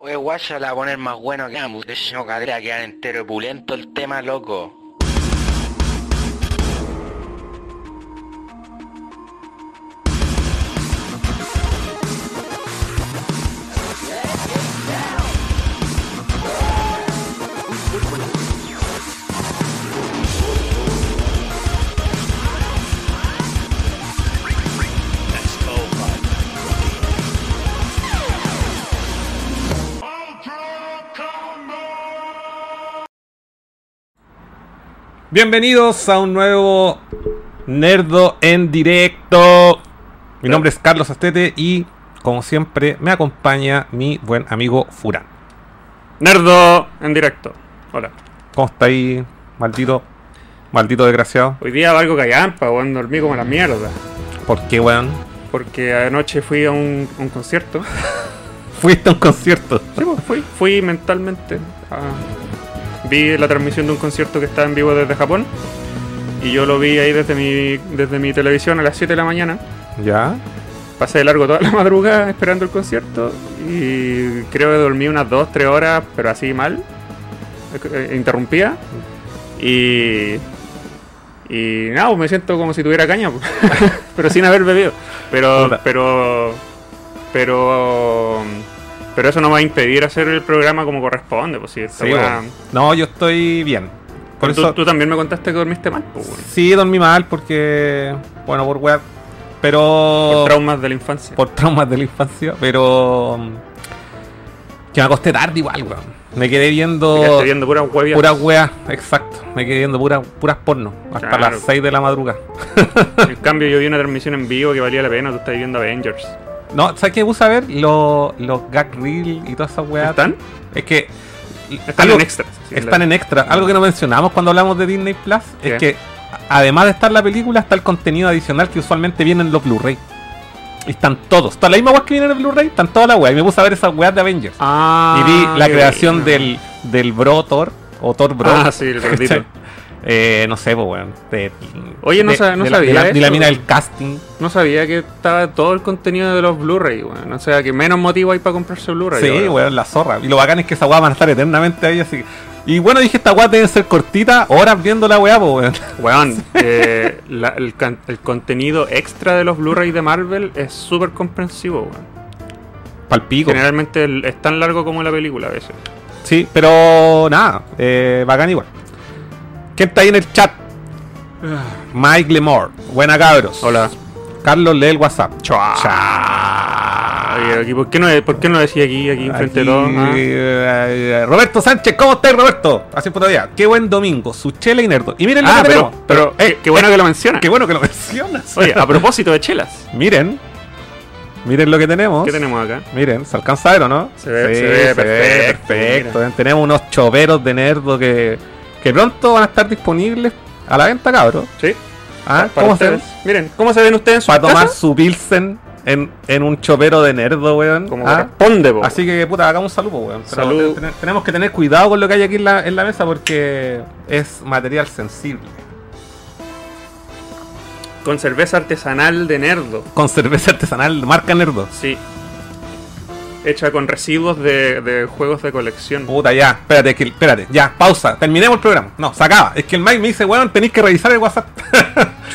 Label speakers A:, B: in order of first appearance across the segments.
A: Pues guaya la va a poner más bueno que ambos. De hecho, cadera quedar entero opulento el tema, loco.
B: Bienvenidos a un nuevo Nerdo en directo. Mi nombre es Carlos Astete y, como siempre, me acompaña mi buen amigo Furán.
C: Nerdo en directo. Hola.
B: ¿Cómo está ahí, maldito? Maldito desgraciado.
C: Hoy día valgo callampa, weón. Dormí como la mierda.
B: ¿Por qué, weón?
C: Porque anoche fui a un, un concierto.
B: Fuiste a un concierto.
C: Sí, pues, fui, fui mentalmente. a- vi la transmisión de un concierto que está en vivo desde Japón. Y yo lo vi ahí desde mi, desde mi televisión a las 7 de la mañana.
B: ¿Ya?
C: Pasé de largo toda la madrugada esperando el concierto. Y creo que dormí unas 2, 3 horas, pero así mal. eh, Interrumpía. Y. Y nada, pues me siento como si tuviera caña, pues. pero sin haber bebido. Pero,
B: Puta.
C: pero, pero, pero eso no va a impedir hacer el programa como corresponde, pues si esta
B: Sí,
C: weá-
B: weón. No, yo estoy bien. Por
C: Pero tú,
B: eso.
C: tú también me contaste que dormiste mal, pues, weón.
B: Sí, dormí mal porque. Bueno, por web. Pero.
C: por traumas de la infancia.
B: por traumas de la infancia, pero. mm, Que me acosté tarde igual, weón. Me quedé
C: Te
B: viendo.
C: quedaste viendo puras huevías.
B: Puras weas, exacto. Me quedé viendo puras puras porno. Hasta
C: Claro.
B: las 6 de la madrugada.
C: En cambio, yo vi una transmisión en vivo que valía la pena, tú estás viendo Avengers.
B: No, ¿sabes qué? Puse a ver los, los gag reel y todas esas weas.
C: ¿Están?
B: Es que.
C: Están
B: algo-
C: en extras. sí,
B: Están
C: la-
B: en extra. Algo que no mencionamos cuando hablamos de Disney Plus
C: ¿Qué?
B: es que, a- además de estar la película, está el contenido adicional que usualmente viene en los Blu-ray. Y están todos. Todas las mismas weas que vienen en el Blu-ray, están todas las weas. Y me puse a ver esas weas de Avengers.
C: Ah,
B: y vi la
C: qué
B: creación
C: bueno.
B: del, del Bro Thor o Thor Bro.
C: Ah, sí, el
B: ¿cachai?
C: gordito.
B: Eh, no sé, pues, weón. de-
C: Oye, no
B: de-
C: sa- no
B: de la-
C: sabía
B: de la, de la
C: eso.
B: mina del casting.
C: No sabía que estaba todo el contenido de los Blu-ray, weón. O sea, que menos motivo hay para comprarse Blu-ray.
B: Sí,
C: ahora.
B: weón, la zorra. Y lo bacán es que esa weá van a estar eternamente ahí, así que- Y bueno, dije, esta weá debe ser cortita, horas viendo la weá, pues, weón.
C: Weón, eh, la- el, can- el contenido extra de los Blu-ray de Marvel es súper comprensivo, weón.
B: Palpico.
C: Generalmente el- es tan largo como la película a veces.
B: Sí, pero nada, eh, bacán igual. ¿Quién está ahí en el chat? Mike Lemore. Buena, cabros.
C: Ah. Hola.
B: Carlos, lee el WhatsApp.
C: Chua. Oye, aquí, ¿por, qué no, ¿Por qué no decía aquí, aquí enfrente de
B: Aquí,
C: todos? ah?
B: eh, eh, Roberto Sánchez, ¿cómo estás, Roberto? Hace un día. Qué buen domingo, su chela y nerdo. Y miren lo
C: Ah,
B: que
C: pero,
B: tenemos.
C: pero
B: Eh,
C: qué- qué bueno
B: eh,
C: que lo menciona.
B: qué bueno que lo mencionas.
C: Oye, a propósito de chelas,
B: miren. Miren lo que tenemos.
C: ¿qué tenemos acá?
B: Miren, se alcanza a ver o no?
C: Se ve- se ve perfecto,
B: perfecto. Tenemos unos choveros de nerdo que, que pronto van a estar disponibles a la venta, cabros.
C: ¿Sí?
B: Ah,
C: para
B: ¿Cómo se
C: ustedes. Miren, ¿cómo se ven ustedes en su
B: Para tomar
C: casa?
B: su pilsen en, en un chopero de nerdo, weón.
C: Como
B: Ah,
C: corresponde, po.
B: Así que, puta, hagamos un saludo, weón. Pero
C: Pues, Salud.
B: ten- tenemos que tener cuidado con lo que hay aquí en la, en la mesa porque es material sensible.
C: Con cerveza artesanal de nerdo.
B: Con cerveza artesanal, marca nerdo.
C: Sí. Hecha con residuos de, de juegos de colección.
B: Puta, ya, espérate, que, espérate, ya, pausa, terminemos el programa. No, se acaba. Es que el Mike me dice, weón, tenéis que revisar el WhatsApp.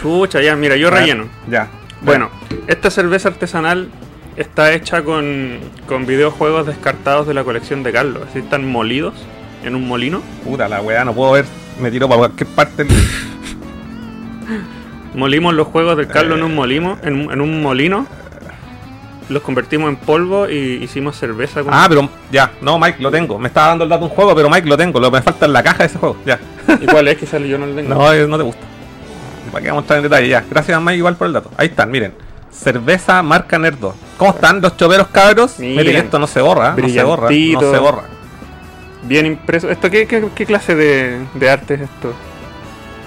C: Chucha, ya, mira, yo relleno.
B: Ya.
C: Bueno, esta cerveza artesanal está hecha con, con videojuegos descartados de la colección de Carlos. Así están molidos en un molino.
B: Puta, la weá, no puedo ver. Me tiro para cualquier parte. del-
C: Molimos los juegos del Carlos
B: Eh.
C: en, un molimo, en, en un molino. Los convertimos en polvo y hicimos cerveza con
B: Ah, pero ya, no, Mike, lo tengo. Me estaba dando el dato de un juego, pero Mike, lo tengo. Lo que me falta es la caja de ese juego. Ya.
C: Igual es que sale yo no lo tengo.
B: No, eh, no te gusta. ¿Para qué vamos a entrar en detalle? Ya, gracias a Mike igual por el dato. Ahí están, miren. Cerveza marca Nerdo. ¿Cómo están los choperos cabros?
C: Miren.
B: Miren, esto no se borra, ¿eh? no se borra, no
C: Brillantito.
B: se borra.
C: Bien impreso. ¿Esto qué, qué- qué clase de, de arte es esto?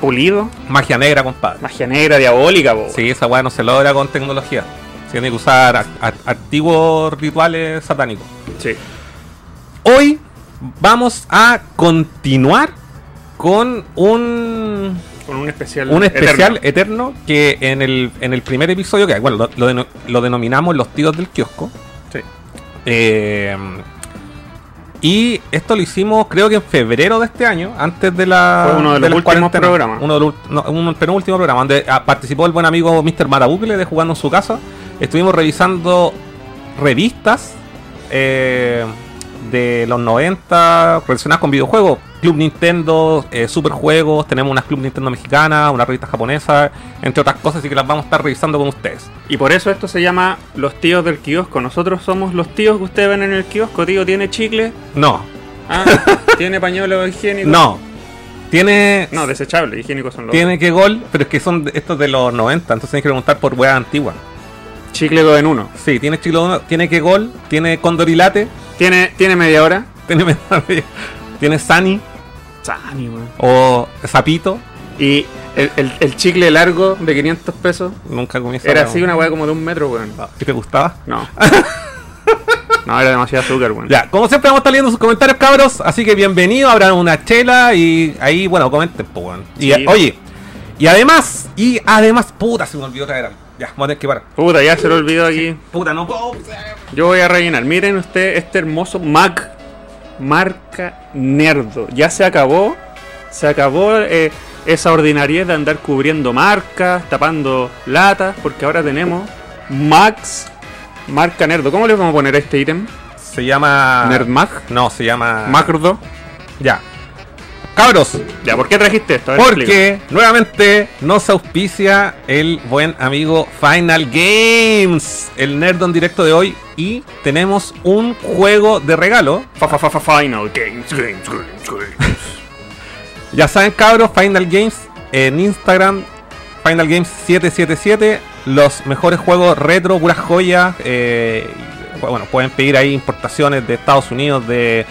C: ¿Pulido?
B: Magia negra, compadre.
C: Magia negra, diabólica, po.
B: Sí, esa weá no se logra con tecnología. Se tiene que usar a- a- antiguos rituales satánicos.
C: Sí.
B: Hoy vamos a continuar con un
C: Con un especial.
B: un especial
C: eterno.
B: eterno, que en el, en el primer episodio, que bueno, lo, lo deno- lo denominamos Los tíos del kiosco.
C: Sí.
B: Eh, Y esto lo hicimos creo que en febrero de este año, antes de la
C: Fue uno de los
B: las
C: últimos
B: cuarentenas.
C: programas.
B: Uno de los ult- no, un penúltimo programa, donde ah, participó el buen amigo Mr. Marabucle de Jugando en su casa. Estuvimos revisando revistas eh, de los 90 relacionadas con videojuegos. Club Nintendo, eh, Superjuegos, tenemos unas Club Nintendo mexicanas, una revista japonesa, entre otras cosas, así que las vamos a estar revisando con ustedes.
C: Y por eso esto se llama Los tíos del kiosco. Nosotros somos los tíos que ustedes ven en el kiosco. Tío, ¿tiene chicle?
B: No,
C: Ah, ¿tiene pañuelo higiénico?
B: no. Tiene
C: No, desechable. Higiénicos son los
B: Tiene que gol, pero es que son de- estos de los 90, entonces tienes que preguntar por weas antiguas.
C: Chicle 2 en 1.
B: Sí, tiene Chilo uno, tiene que gol, tiene Condorilate,
C: ¿Tiene, ¿Tiene media hora?
B: tiene, tiene Sani
C: Sani, weón.
B: o Zapito.
C: Y el, el- el chicle largo de 500 pesos
B: Nunca comí esa
C: era
B: wea, Ah.
C: así
B: weón.
C: una weá como de un metro, weón.
B: ¿Sí te gustaba?
C: No. No, era demasiado azúcar, weón.
B: Ya, como siempre vamos a estar leyendo sus comentarios, cabros, así que bienvenido, abran una chela y ahí, bueno, comenten, pues, weón. Y
C: Sí.
B: oye, y además, y además, puta, se me olvidó traer algo. Ya, vamos a tener que parar.
C: Puta, ya se lo olvidó aquí.
B: Puta, no puedo.
C: Yo voy a rellenar. Miren usted este hermoso Mac. Marca Nerdo. Ya se acabó. Se acabó eh, esa ordinariedad de andar cubriendo marcas, tapando latas, porque ahora tenemos Max Marca Nerdo. ¿Cómo le vamos a poner a este ítem?
B: Se llama.
C: Nerdmag.
B: No, se llama.
C: Macrdo.
B: Ya. Cabros,
C: Ya, ¿por qué trajiste esto? A ver, explica.
B: Porque nuevamente nos auspicia el buen amigo Final Games, el Nerdon directo de hoy. Y tenemos un juego de regalo.
C: Fa, fa, fa, fa, Final Games, Games, Games, Games.
B: Ya saben, cabros, Final Games en Instagram, Final Games 777. Los mejores juegos retro, puras joyas. eh, y, bueno, pueden pedir ahí importaciones de Estados Unidos, de,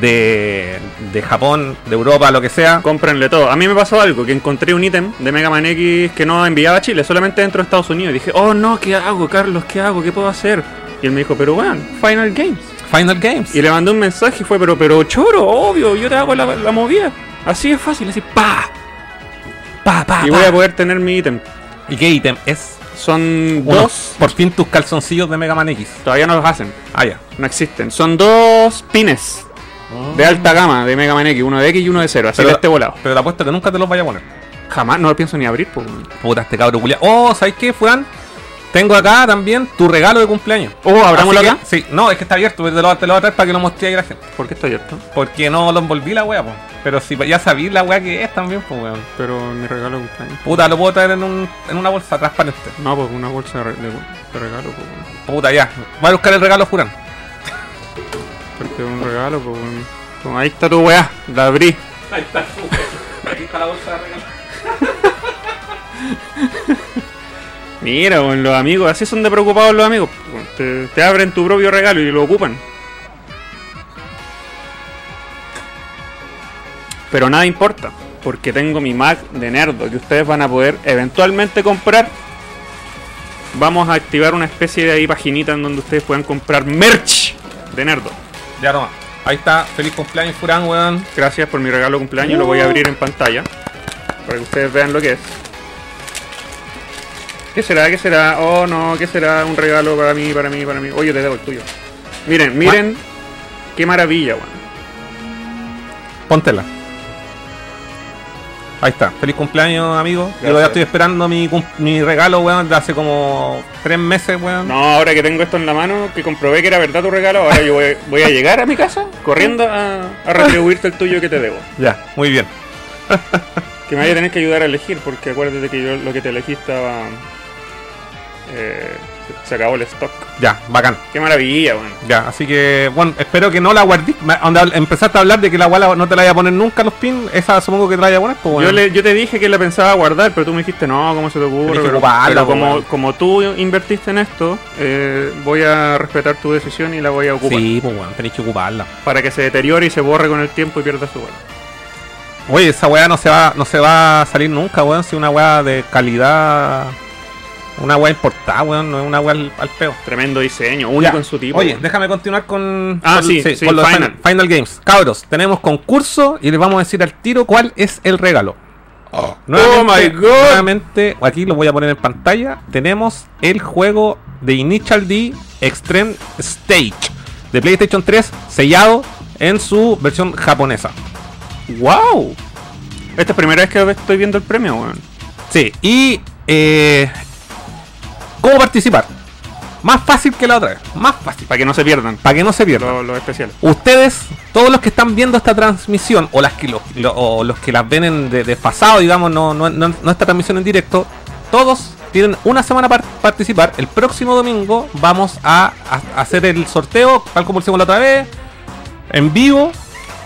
B: de, de Japón, de Europa, lo que sea.
C: Cómprenle todo. A mí me pasó algo, que encontré un ítem de Mega Man X que no enviaba a Chile, solamente dentro de Estados Unidos. Y dije, oh no, ¿qué hago, Carlos? ¿Qué hago? ¿Qué puedo hacer? Y él me dijo, pero weón, Final Games.
B: Final Games.
C: Y le mandé un mensaje y fue, pero, pero choro, obvio, yo te hago la, la movida. Así es fácil, así, pa.
B: Pa, pa,
C: Y
B: pa.
C: voy a poder tener mi ítem.
B: ¿Y qué ítem es?
C: Son
B: Uno,
C: dos,
B: Por fin tus calzoncillos de Mega Man X.
C: todavía no los hacen,
B: Ah, ya.
C: no existen. Son dos pines de alta gama de Mega Man X, uno de X y uno de cero, así
B: Pero-
C: de este volado.
B: Pero te apuesto que nunca te los vaya a poner.
C: Jamás, no lo pienso ni abrir, pues. weón.
B: Puta, este cabro culiao. Oh, ¿sabes qué, Fran? Tengo acá también tu regalo de cumpleaños.
C: Oh, abrámoslo
B: Así
C: acá.
B: que- sí, no, es que está abierto, pero te lo, te lo voy a traer para que lo mostré ahí a la gente.
C: ¿Por qué está abierto?
B: Porque no lo envolví la wea, po. Pero si ya sabí la wea que es también, pues weón.
C: Pero mi regalo de cumpleaños.
B: Puta, lo puedo traer en, un, en una bolsa transparente.
C: No, pues una bolsa de, re- de- de regalo, pues, bueno.
B: Puta, ya. Va a buscar el regalo, Fran.
C: Porque es un regalo, pues, bueno. Como ahí está tu weá, la abrí.
B: Ahí está. Aquí está la bolsa de regalo.
C: Mira, bueno, los amigos, así son de preocupados los amigos. pues, bueno. Te, te abren tu propio regalo y lo ocupan. Pero nada importa, porque tengo mi Mac de nerdo que ustedes van a poder eventualmente comprar. Vamos a activar una especie de ahí paginita en donde ustedes puedan comprar merch de nerdo.
B: Ya toma. Ahí está. Feliz cumpleaños, Fran, weón.
C: Gracias por mi regalo de cumpleaños, lo voy a abrir en pantalla para que ustedes vean lo que es. ¿Qué será? ¿Qué será? Oh no, ¿qué será? Un regalo para mí, para mí, para mí. Oye, te debo el tuyo. Miren, miren, qué maravilla, weón.
B: Póntela. Ahí está. Feliz cumpleaños, amigo. Yo
C: Gracias.
B: ya estoy esperando mi, cum- mi regalo, weón, de hace como tres meses, weón.
C: No, ahora que tengo esto en la mano, que comprobé que era verdad tu regalo, ahora yo voy, voy a llegar a mi casa corriendo a, a retribuirte el tuyo que te debo.
B: Ya, muy bien.
C: Que me vaya a tener que ayudar a elegir, porque acuérdate que yo lo que te elegí estaba. eh, se acabó el stock.
B: Ya, bacán.
C: Qué maravilla, weón.
B: Ya, así que, bueno, espero que no la guardís. Me- onda, Empezaste a hablar de que la guala no te la vaya a poner nunca los pins. Esa supongo que te la vaya a poner, pues, weón.
C: Yo, le- yo te dije que la pensaba guardar, pero tú me dijiste, no, ¿cómo se te ocurre?
B: Tenés que
C: Pero,
B: ocuparla,
C: pero
B: po,
C: como,
B: weón.
C: como tú invertiste en esto, eh, voy a respetar tu decisión y la voy a ocupar.
B: Sí, pues, weón, tenéis que ocuparla.
C: Para que se deteriore y se borre con el tiempo y pierda su valor.
B: Oye, esa weá no se va, no se va a salir nunca, weón. Si una weá de calidad. Una weá importada, weón. No es una weá al, al peo.
C: Tremendo diseño, único
B: Ya.
C: en su tipo.
B: Oye,
C: weón.
B: déjame continuar con,
C: Ah,
B: con-
C: sí, sí,
B: con lo de
C: Final.
B: Final. Final Games. Cabros, tenemos concurso y les vamos a decir al tiro cuál es el regalo.
C: my God.
B: Nuevamente, aquí lo voy a poner en pantalla. Tenemos el juego de Initial D Extreme Stage de PlayStation 3 sellado en su versión japonesa.
C: ¡Wow! Esta es la primera vez que estoy viendo el premio, weón.
B: Sí, y eh, ¿cómo participar? Más fácil que la otra vez, más fácil,
C: Para que no se pierdan
B: para que no se pierda.
C: lo, lo especial.
B: Ustedes, todos los que están viendo esta transmisión, o las que lo- lo- o los que las ven en de- desfasado, digamos, no, no, no, no esta transmisión en directo, todos tienen una semana para participar. El próximo domingo vamos a, a- a hacer el sorteo, tal como lo hicimos la otra vez, en vivo.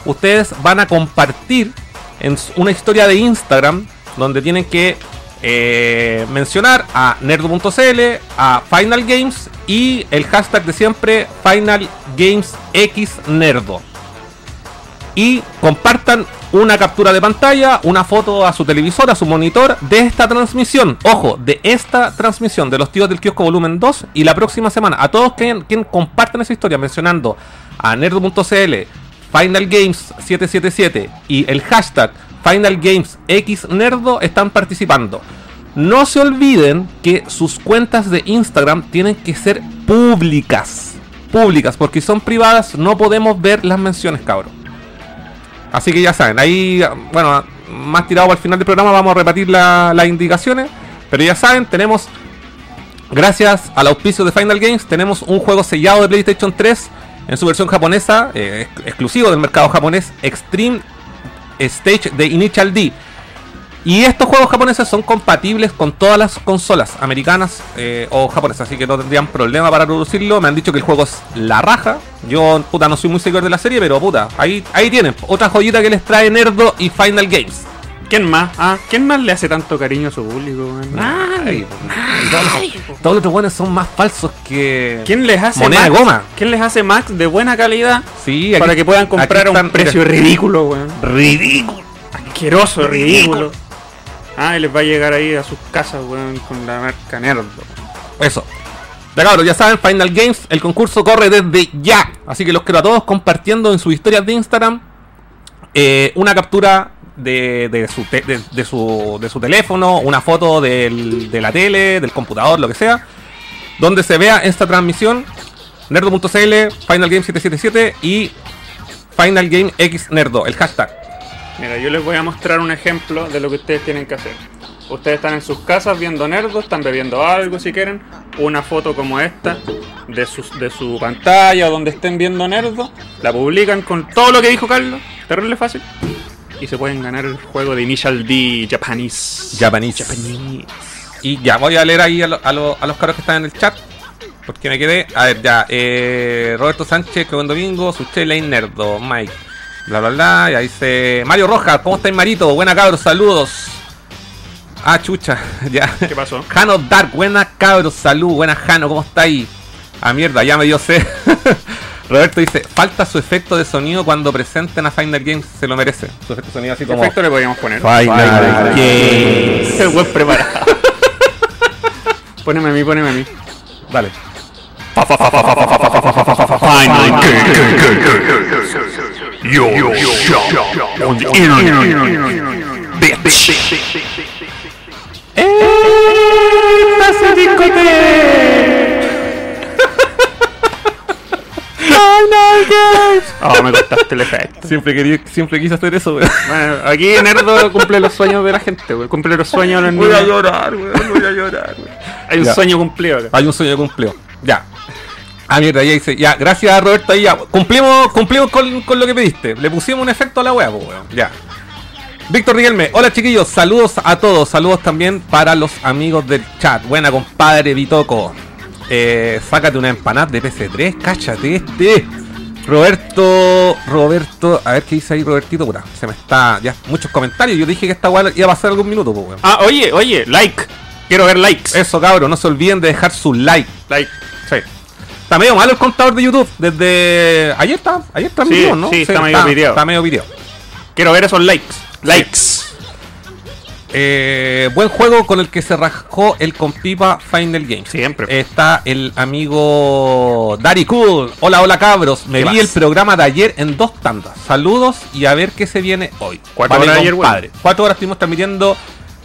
B: Ustedes van a compartir en s- una historia de Instagram donde tienen que eh, mencionar a nerdo.cl, a Final Games y el hashtag de siempre Final Games X Nerdo. Y compartan una captura de pantalla, una foto a su televisor, a su monitor de esta transmisión. Ojo, de esta transmisión de los tíos del kiosco volumen 2 y la próxima semana. A todos quien, quien compartan esa historia mencionando a nerdo.cl, Final Games 777 y el hashtag Final Games X Nerdo están participando. No se olviden que sus cuentas de Instagram tienen que ser públicas. Públicas, porque si son privadas, no podemos ver las menciones, cabrón. Así que ya saben, ahí, bueno, más tirado para el final del programa, vamos a repetir la- las indicaciones. Pero ya saben, tenemos, gracias al auspicio de Final Games, tenemos un juego sellado de PlayStation 3 en su versión japonesa, eh, ex- exclusivo del mercado japonés, Extreme Stage de Initial D. Y estos juegos japoneses son compatibles con todas las consolas americanas eh, o japonesas, así que no tendrían problema para producirlo. Me han dicho que el juego es la raja. Yo, puta, no soy muy seguidor de la serie, pero puta, ahí, ahí tienen. Otra joyita que les trae Nerdo y Final Games.
C: ¿Quién más? Ah, ¿quién más le hace tanto cariño a su público, weón?
B: Nadie, nadie. Todos los otros buenos son más falsos que.
C: ¿Quién les hace
B: Moneda de
C: Max?
B: goma.
C: ¿Quién les hace Max de buena calidad
B: Sí, aquí-
C: para que puedan
B: aquí
C: comprar a
B: están,
C: un precio
B: mira.
C: ridículo, weón?
B: ridículo.
C: Asqueroso, ridículo. Ah, y les va a llegar ahí a sus casas, weón, con la marca Nerdo.
B: Eso. Ya cabros, ya saben, Final Games, el concurso corre desde ya. Así que los quiero a todos compartiendo en sus historias de Instagram eh, una captura de, de su te- de, de su, de su teléfono, una foto del- de la tele, del computador, lo que sea, donde se vea esta transmisión. Nerdo.cl, Final Game 777 y Final Game X Nerdo, el hashtag.
C: Mira, yo les voy a mostrar un ejemplo de lo que ustedes tienen que hacer. Ustedes están en sus casas viendo Nerdo, están bebiendo algo si quieren, una foto como esta de su, de su pantalla o donde estén viendo Nerdo, la publican con todo lo que dijo Carlos, terrible fácil, y se pueden ganar el juego de Initial D Japanese.
B: Japanese. Y ya voy a leer ahí a, lo- a lo- a los caros que están en el chat. Porque me quedé. A ver, ya. eh, Roberto Sánchez, que buen domingo. Suche Lane Nerdo, Mike. Bla, bla, bla. Y ahí dice. Mario Rojas, ¿cómo estáis, Marito? Buena cabros, saludos. Ah, chucha. ya.
C: ¿Qué pasó?
B: Jano Dark, buena cabros, salud. Buena Jano, ¿cómo estáis? Ah, mierda, ya me dio sed. Roberto dice, falta su efecto de sonido cuando presenten a Final Games, se lo merece. Su efecto de sonido así
C: ¿Qué
B: como...
C: efecto le podríamos poner?
B: Final Games.
C: El web preparado. Póneme a mí, póneme a mí.
B: Dale.
D: Final Your shot on the internet. Bitch.
C: Ah, me cortaste el efecto.
B: Siempre, quería, siempre quise hacer eso, weón.
C: Bueno, aquí Nerdo cumple los sueños de la gente, güey. Cumple los sueños de los niños.
B: llorar, weón. Voy a llorar, weón.
C: Hay un
B: Ya.
C: sueño cumplido acá.
B: Hay un sueño cumplido. Ya. Ah, mierda, ya dice. Ya, gracias, Roberto. Ahí ya. Cumplimos, cumplimos con, con lo que pediste. Le pusimos un efecto a la weá, pues, weón. Ya. Víctor Riquelme, hola chiquillos, saludos a todos, saludos también para los amigos del chat. Buena compadre Bitoco. Eh, sácate una empanada de PC3, cáchate este. Roberto, Roberto, a ver qué dice ahí Robertito, puta, se me está, ya, muchos comentarios, yo dije que esta weá iba a pasar algún minuto, pues weón.
C: Ah, oye, oye, like. Quiero ver likes.
B: Eso cabrón, no se olviden de dejar su like.
C: like.
B: Sí. Está medio malo el contador de YouTube. Desde. Ayer está. Ayer está en
C: Sí,
B: vivo, ¿no?
C: sí, está medio piteado.
B: Está medio piteado.
C: Quiero ver esos likes. Likes.
B: Eh, buen juego con el que se rajó el compipa Final Games.
C: Siempre.
B: Está el amigo Dari Cool. Hola, hola cabros. Me
C: ¿Qué
B: vi
C: más?
B: el programa de ayer en dos tandas. Saludos y a ver qué se viene hoy.
C: Cuatro horas ayer, bueno.
B: Cuatro horas estuvimos transmitiendo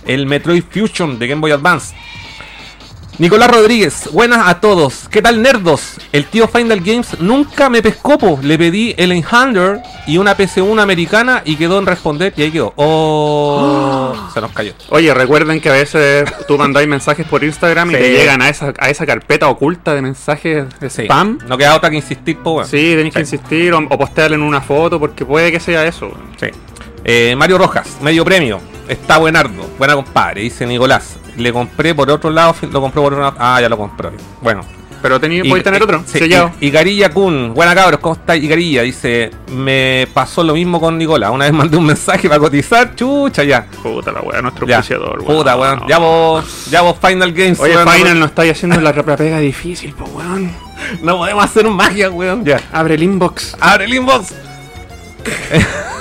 B: el Metroid Fusion de Game Boy Advance. Nicolás Rodríguez, buenas a todos. ¿Qué tal, nerdos? El tío Final Games nunca me pescó, po. Le pedí el Enhander y una PC1 americana y quedó en responder y ahí quedó. Oh, se nos cayó.
C: Oye, recuerden que a veces tú mandáis mensajes por Instagram y
B: Sí.
C: te llegan a esa, a esa carpeta oculta de mensajes de
B: Sí.
C: spam.
B: No queda otra que insistir, po, weón.
C: Sí, tenéis que insistir o, o postearle en una foto porque puede que sea eso.
B: Sí. Eh, Mario Rojas, medio premio. Está buenardo. Buena compadre, dice Nicolás. Le compré por otro lado, fi- lo compré por otro lado. Ah, ya lo compró. Bueno.
C: Pero tení, podéis tener otro,
B: eh, sí,
C: sellado.
B: y- Igarilla Kun, buena cabros, ¿cómo está Igarilla? Dice, me pasó lo mismo con Nicolás. Una vez mandé un mensaje para cotizar, chucha, ya.
C: Puta la weá, nuestro
B: ya.
C: auspiciador, weón.
B: Puta, weón. Ya vos, ya vos Final Games.
C: Oye,
B: weón,
C: Final, no estáis haciendo la, la pega difícil, po weón.
B: no, no podemos hacer magia, weón. Ya.
C: Abre el inbox.
B: Abre el inbox.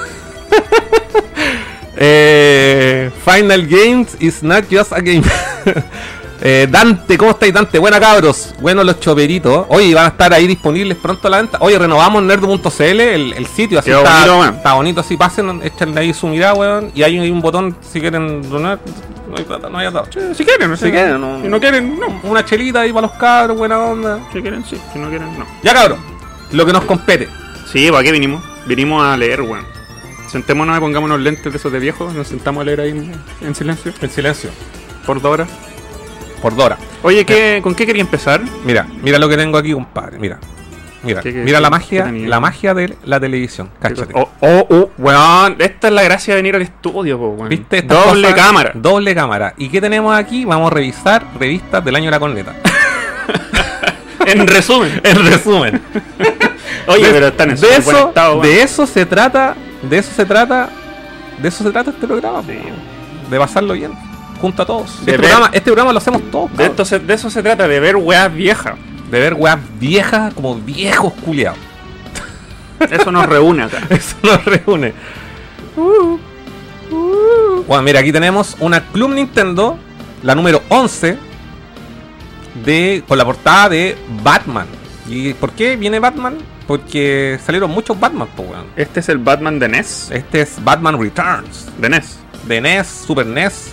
B: Eh, Final Games is not just a game. Eh, Dante, ¿cómo estáis, Dante? Buena, cabros. Bueno, los choperitos. Oye, van a estar ahí disponibles pronto a la venta. Oye, renovamos nerd.cl, el, el sitio. Así
C: Quedó
B: está,
C: bonito, weón.
B: está bonito. Así pasen, échenle ahí su mirada, weón. Y hay, un- hay un botón si quieren donar. No hay plata, no hay atado.
C: Si quieren, no
B: Si quieren, no-
C: Si no quieren, no.
B: Una chelita ahí para los cabros, buena onda.
C: Si quieren, sí. Si no quieren, no.
B: Ya, cabros. Lo que nos compete.
C: Sí, ¿para qué vinimos? Vinimos a leer, weón. Sentémonos y pongamos unos lentes de esos de viejos. Nos sentamos a leer ahí en, en silencio
B: El silencio.
C: por dos horas.
B: Por Dora.
C: Oye, ¿qué, ¿con qué quería empezar?
B: Mira, mira lo que tengo aquí, compadre. Mira. Mira,
C: ¿Qué- qué-
B: mira la
C: qué- qué
B: magia,
C: tenía?
B: la magia de la televisión. Cáchate.
C: Oh, oh, oh, weón. Esta es la gracia de venir al estudio, po, weón.
B: ¿Viste? estas
C: Doble
B: cosas?
C: cámara.
B: Doble cámara. ¿Y qué tenemos aquí? Vamos a revisar revistas del año de la corneta.
C: en resumen.
B: En resumen.
C: Oye,
B: De-
C: pero están en
B: de
C: súper buen
B: eso,
C: estado, weón.
B: de eso se trata, de eso se trata, de eso se trata este programa, po. de pasarlo bien, junto a todos. Este
C: ver-
B: programa, este programa lo hacemos todos,
C: De,
B: cabrón.
C: esto se- de eso se trata, de ver weas viejas.
B: de ver weas viejas como viejos culiados.
C: Eso nos reúne acá.
B: Eso nos reúne. Bueno, mira, aquí tenemos una Club Nintendo, la número 11, de, con la portada de Batman. ¿Y por qué viene Batman? Porque salieron muchos Batman, po, weón.
C: Este es el Batman de NES.
B: Este es Batman Returns,
C: De NES.
B: de NES, Super E NES.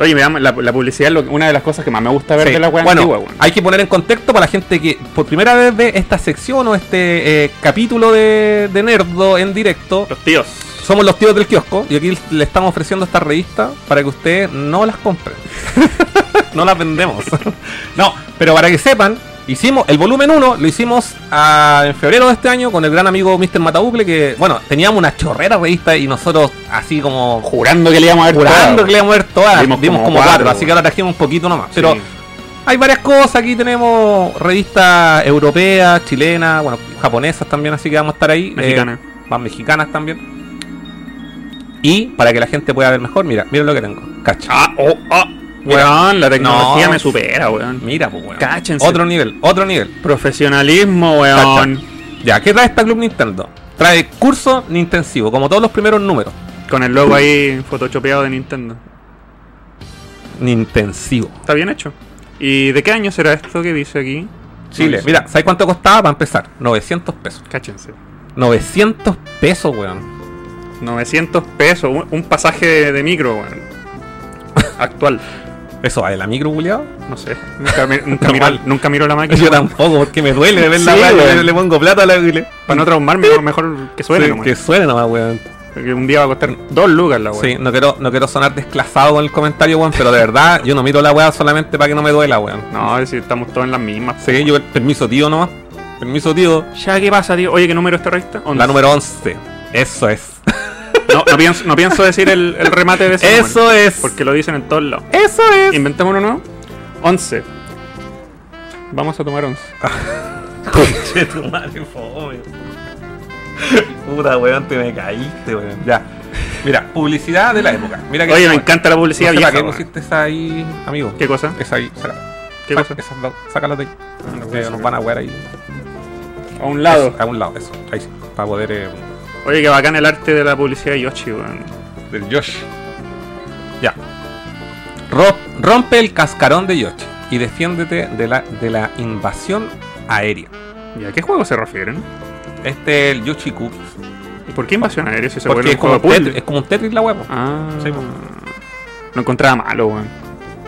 C: Oye, me da- la, la publicidad es lo- una de las cosas que más me gusta ver
B: Sí.
C: de la wea
B: bueno,
C: antigua, weón.
B: hay que poner en contexto para la gente que por primera vez ve esta sección o este eh, capítulo de, de Nerdo en directo.
C: Los tíos.
B: Somos los tíos del kiosco y aquí le estamos ofreciendo esta revista para que ustedes no las compren. no las vendemos. no, pero para que sepan, hicimos el volumen 1, lo hicimos ah, en febrero de este año con el gran amigo Mr. Matabucle, que bueno, teníamos una chorrera revista y nosotros así como
C: Jurando que le íbamos a ver
B: jurando que le íbamos a ver todas, vimos,
C: Vimos
B: como,
C: como
B: cuatro,
C: cuatro,
B: así que ahora trajimos un poquito nomás. Pero
C: Pero
B: hay varias cosas, aquí tenemos revistas europeas, chilenas, bueno, japonesas también, así que vamos a estar ahí. eh,
C: mexicana.
B: más mexicanas también. Y para que la gente pueda ver mejor, mira, mira lo que tengo. Cacha.
C: Ah, oh, ah. Weón, la tecnología
B: No.
C: me supera, weón.
B: Mira, pues, weón.
C: Cáchense.
B: Otro nivel, otro nivel.
C: Profesionalismo, weón.
B: Ya, ¿qué trae esta Club Nintendo? Trae curso intensivo, como todos los primeros números.
C: Con el logo ahí photoshopeado de Nintendo.
B: Nintensivo.
C: Está bien hecho. ¿Y de qué año será esto que dice aquí?
B: Chile.
C: No sé.
B: Mira, ¿sabes cuánto costaba para empezar? 900 pesos.
C: Cáchense.
B: 900 pesos, weón.
C: 900 pesos, un, un pasaje de, de micro, weón. Actual.
B: ¿Eso va de la micro, culiao?
C: No sé. Nunca, mi- nunca, miro,
B: Normal.
C: nunca miro la máquina.
B: Yo
C: weón.
B: tampoco, porque me duele ver la
C: Sí,
B: weá,
C: weón.
B: le, le pongo plata a la le-
C: Para no traumarme, mejor- mejor que suene,
B: Sí,
C: nomás.
B: que suene nomás, weón.
C: Porque un día va a costar dos lucas la weón.
B: Sí, no quiero, no quiero sonar desclasado con el comentario, weón, pero de verdad, yo no miro la weá solamente para que no me duela, weón.
C: No, si estamos todos en las mismas.
B: Sí, yo permiso tío nomás. Permiso tío.
C: Ya, ¿qué pasa, tío? Oye, ¿qué número es esta revista? Once.
B: La número 11. Eso es.
C: No, no pienso, no pienso decir el, el remate de ese número,
B: Eso es.
C: Porque lo dicen en todos lados.
B: Eso es.
C: Inventemos uno nuevo. 11. Vamos a tomar 11.
B: Conche tu madre, fome. Puta, weón, te me caíste, weón. Ya. Mira, publicidad de la época. Mira que
C: Oye, me encanta la publicidad
B: No sé
C: vieja.
B: ¿Para qué
C: weón.
B: pusiste esa ahí, amigo?
C: ¿Qué cosa?
B: Esa ahí, sácala.
C: ¿Qué
B: Sa-
C: cosa? Ah,
B: esas dos, sácalas de ahí.
C: no
B: Que
C: voy a
B: nos
C: sacar.
B: van a wear ahí.
C: A un lado.
B: Eso, a un lado, eso. Ahí sí. Para poder. eh,
C: Oye, que bacán el arte de la publicidad de Yoshi, weón.
B: del Yoshi. Ya. Ro- rompe el cascarón de Yoshi y defiéndete de la, de la invasión aérea.
C: ¿Y a qué juego se refieren?
B: Este es el Yoshi Cookies.
C: ¿Y por qué invasión aérea si se
B: Porque
C: vuelve Ah.
B: es
C: un
B: como,
C: juego
B: Tetris,
C: puzzle?
B: es como un Tetris la huevo.
C: Ah,
B: Sí, po.
C: lo encontraba malo, weón.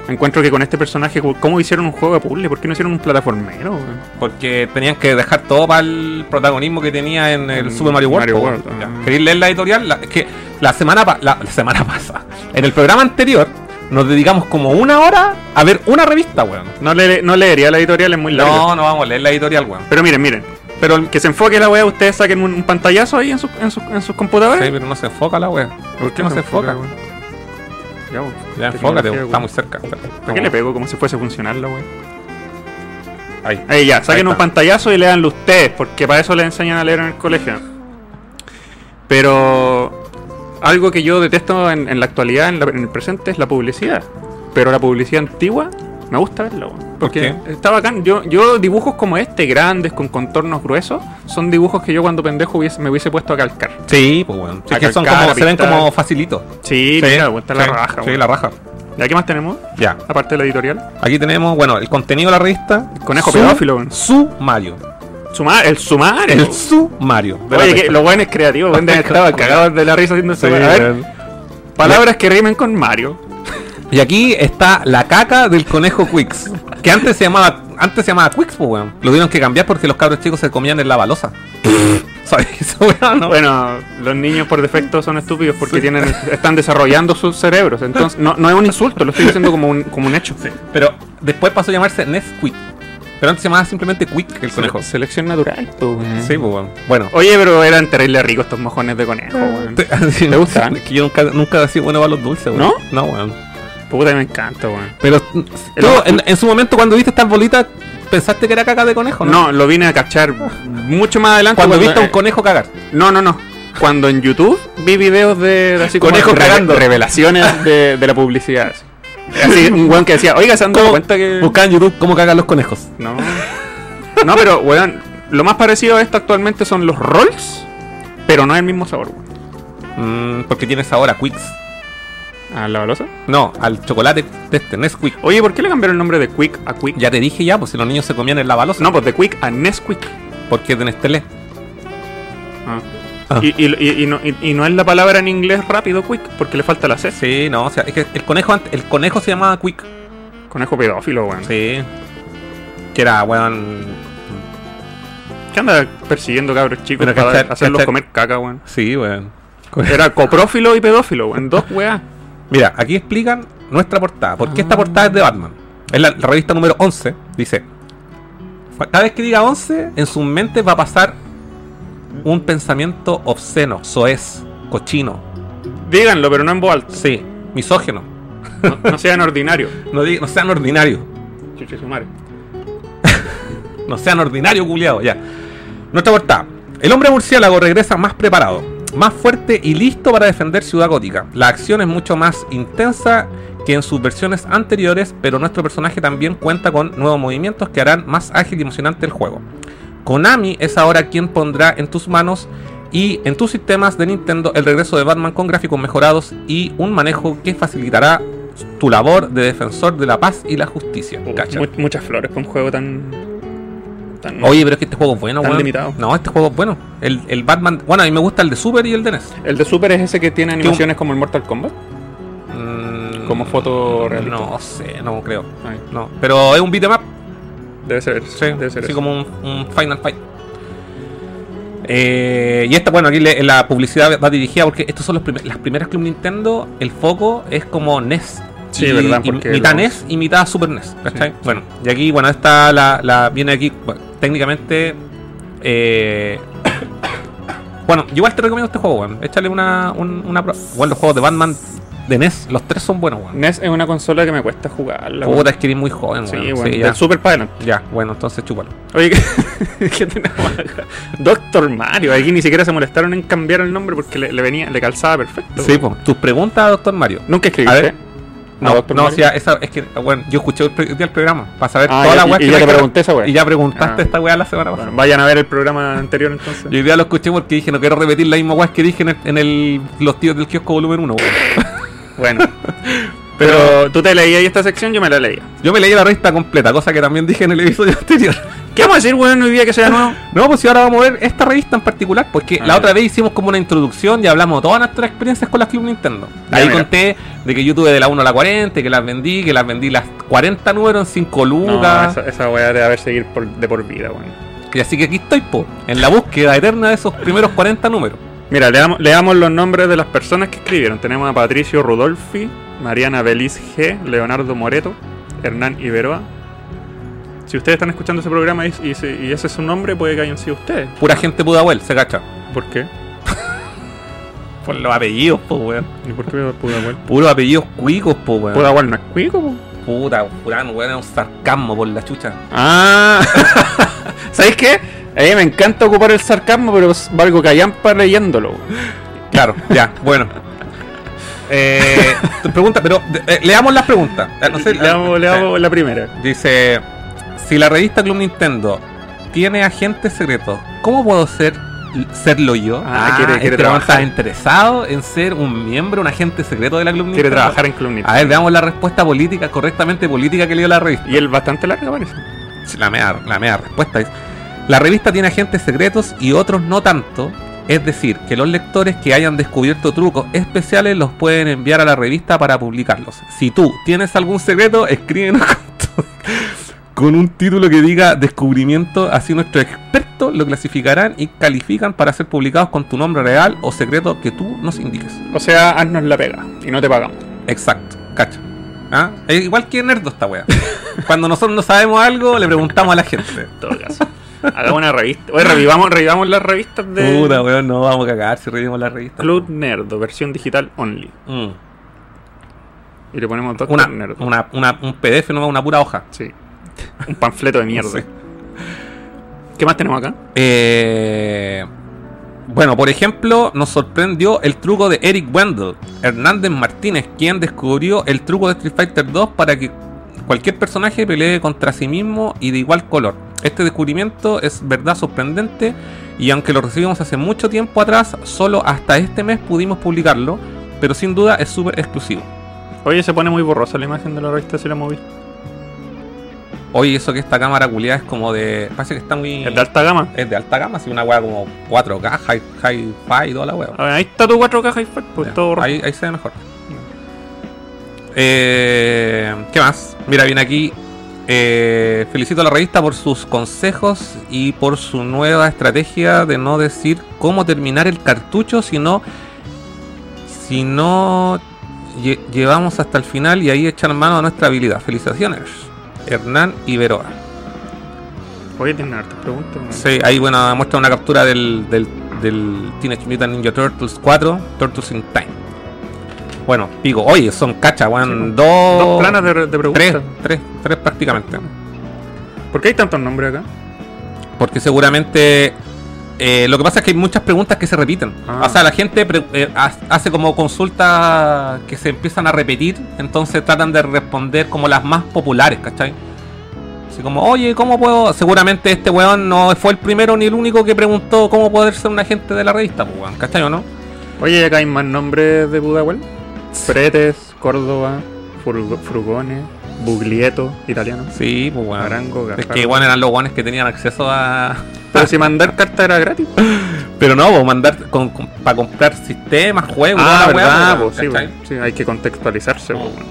C: Encuentro que con este personaje, ¿cómo hicieron un juego de puzzle? ¿Por qué no hicieron un plataformero? weón?
B: Porque tenían que dejar todo para el protagonismo que tenía en el
C: En
B: Super Mario World.
C: Mario
B: po.
C: World,
B: Ya.
C: ah.
B: ¿Queréis leer la editorial? La- es que la semana, pa- la, la semana pasada, en el programa anterior, nos dedicamos como una hora a ver una revista, weón.
C: No, le, no leería la ¿Eh? editorial, es muy larga.
B: No, no vamos a leer la editorial, weón.
C: Pero miren, miren.
B: Pero el-
C: Que se enfoque la wea, ustedes saquen un, un pantallazo ahí en, sus- en, sus- en sus
B: Sí,
C: computadores.
B: pero no se enfoca la weón. ¿Por qué no se enfoca?
C: weón? Ya, weón.
B: Ya
C: Tecnología,
B: enfócate, weón.
C: weón.
B: Está muy cerca. Espera.
C: ¿Para qué le pego como si fuese a funcionar la wea?
B: Ahí.
C: Ahí ya,
B: Ahí
C: saquen
B: está.
C: un pantallazo y leanlo ustedes, porque para eso les enseñan a leer en el colegio. Pero algo que yo detesto en, en la actualidad, en, la- en el presente, es la publicidad. Pero la publicidad antigua me gusta verla, weón. Porque
B: qué?
C: está bacán. Yo, yo dibujos como este, grandes, con contornos gruesos, son dibujos que yo cuando pendejo hubiese- me hubiese puesto a calcar.
B: Sí, pues weón. Sí,
C: A
B: es que son
C: calcar,
B: como,
C: a
B: se ven
C: pintar.
B: como facilitos.
C: Sí, mira, weón, está la
B: sí,
C: raja,
B: Sí,
C: weón.
B: la raja.
C: ¿Ya qué más tenemos?
B: Ya.
C: Aparte de la editorial.
B: Aquí tenemos, bueno, el contenido de la revista.
C: conejo
B: Su-
C: pedófilo, weón.
B: Su Mario.
C: Sumar, el sumario.
B: El sumario. de la
C: Oye,
B: revista.
C: que los buenos creativos, weón, deben estar cagados de la risa haciendo
B: Sí,
C: eso. a ver,
B: weón.
C: Palabras que rimen con Mario.
B: Y aquí está la caca del conejo Quicks. Que antes se llamaba antes se llamaba Quicks, pues, weón. Lo tuvieron que cambiar porque los cabros chicos se comían en la balosa. ¿Sabes eso, weón? No.
C: Bueno, los niños por defecto son estúpidos porque
B: Sí.
C: tienen, están desarrollando sus cerebros. Entonces, no, no es un insulto, lo estoy diciendo como un, como un hecho.
B: Pero después pasó a llamarse Nesquik. Pero antes se llamaba simplemente Quick el conejo.
C: Sele- Selección natural, po, weón.
B: Sí, pues, weón. Bueno.
C: Oye, pero eran terrible ricos estos mojones de conejo, weón.
B: ¿Te
C: gustan?
B: Que yo nunca, nunca he sido bueno para los dulces, weón.
C: ¿No?
B: No, weón.
C: Puta, me encanta, weón.
B: Pero
C: El-
B: tú, en, en su momento cuando viste estas bolitas, pensaste que era caca de conejo, ¿no?
C: No, lo vine a cachar mucho más adelante.
B: Cuando viste a un
C: eh,
B: conejo cagar.
C: No, no, no. Cuando en YouTube vi videos de de así como
B: Conejos
C: re-
B: cagando.
C: revelaciones de, de la publicidad. Así, un weón que decía, oiga, se han dado cuenta que.
B: Buscá en YouTube cómo cagan los conejos.
C: No. No, pero, weón, lo más parecido a esto actualmente son los rolls, pero no es el mismo sabor, weón.
B: Mm, porque tienes ahora Quicks.
C: ¿A la balosa?
B: No, al chocolate de este, Nesquik.
C: Oye, ¿por qué le cambiaron el nombre de Quick a Quick?
B: Ya te dije ya, pues si los niños se comían en la balosa.
C: No, pues de Quick a Nesquik.
B: Porque es de Nestlé.
C: Ah.
B: Ah.
C: Y, y- y- y no, y- y no es la palabra en inglés rápido, Quick, porque le falta la C.
B: Sí, no, o sea, es que el conejo, ant- el conejo se llamaba Quick.
C: Conejo pedófilo, weón.
B: Sí. Que era, weón.
C: ¿Qué anda persiguiendo cabros chicos
B: Pero
C: para
B: cachar-
C: hacerlos
B: cachar-
C: comer caca, weón?
B: Sí, weón.
C: Era coprófilo y pedófilo, weón. Dos weas.
B: Mira, aquí explican nuestra portada. ¿Por qué esta portada es de Batman? Es la, la revista número 11. Dice: Cada vez que diga 11, en su mente va a pasar un pensamiento obsceno, soez, cochino,
C: Díganlo, pero no en voz alta.
B: sí, misógeno.
C: No, no sean ordinarios.
B: No, di- no sean ordinarios.
C: Chuche su madre.
B: No sean ordinarios, culiados, ya. Nuestra portada. El hombre murciélago regresa más preparado, más fuerte y listo para defender Ciudad Gótica. La acción es mucho más intensa que en sus versiones anteriores, pero nuestro personaje también cuenta con nuevos movimientos que harán más ágil y emocionante el juego. Konami es ahora quien pondrá en tus manos y en tus sistemas de Nintendo el regreso de Batman con gráficos mejorados y un manejo que facilitará tu labor de defensor de la paz y la justicia.
C: Oh,
B: Cacha.
C: mu- muchas flores para un juego tan. tan
B: Oye, pero es que este juego es bueno,
C: Tan
B: weón.
C: limitado.
B: No, este juego es bueno. El, el Batman. Bueno, a mí me gusta el de Super y el de E NES.
C: El de Super es ese que tiene animaciones como el Mortal Kombat.
B: Mm,
C: Como foto realista.
B: No sé, no creo.
C: Ay,
B: No. Pero es un beat'em up,
C: debe ser.
B: sí.
C: debe ser
B: así
C: eso.
B: como un, un Final Fight. Eh, y esta, bueno, aquí le- la publicidad va dirigida porque estos son los primer- las primeras Club Nintendo. El foco es como NES.
C: Sí,
B: y,
C: verdad,
B: y
C: porque
B: mitad
C: los-
B: NES y mitad Super NES. ¿cachai?
C: Sí, sí.
B: Bueno, y aquí, bueno, esta la, la- viene aquí bueno, técnicamente. eh, bueno, yo igual te recomiendo este juego, weón. Échale una. un- una pro- bueno, los juegos de Batman de NES, los tres son buenos, weón.
C: NES es una consola que me cuesta jugarla.
B: Puta, es que eres muy joven, weón.
C: Sí,
B: Sí,
C: bueno,
B: ya.
C: del Super para adelante.
B: Ya, bueno, entonces chúpalo.
C: Oye, ¿qué, qué tenemos acá? Doctor Mario. Aquí ni siquiera se molestaron en cambiar el nombre porque le, le venía, le calzaba perfecto.
B: Sí, pues. Tus preguntas, doctor Mario. A
C: Nunca ¿eh? escribiste.
B: ver. No,
C: Doctor
B: no,
C: Mario?
B: o sea, esa, es que, bueno, yo escuché el, pre- el programa para saber
C: Ah,
B: toda la
C: ya,
B: weá
C: y,
B: que
C: y ya
B: me-
C: te pregunté esa weá.
B: Y ya preguntaste
C: Ah.
B: esta weá la semana pasada.
C: Bueno, vayan a ver el programa anterior entonces.
B: Yo hoy día lo escuché porque dije, no quiero repetir la misma weá que dije en, el, en el- los tíos del kiosco volumen 1,
C: Bueno. Pero tú te leías esta sección, yo me la leía.
B: Yo me leí la revista completa, cosa que también dije en el episodio anterior.
C: ¿Qué vamos a decir, weón, hoy día que sea nuevo?
B: No, pues si ahora vamos a ver esta revista en particular, porque
C: Ah,
B: la
C: ya.
B: otra vez hicimos como una introducción y hablamos de todas nuestras experiencias con las Club Nintendo.
C: Ya,
B: Ahí
C: mira.
B: conté de que yo tuve de la 1 a la 40, que las vendí, que las vendí las 40 números en 5
C: No,
B: lucas.
C: esa, esa weá debe haber seguir por- de por vida, weón.
B: Y así que aquí estoy, po, en la búsqueda eterna de esos primeros 40 números.
C: Mira, leamos, leamos los nombres de las personas que escribieron. Tenemos a Patricio Rudolfi, Mariana Beliz G, Leonardo Moreto, Hernán Iberoa. Si ustedes están escuchando ese programa y, y se- y ese es su nombre, puede que hayan sido ustedes.
B: Pura gente pudahuel, se cacha.
C: ¿Por qué?
B: Por los apellidos, po, weón.
C: ¿Y por qué Pudahuel?
B: Puros apellidos cuicos, po, weón.
C: Pudahuel no es cuico, po.
B: Puta, fulano, weón, es un sarcasmo por la chucha.
C: Ah, ¿sabéis qué? A mí me encanta ocupar el sarcasmo, pero valgo callampa leyéndolo.
B: Claro, ya, bueno. Eh, tu pregunta, pero eh, leamos las preguntas.
C: Ah,
B: Eh, No sé,
C: leamos,
B: eh,
C: leamos la primera.
B: Dice, si la revista Club Nintendo tiene agentes secretos, ¿cómo puedo ser serlo yo?
C: Ah, quiere- quiere
B: este weón
C: trabajar.
B: está interesado en ser un miembro, un agente secreto de la Club
C: Quiere
B: Nintendo.
C: trabajar en Club Nintendo.
B: A ver, veamos la respuesta política, correctamente política que le dio la revista.
C: Y él bastante larga parece.
B: La mea, la mea respuesta es, la revista tiene agentes secretos y otros no tanto. Es decir, que los lectores que hayan descubierto trucos especiales los pueden enviar a la revista para publicarlos. Si tú tienes algún secreto, escríbenos con, tu- con un título que diga descubrimiento, así nuestros expertos lo clasificarán y califican para ser publicados con tu nombre real o secreto que tú nos indiques.
C: O sea, haznos la pega y no te pagamos.
B: Exacto, cacha. ¿Ah? Es igual que nerdo esta wea. Cuando nosotros no sabemos algo, le preguntamos a la gente.
C: En todo caso. Hagamos una revista. Oye, revivamos, revivamos las revistas de
B: Puta, weón, no vamos a cagar si reímos la revista.
C: Club Nerdo, versión digital only.
B: Mm.
C: Y le ponemos Doctor
B: Una,
C: Nerd.
B: una, una, un PDF, no una pura hoja.
C: Sí. Un panfleto de mierda.
B: Sí.
C: ¿Qué más tenemos acá?
B: Eh, bueno, por ejemplo, nos sorprendió el truco de Eric Wendell, Hernández Martínez, quien descubrió el truco de Street Fighter 2 para que cualquier personaje pelee contra sí mismo y de igual color. Este descubrimiento es verdad sorprendente y aunque lo recibimos hace mucho tiempo atrás, solo hasta este mes pudimos publicarlo, pero sin duda es súper exclusivo.
C: Oye, se pone muy borrosa la imagen de la revista si la moví.
B: Oye, eso que esta cámara culiada es como de. Parece que está muy.
C: Es de alta gama.
B: es de alta gama, así una weá como 4K, hi- hi-fi y toda la weá.
C: A ver, ahí está tu 4K Hi-Fi, pues
B: Ya,
C: todo borroso.
B: ahí, ahí se ve mejor. Eh, ¿Qué más? Mira, viene aquí. eh, felicito a la revista por sus consejos y por su nueva estrategia de no decir cómo terminar el cartucho, sino. Si no lle- llevamos hasta el final y ahí echar mano a nuestra habilidad. Felicitaciones, Hernán Iberoa.
C: Oye, tienen hartas preguntas. weón.
B: Sí, ahí bueno, muestra una captura del, del, del Teenage Mutant Ninja Turtles 4, Turtles in Time. Bueno, digo, oye, son cacha, weón,
C: Sí, pues,
B: dos,
C: Dos planas de, de
B: tres,
C: preguntas.
B: tres, tres prácticamente.
C: ¿Por qué hay tantos nombres acá?
B: Porque seguramente eh, lo que pasa es que hay muchas preguntas que se repiten.
C: Ah.
B: O sea, la gente pre- eh, ha- hace como consultas que se empiezan a repetir, entonces tratan de responder como las más populares, ¿cachai? Así como, oye, ¿cómo puedo? Seguramente este weón no fue el primero ni el único que preguntó cómo poder ser un agente de la revista, pues, weón, ¿cachai o no?
C: Oye, y acá hay más nombres de Budahuel. Pretes, Córdoba, Furgo- Frugones, Buglieto, italiano.
B: Sí, pues weón.
C: Arango,
B: es
C: Gajardo.
B: que igual eran los weones que tenían acceso a.
C: Pero si mandar carta era gratis.
B: Pero no, pues mandar con, para comprar sistemas, juegos, toda
C: Ah,
B: la weá,
C: verdad,
B: pues,
C: pues, sí,
B: ¿cachai? Mm.
C: pues, sí, hay que contextualizarse. pues, bueno.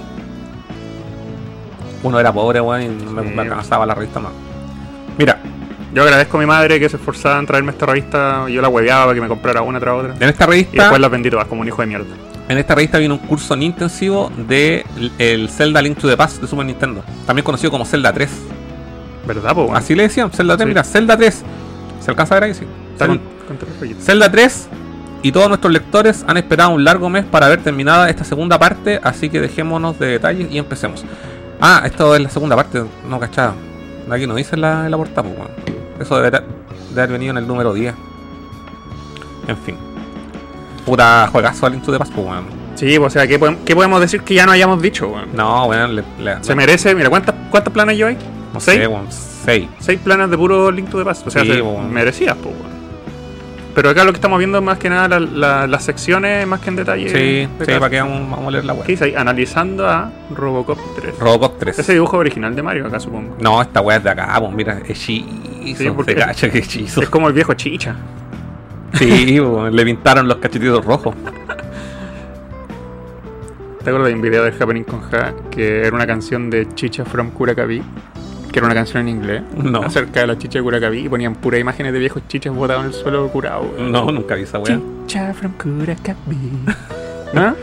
B: Uno era pobre, weón, y me, me alcanzaba la revista más. Mira,
C: Yo agradezco a mi madre que se esforzaba en traerme esta revista. Yo la hueveaba para que me comprara una tras otra.
B: en esta
C: Y
B: revista,
C: después las vendí todas como un hijo de mierda.
B: en esta revista viene un curso en intensivo de l- el Zelda Link to the Past de Super Nintendo, también conocido como Zelda 3.
C: ¿Verdad, pues, po?
B: Así le decían, Zelda 3,
C: Sí.
B: mira, Zelda 3. ¿Se alcanza a ver ahí? Sí.
C: Está
B: Zel-
C: con, con tres rollitos.
B: Zelda 3 y todos nuestros lectores han esperado un largo mes para ver terminada esta segunda parte, así que dejémonos de detalles y empecemos. Ah, esto es la segunda parte, no cachada. Aquí no dice en la, en la portada, pues, weón. Eso deberá- de haber venido en el número 10. En fin. Puta juegazo al Into the Past, pues, weón.
C: Sí, pues, o sea, ¿qué podemos, qué podemos decir que ya no hayamos dicho, weón?
B: No, weón, le, le-
C: Se merece, mira, ¿cuántas, cuántas planas yo hay?
B: no
C: ¿Seis?
B: sé, weón. 6.
C: Seis planas de puro Link to the Past. O sea,
B: Sí,
C: se-
B: po.
C: merecidas, po, weón. Pero acá lo que estamos viendo es más que nada la- la- las secciones, más que en detalle.
B: Sí, sí,
C: de cada-
B: para que vamos, vamos a leer la
C: ¿Qué
B: weón.
C: dice ahí? Analizando a Robocop 3.
B: Robocop
C: Ese
B: 3.
C: dibujo original de Mario acá, supongo.
B: No, esta weá es de acá, pues, mira, es chi- hechizo.
C: Sí, porque-
B: Se cacha que hechizo.
C: Es como el viejo chicha.
B: Sí, bo, le pintaron los cachetitos rojos.
C: ¿Te acuerdas de un video de Happening con Ja que era una canción de Chicha from Curacaví? Que era una canción en inglés.
B: No.
C: Acerca de la chicha de Curacaví y ponían puras imágenes de viejos chichas botados en el suelo curados. weón.
B: No, nunca vi esa weá.
C: Chicha from Curacaví. ¿No?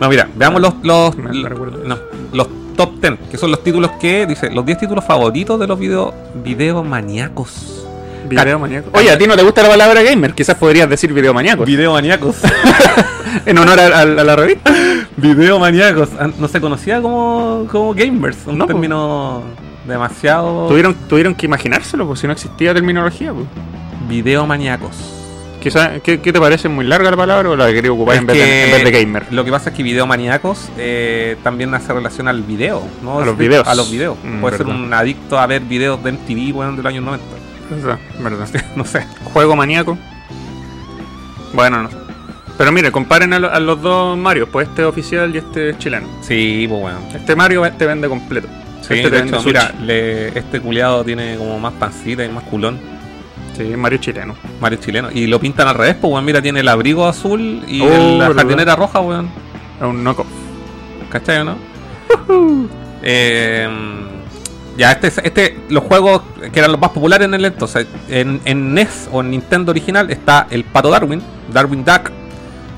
B: No, mira, veamos los, los,
C: Ah, No, no
B: lo-
C: recuerdo.
B: no, los top 10, que son los títulos que, dice, los 10 títulos favoritos de los video, video maníacos.
C: Video maníaco. Oye, a ti no te gusta la palabra gamer. Quizás podrías decir video maníaco.
B: Video maníacos.
C: En honor a, a- a la revista.
B: video maníacos. Ah, No se conocía como, como gamers, un
C: No, po.
B: término demasiado...
C: Tuvieron, tuvieron que imaginárselo, pues si no existía terminología. Pues.
B: Video maníacos.
C: Quizá- ¿qué, qué te parece muy larga la palabra o la quería ocupar
B: Es
C: en vez,
B: que
C: de, en vez de gamer?
B: Lo que pasa es que video maníacos eh, también hace relación al video, ¿no?
C: A los
B: Es-
C: videos.
B: A los videos.
C: Mm,
B: Puede ser
C: verdad.
B: un adicto a ver videos de MTV, bueno, de los años 90.
C: Verdad, verdad.
B: No sé.
C: Juego maníaco. Bueno, no. Pero mire, comparen a, lo- a los dos Marios, pues este es oficial y este es chileno.
B: Sí, pues bueno.
C: Este Mario te vende completo.
B: Sí,
C: este
B: de hecho,
C: vende
B: mira,
C: Switch.
B: le- este culiado tiene como más pancita y más culón.
C: Sí, Mario chileno.
B: Mario chileno. Y lo pintan al revés, pues, weón. Mira, tiene el abrigo azul y
C: Oh,
B: el- la
C: verdad.
B: jardinera roja, weón.
C: Es un knockoff.
B: ¿Cachai o no? Eh, ya, este, es- este, los juegos que eran los más populares en el entonces, en, en NES o en Nintendo original, está el Pato Darwin, Darwin Duck,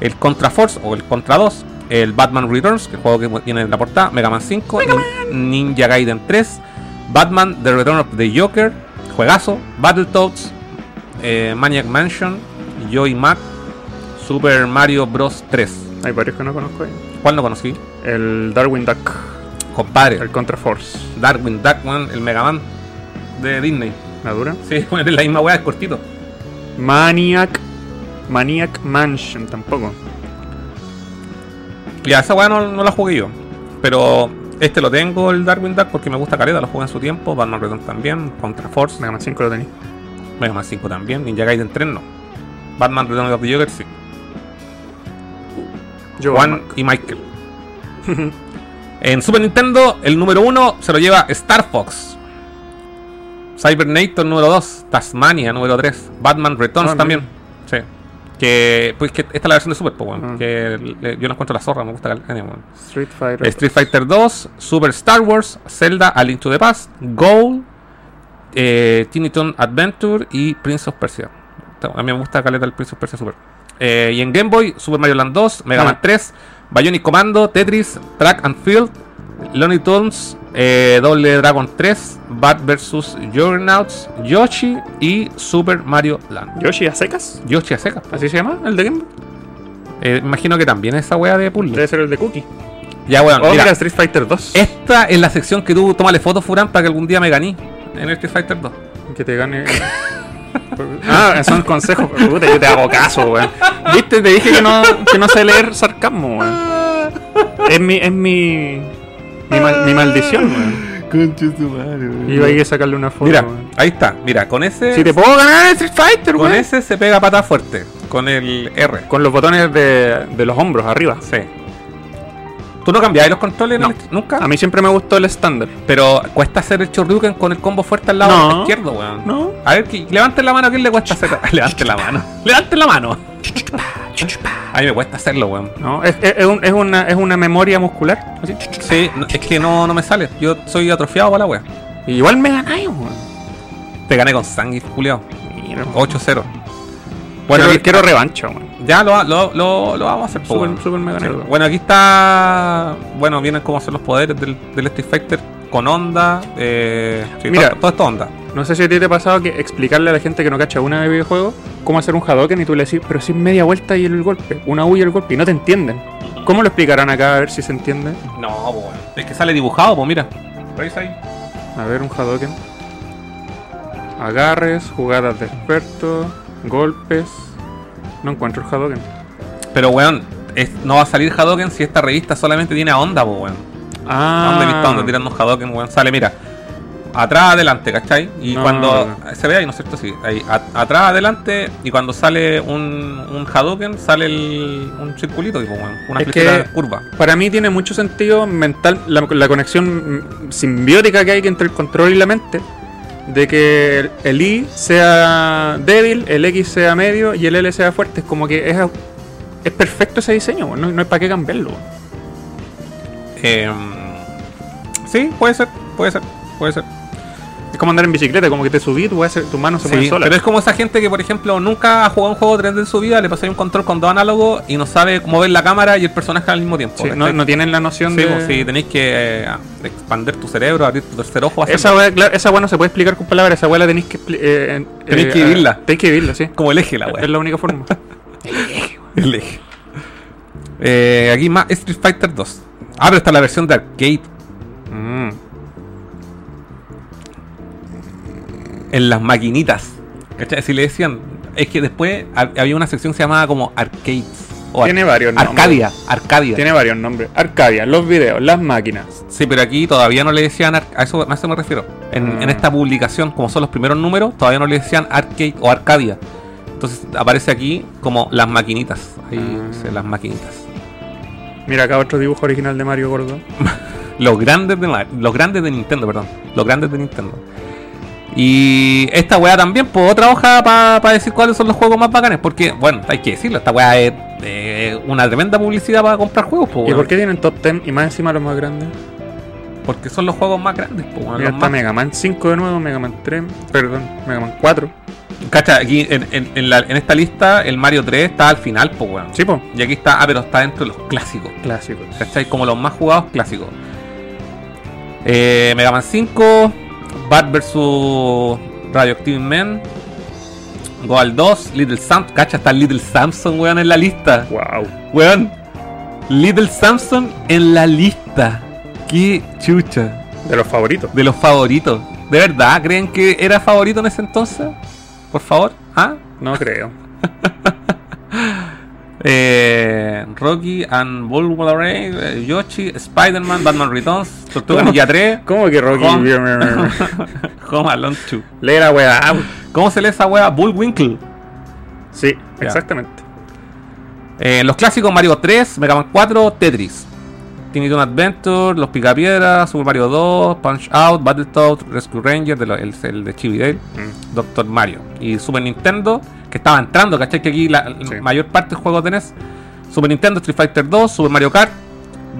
B: el Contra Force o el Contra 2, el Batman Returns, que es el juego que tiene en la portada, Mega Man 5, Nin- Ninja Gaiden 3, Batman The Return of the Joker, juegazo, Battletoads, eh, Maniac Mansion, Joy Mac, Super Mario Bros 3.
C: Hay varios que no conozco ahí.
B: ¿Cuál no conocí?
C: El Darwin Duck,
B: Compadre.
C: el Contra Force.
B: Darwin Duck, weón, el Mega Man de Disney.
C: ¿La dura?
B: Sí, bueno, es la misma weá, es cortito.
C: Maniac. Maniac Mansion tampoco.
B: Ya, esa weá no, no la jugué yo. Pero este lo tengo, el Darwin Duck, porque me gusta careta, lo jugué en su tiempo. Batman Return también, Contra Force,
C: Mega Man 5 lo tenéis.
B: Mega Man 5 también, Ninja Gaiden 3 no. Batman Return of the Joker sí.
C: Yo,
B: Juan y Michael. en Super Nintendo, el número 1 se lo lleva Star Fox. Cybernator número 2, Tasmania número 3, Batman Returns
C: Ah,
B: también. Sí. Que, pues, que esta es la versión de Super, pues, weón,
C: Ah.
B: que le- yo no encuentro la zorra, me gusta el anime, weón.
C: Street Fighter.
B: Street Fighter 2, Super Star Wars, Zelda A Link to the Past, Goal, eh, Tiny Toon Adventure y Prince of Persia. Ta- A mí me gusta caleta el Prince of Persia Super. Eh, y en Game Boy, Super Mario Land 2, Mega
C: Ah.
B: Man 3, Bionic Commando, Tetris, Track and Field, Lonely Tunes, eh, Doble Dragon 3, Bat vs. Juggernauts, Yoshi y Super Mario Land.
C: Yoshi a secas.
B: Yoshi a seca.
C: ¿Así se llama? ¿El de Game Boy?
B: Eh, imagino que también esa wea de puzzle.
C: Debe ser el de Cookie.
B: Ya, weón.
C: Oh,
B: mira.
C: mira, Street Fighter 2.
B: Esta es la sección que tú tómale fotos, Furán, para que algún día me ganí en el Street Fighter 2.
C: Que te gane. ah, son consejos. Puta, yo te hago caso, weón. Viste, te dije que no, que no sé leer sarcasmo, weón. Es mi. Es mi. Mi, mal- mi maldición, weón. Iba a ir a sacarle una foto.
B: Mira,
C: weón.
B: ahí está. Mira, con ese
C: Si te puedo ganar en Street Fighter,
B: con
C: weón.
B: ese se pega pata fuerte. Con el R.
C: Con los botones de, de los hombros arriba.
B: Sí. ¿Tú no cambiáis los controles? en
C: No. Ah.
B: el- nunca.
C: A mí siempre me gustó el estándar.
B: Pero cuesta hacer el Shoryuken con el combo fuerte al lado
C: No.
B: izquierdo, weón.
C: No.
B: A ver, que- levanten la mano a quién le cuesta hacer. levanten la mano. levanten la mano. a mí me cuesta hacerlo, weón.
C: No, es, es- es un- es una, es una memoria muscular. así.
B: Sí, no- es que no, no me sale. Yo soy atrofiado para la weón.
C: Igual me ganáis, weón.
B: Te gané con sangre, culiao.
C: Mira, weón.
B: 8-0. Bueno,
C: Bueno,
B: aquí-
C: quiero, quiero revancha, weón.
B: ya lo, lo, lo, lo vamos a hacer. po,
C: Super,
B: weón.
C: super mega
B: Sí.
C: nerd.
B: Bueno, aquí está. Bueno, vienen como son los poderes del, del Street Fighter con onda. Eh, sí,
C: Mira.
B: todo, todo esto onda.
C: No sé si a ti te ha pasado que explicarle a la gente que no cacha una de videojuegos cómo hacer un Hadoken y tú le decís, pero si es media vuelta y el golpe, una U y el golpe, y no te entienden. ¿Cómo lo explicarán acá a ver si se entiende?
B: No, po, weón. Es que sale dibujado, pues mira. Revisa ahí.
C: A ver, un Hadoken. Agarres, jugadas de experto, golpes. No encuentro el Hadoken.
B: Pero, weón, es- no va a salir Hadoken si esta revista solamente tiene a onda, pues, weón.
C: Ah,
B: ¿Dónde viste dónde tirando un Hadoken, weón? Sale, mira. Atrás, adelante, ¿cachai? Y
C: No,
B: cuando
C: no,
B: se ve ahí, ¿no es cierto? Sí, ahí, a- atrás, adelante, y cuando sale un, un Hadoken, sale el, un circulito, tipo, weón, una
C: Es
B: flechita
C: que-
B: curva.
C: Para mí tiene mucho sentido mental la, la conexión mm, simbiótica que hay entre el control y la mente. de que el, el I sea débil, el X sea medio y el L sea fuerte. Es como que es, es perfecto ese diseño, weón, no, no hay para qué cambiarlo. weón.
B: Eh, sí, puede ser, puede ser, puede ser.
C: Es como andar en bicicleta, como que te subís, tu, weá se- tu mano se pone
B: Sí,
C: sola.
B: pero es como esa gente que, por ejemplo, nunca ha jugado un juego 3D en su vida, le pasa un control con dos análogos y no sabe mover la cámara y el personaje al mismo tiempo.
C: Sí, no,
B: ¿cachai?
C: no tienen la noción
B: Sí,
C: de...
B: pues, sí, tenéis que eh, expander tu cerebro, abrir tu tercer ojo, hacer
C: Esa weá, claro, esa weá no se puede explicar con palabras, esa weá la tenéis que... expli- eh, en-
B: Tenéis
C: eh,
B: que
C: a-
B: vivirla.
C: Tenéis que vivirla, sí.
B: como el eje la
C: Es
B: wea.
C: la única forma.
B: El eje. Eh, aquí más Street Fighter 2. Ah, pero está la versión de arcade.
C: Mm.
B: en las maquinitas. ¿Cachai? Si le decían, es que después ha- había una sección que se llamaba como arcades. O
C: Tiene varios nombres.
B: Arcadia, Arcadia.
C: Tiene varios nombres. Arcadia, los videos, las máquinas.
B: Sí, pero aquí todavía no le decían, ar- a eso, a eso me refiero. En,
C: Mm.
B: en esta publicación, como son los primeros números, todavía no le decían arcade o arcadia. Entonces aparece aquí como las maquinitas. Ahí
C: Ah.
B: dice las maquinitas.
C: Mira acá otro dibujo original de Mario Gordo.
B: Los grandes de Mar- los grandes de Nintendo, perdón. Los grandes de Nintendo. Y esta weá también, pues otra hoja para decir cuáles son los juegos más bacanes. Porque, bueno, hay que decirlo, esta weá es eh, una tremenda publicidad para comprar juegos, po,
C: ¿Y
B: weón.
C: por qué tienen top 10 y más encima los más grandes?
B: Porque son los juegos más grandes, po, weón,
C: Mira,
B: los
C: está
B: más-
C: Mega Man 5 de nuevo, Mega Man 3, perdón, Mega Man 4.
B: Cacha, aquí en, en- en la- en esta lista el Mario 3 está al final, pues weón.
C: Sí, po.
B: Y aquí está, ah, pero está dentro de los clásicos.
C: Clásicos.
B: ¿Cachai? Como los más jugados clásicos. Eh, Mega Man 5, Bat vs Radioactive Man, Goal 2, Little Sam. Cacha, está Little Samson, weón, en la lista.
C: Wow.
B: Weón, Little Samson en la lista. Qué chucha.
C: De los favoritos.
B: De los favoritos. ¿De verdad creen que era favorito en ese entonces? Por favor, ¿ah?
C: No creo.
B: Eh, Rocky and Bullwarray, eh, Yoshi, Spider-Man, Batman Returns, Tortuga
C: ¿Cómo?
B: Ninja 3,
C: ¿Cómo que Rocky?
B: Home. Home Alone 2.
C: Lee la weá.
B: ¿Cómo se lee esa wea? Bullwinkle.
C: Sí,
B: Ya.
C: exactamente.
B: Eh, los clásicos Mario 3, Mega Man 4, Tetris. Tiny Toon Adventure, Los Picapiedras, Super Mario 2, Punch Out, Battletoads, Rescue Ranger, de lo- el, el de Chibi Dale,
C: Mm.
B: Doctor Mario. Y Super Nintendo, que estaba entrando, ¿cachai? Que aquí la
C: Sí.
B: mayor parte del juego tenés. Super Nintendo, Street Fighter 2, Super Mario Kart,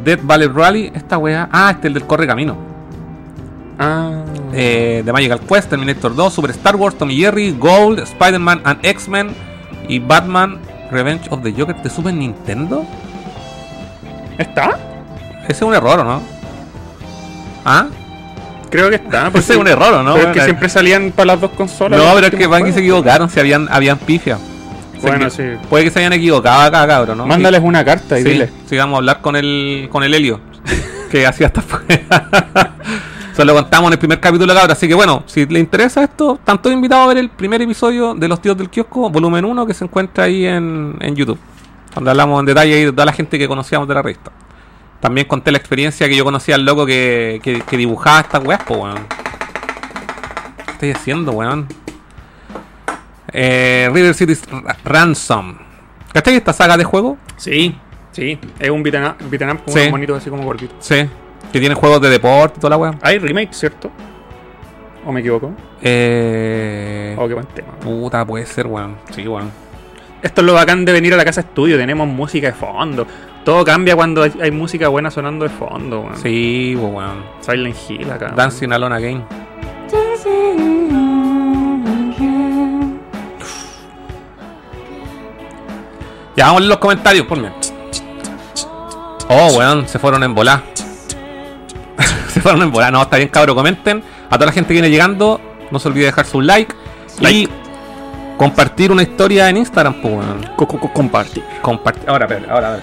B: Dead Valley Rally, esta wea. Ah, este es el del Corre Camino.
C: Ah.
B: eh, The Magical Quest, Terminator 2, Super Star Wars, Tommy Jerry, Gold, Spider-Man and X-Men y Batman Revenge of the Joker de Super Nintendo.
C: ¿Está?
B: Ese es un error, ¿o no? ¿Ah?
C: Creo que está.
B: Ese es un error, ¿o no?
C: pues Pero es que
B: Bueno,
C: siempre salían para las dos consolas.
B: No,
C: los
B: pero es que
C: últimos
B: van que se
C: juegos.
B: equivocaron, si habían, habían pifia. Se
C: Bueno,
B: equi-
C: sí.
B: Puede que se hayan equivocado acá, cabrón, ¿no?
C: Mándales una carta
B: Sí,
C: y
B: sí,
C: dile.
B: sí, vamos a hablar con el, con el Helio, que hacía hasta afuera. Se lo contamos en el primer capítulo, cabrón. Así que bueno, si le interesa esto, están todos invitados a ver el primer episodio de Los Tíos del Kiosco, volumen 1, que se encuentra ahí en, en YouTube. Donde hablamos en detalle ahí de toda la gente que conocíamos de la revista. También conté la experiencia que yo conocía al loco que, que, que dibujaba estas weas, po, weón. ¿Qué estoy haciendo, weón? Eh, River City Ra- Ransom. ¿Cachai esta saga de juego?
C: Sí, sí. Es un beat'em up, beat'em up con
B: Sí.
C: unos monitos así como gorditos.
B: Sí. Que tiene juegos de deporte y toda la weá.
C: Hay remake, ¿cierto? ¿O me equivoco?
B: Eh.
C: Oh, qué buen tema.
B: Puta, puede ser, weón. Sí, weón.
C: Esto es lo bacán de venir a la casa estudio. Tenemos música de fondo. Todo cambia cuando hay, hay música buena sonando de fondo, weón.
B: Sí, pues, weón.
C: Silent Hill acá.
B: Dancing Alone Again. Ya vamos a leer los comentarios, ponme. Oh, weón, se fueron en volá. se fueron en volá. No, está bien, cabro. Comenten. A toda la gente que viene llegando, no se olvide dejar su like. Y
C: Like.
B: compartir una historia en Instagram, pues, weón.
C: Compartir.
B: Compartir. Ahora, espérate, ahora, ahora.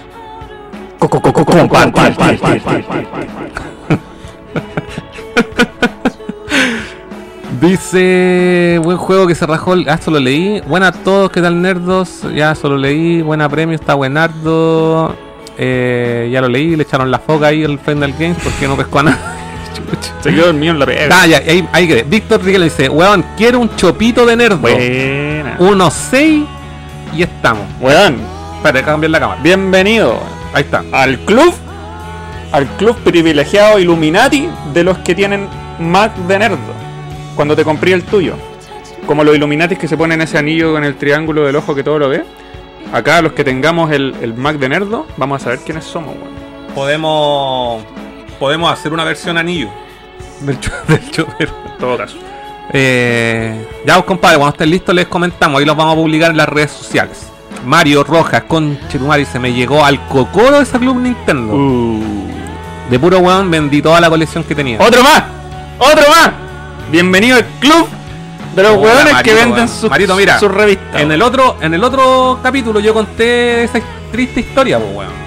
B: Dice, buen juego que se rajó. el- Ah, solo leí. Buena a todos, ¿qué tal nerdos? Ya solo leí. Buena premio, está buenardo. Eh, ya lo leí, le echaron la foca ahí al Final Games porque no pescó a nada.
C: Se quedó dormido en la pega.
B: Ah, ya, ahí, ahí quedé. Víctor Riquel dice, weón, quiero un chopito de nerdo.
C: Buena.
B: Unos 6 y estamos.
C: Weón,
B: Espérate, cambiar la cámara.
C: bienvenido
B: Ahí está.
C: al club. Al club privilegiado Illuminati de los que tienen Mac de Nerdo. cuando te compré el tuyo. Como los Illuminatis que se ponen ese anillo con el triángulo del ojo que todo lo ve. Acá los que tengamos el, el Mac de Nerdo, vamos a saber quiénes somos, weón.
B: Podemos. Podemos hacer una versión anillo del, cho- del chopper.
C: En todo caso.
B: Eh, ya, pues, compadre, cuando estén listos les comentamos. Ahí los vamos a publicar en las redes sociales. Mario Rojas, con Chetumari, se me llegó al cocoro de esa club Nintendo.
C: Uh.
B: De puro weón vendí toda la colección que tenía.
C: ¡Otro más! ¡Otro más! Bienvenido al club de los
B: Hola,
C: hueones que
B: Marito,
C: venden
B: weón.
C: sus
B: Marito, mira,
C: sus revistas.
B: En el otro, en el otro capítulo yo conté esa triste historia, pues weón.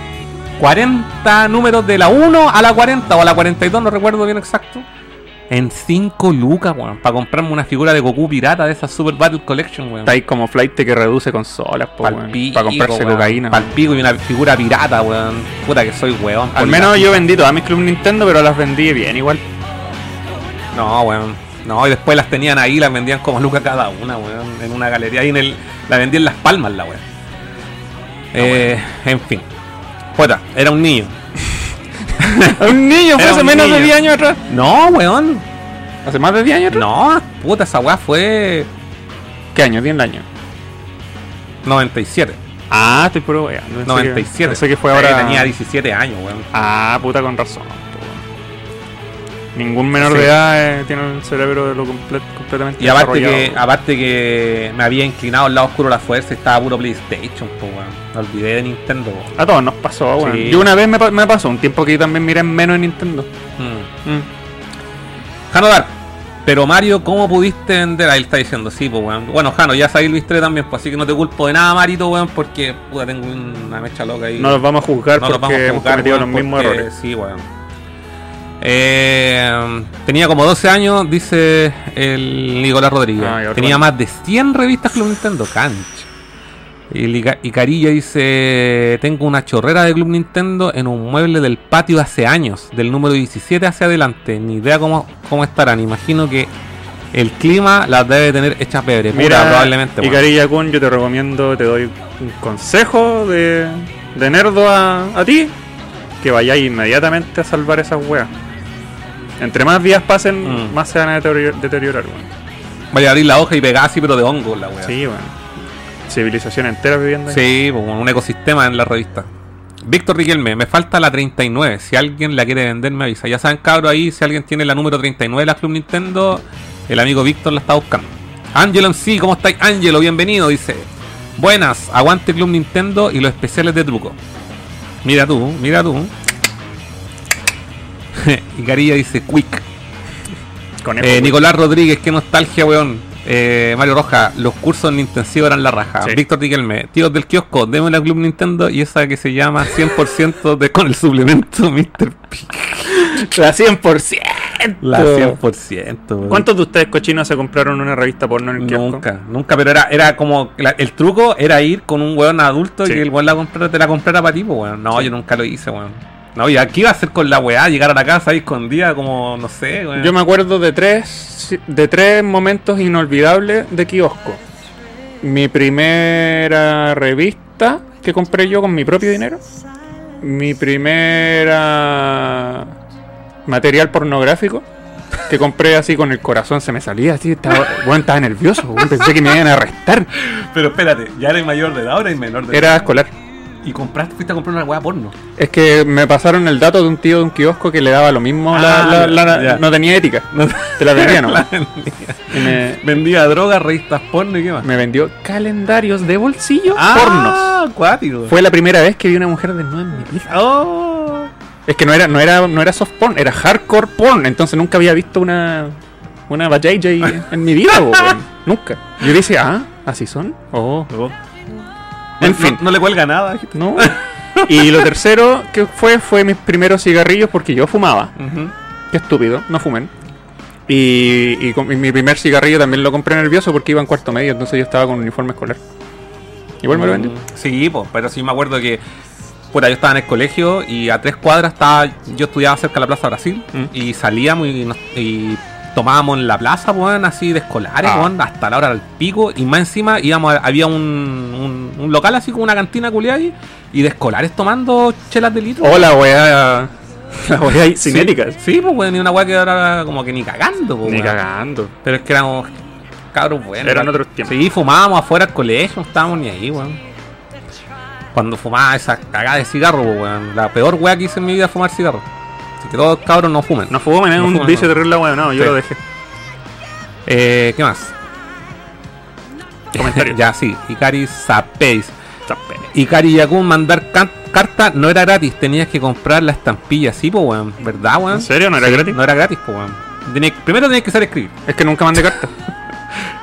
B: 40 números de la 1 a la 40 o a la 42, no recuerdo bien exacto. En 5 lucas, weón, para comprarme una figura de Goku pirata de esa Super Battle Collection, weón.
C: Está ahí como flight que reduce consolas, po, weón,
B: Palpico,
C: para comprarse
B: weón.
C: cocaína.
B: Palpico y una figura pirata, weón. Puta que soy weón.
C: Al
B: por
C: menos
B: la-
C: yo vendí todas mis Club Nintendo, pero las vendí bien igual.
B: No, weón. No, y después las tenían ahí, las vendían como lucas cada una, weón. En una galería. Ahí en el. La vendían en las palmas, la weón.
C: Ah,
B: Eh, en fin. Puta, era un niño.
C: un niño, fue
B: Era
C: hace
B: un
C: menos de
B: niño.
C: 10 años atrás.
B: No, weón.
C: ¿Hace más de 10 años atrás?
B: No, puta, esa weá fue.
C: ¿Qué año? 10 años.
B: 97.
C: Ah, estoy puro weando. pensé que-
B: 97.
C: Pensé que fue
B: Sí,
C: ahora.
B: Tenía 17 años, weón.
C: Ah, puta, con razón. po, weón. Ningún menor
B: Sí.
C: de edad eh, tiene el cerebro de lo comple- completamente
B: Y aparte que,
C: desarrollado.
B: aparte que me había inclinado al lado oscuro de la fuerza y estaba puro PlayStation, po, weón. Me olvidé de Nintendo, weón.
C: A todos nos pasó, weón.
B: Sí.
C: Yo una vez me, pa- me pasó, un tiempo que yo también miré menos en Nintendo.
B: Mm. Jano Dark. Pero Mario, ¿cómo pudiste vender? Ahí está diciendo, sí, pues weón. Bueno, Jano, ya sabéis Luis 3 también, pues así que no te culpo de nada, Marito, weón, porque puta, tengo una mecha loca ahí.
C: No los vamos a juzgar
B: No
C: porque
B: los vamos a
C: hemos
B: juzgar,
C: cometido
B: weón,
C: los mismos
B: porque-
C: errores.
B: Sí, weón. Eh, tenía como 12 años, dice el Nicolás Rodríguez.
C: Ah, ya,
B: tenía
C: bueno.
B: más de 100 revistas Club Nintendo, cancha. Y Lica- y Carilla dice, tengo una chorrera de Club Nintendo en un mueble del patio hace años, del número 17 hacia adelante, ni idea cómo, cómo estarán, imagino que el clima las debe tener hechas pebre, Pura,
C: Mira,
B: probablemente.
C: Y
B: weón.
C: Carilla Kun, yo te recomiendo, te doy un consejo de, de nerdo a, a ti, que vayáis inmediatamente a salvar esas weas. Entre más días pasen,
B: Mm.
C: más se van a deterior- deteriorar, weón.
B: Vaya a abrir la hoja y pegar así, pero de hongo la weá.
C: Sí, weón. Civilización entera viviendo ahí.
B: Sí, pues, un ecosistema en la revista. Víctor Riquelme, me falta la 39. Si alguien la quiere vender, me avisa. Ya saben, cabro, ahí, si alguien tiene la número 39 de la Club Nintendo, el amigo Víctor la está buscando. Angelo en sí, ¿cómo estáis? Angelo, bienvenido, dice. Buenas, aguante Club Nintendo y los especiales de truco. Mira tú, mira tú. y Carilla dice, quick.
C: Con
B: Eh, Nicolás Rodríguez, qué nostalgia, weón. Eh, Mario Roja, los cursos en intensivo eran la raja.
C: Sí.
B: Víctor Riquelme, tíos del kiosco, deme la Club Nintendo y esa que se llama 100% de, con el suplemento Mr. P.
C: la 100%.
B: La 100%. weón.
C: ¿Cuántos de ustedes cochinos se compraron una revista porno en el kiosco?
B: Nunca, nunca, pero era, era como. la- el truco era ir con un weón adulto
C: Sí.
B: y que el weón la comprara, te la comprara para ti, pues, weón. No,
C: Sí.
B: yo nunca lo hice, weón. No, y aquí iba a hacer con la weá, llegar a la casa ahí escondida, como, no sé, weón.
C: Yo me acuerdo de tres, de tres momentos inolvidables de kiosco. Mi primera revista que compré yo con mi propio dinero. Mi primera material pornográfico que compré así con el corazón se me salía así. Estaba, bueno, estaba nervioso. weón, pensé que me iban a arrestar.
B: Pero espérate, ya eres mayor de edad, ahora eres menor de edad.
C: Era escolar.
B: Y compraste, fuiste a comprar una weá porno.
C: Es que me pasaron el dato de un tío de un kiosco que le daba lo mismo. la-
B: Ah,
C: la- la-
B: ya.
C: no tenía ética. Te la vendía, ¿no? Y me-
B: Vendía drogas, revistas porno y qué más.
C: Me vendió calendarios de bolsillo Ah,
B: Ah.
C: pornos.
B: acuático.
C: Fue la primera vez que vi una mujer desnuda en mi vida.
B: Oh.
C: Es que no era, no era, no era soft porn, era hardcore porn. Entonces nunca había visto una. Una vajayjay en mi vida, bo, weón. Nunca. Yo dije, ah, así son. Oh. En
B: No-
C: fin.
B: No, no le cuelga nada. dijiste.
C: No. Y lo tercero que fue, fue mis primeros cigarrillos porque yo fumaba. Qué estúpido, no fumen. Y, y con- y mi primer cigarrillo también lo compré nervioso porque iba en cuarto medio, entonces yo estaba con uniforme escolar. Igual me lo vendí.
B: Mm, Sí, po, pero sí me acuerdo que. Puta, yo estaba en el colegio y a tres cuadras estaba. Yo estudiaba cerca de la Plaza Brasil
C: Mm.
B: y salíamos y, nos- y tomábamos en la plaza, weón, así de escolares,
C: Ah.
B: weón, hasta la hora del pico. Y más encima íbamos a- había un, un, un local así como una cantina culiada ahí y de escolares tomando chelas de litro.
C: Hola, weá. Las weas
B: Sí.
C: cinéticas.
B: Sí, pues, weón, ni una weá que era como que ni cagando, pues,
C: Ni
B: weón.
C: cagando.
B: Pero es que éramos cabros buenos.
C: Eran
B: weón.
C: otros tiempos.
B: Sí, fumábamos afuera del colegio, no estábamos ni ahí, weón. Cuando fumaba esa cagada de cigarro, pues, weón. La peor weá que hice en mi vida es fumar cigarro. Así que todos cabros no fumen.
C: No fumen, es
B: No
C: un
B: fumen,
C: vicio
B: no.
C: terrible, weón. No, yo
B: Sí.
C: lo dejé.
B: Eh, ¿Qué más?
C: Comentario.
B: ya, sí. Ikari Zapeis.
C: Está pene.
B: Ikari Yakun mandar can- carta no era gratis. Tenías que comprar la estampilla, sí, pues, weón. ¿Verdad, weón?
C: ¿En serio? ¿No era
B: Sí,
C: gratis?
B: No era gratis, pues, weón. Tenés- primero tenías que saber escribir.
C: Es que nunca mandé carta.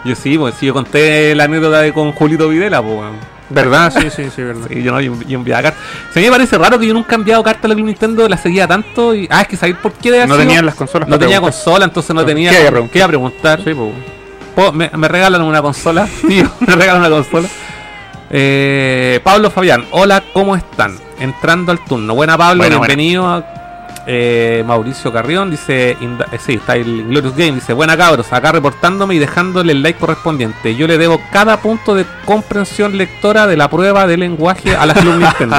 B: Yo sí, pues sí, yo conté la anécdota de con Julito Videla, pues, weón.
C: ¿Verdad? Ah, Sí, sí, sí, verdad.
B: Sí, yo no, yo, yo enviaba cartas. Se me parece raro que yo nunca he enviado cartas a la Club Nintendo, la seguía tanto y. Ah, es que sabéis por qué debe haber
C: No
B: sido?
C: tenían las consolas.
B: No
C: para
B: tenía
C: preguntar.
B: consola, entonces no
C: No,
B: tenía
C: ¿qué iba a
B: con
C: preguntar?
B: qué iba a preguntar.
C: Sí, pues.
B: Po- me, me regalan una consola, tío, me regalan una consola. Eh, Pablo Fabián, hola, ¿cómo están? Entrando al turno. Buena Pablo,
C: Buena,
B: bienvenido. Eh, Mauricio Carrión dice, inda- eh, sí, está el Glorious Game, dice, buena cabros, acá reportándome y dejándole el like correspondiente. Yo le debo cada punto de comprensión lectora de la prueba de lenguaje a la Club Nintendo.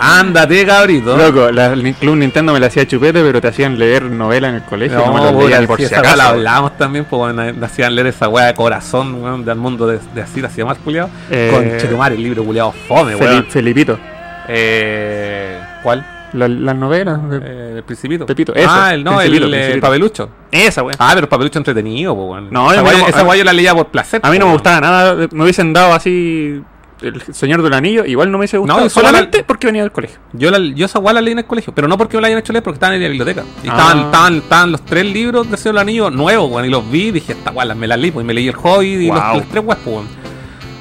B: Ándate, cabrito.
C: Loco, la, el Club Nintendo me la hacía chupete, pero te hacían leer novela en el colegio. No,
B: No,
C: me las
B: puta,
C: leía
B: sí,
C: ni por si
B: esa weá la
C: acaso.
B: hablábamos también, pues bueno, hacían leer esa weá de corazón, weón, del mundo de, de así, la hacía más culiado.
C: Eh,
B: Conchetumar, el libro culiado fome,
C: Feli-
B: weón.
C: Felipito.
B: Eh, ¿Cuál?
C: La- Las novelas. de-
B: Eh, el Principito.
C: Pepito,
B: ah,
C: eso,
B: el, no,
C: Principito,
B: el, eh,
C: Principito.
B: papelucho.
C: Esa, weón.
B: Ah, pero el papelucho entretenido, pues weón.
C: No,
B: esa
C: a mí
B: weá-
C: no me-
B: esa
C: a-
B: weá yo la leía por placer.
C: A mí
B: po,
C: no me
B: weón.
C: gustaba nada. Me hubiesen dado así. El Señor del Anillo, igual no me hubiese gustado.
B: No, y solo
C: solamente
B: la-
C: porque venía del colegio.
B: Yo, la, yo esa weá la leí en el colegio, pero no porque me la hayan hecho leer, porque estaban en la biblioteca. Y
C: Ah.
B: estaban, estaban, estaban los tres libros de Señor del Anillo nuevos, weón, y los vi, y dije, esta weá, las- me las leí, pues, y me leí el Hobbit y los-
C: Guau.
B: los, tres weas, pues, weón.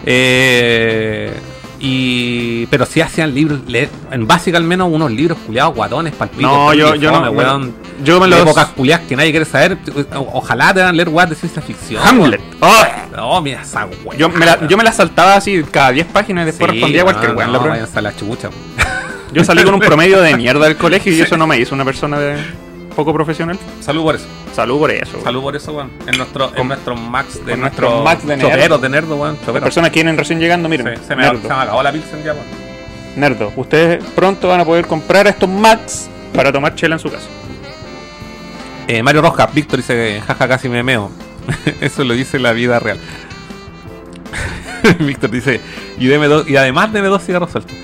B: Eh, y, pero sí hacían libros, leer, en básica al menos unos libros culiados guatones, palpitos.
C: No, yo, yo no.
B: Weón,
C: yo me
B: de
C: los.
B: épocas culiadas que nadie quiere saber. O- Ojalá te hagan leer weas de ciencia ficción.
C: Hamlet. Oh,
B: No, mira esa weá.
C: yo, me la, yo me la saltaba así cada 10 páginas y
B: Sí,
C: después respondía a
B: weón,
C: cualquier weón.
B: no,
C: la prueba.
B: váyanse a la chucha, weón.
C: Yo salí con un promedio de mierda del colegio y eso no me hizo una persona de poco profesional.
B: Salud por eso.
C: Salud por eso.
B: Salud por eso, weón. En nuestro, en
C: Con-
B: nuestro max de
C: con nuestro max de
B: choperos de nerdo, weón.
C: Las
B: Choperos.
C: personas que vienen recién llegando, miren.
B: Se, se me, se me
C: nerdo,
B: acabó la pilsen ya, weón.
C: nerdo, ustedes pronto van a poder comprar estos Max para tomar chela en su casa.
B: Eh, Mario Rojas, Víctor dice, jaja, casi me meo. Eso lo dice la vida real. Víctor dice, y, deme dos, y además deme dos cigarros sueltos.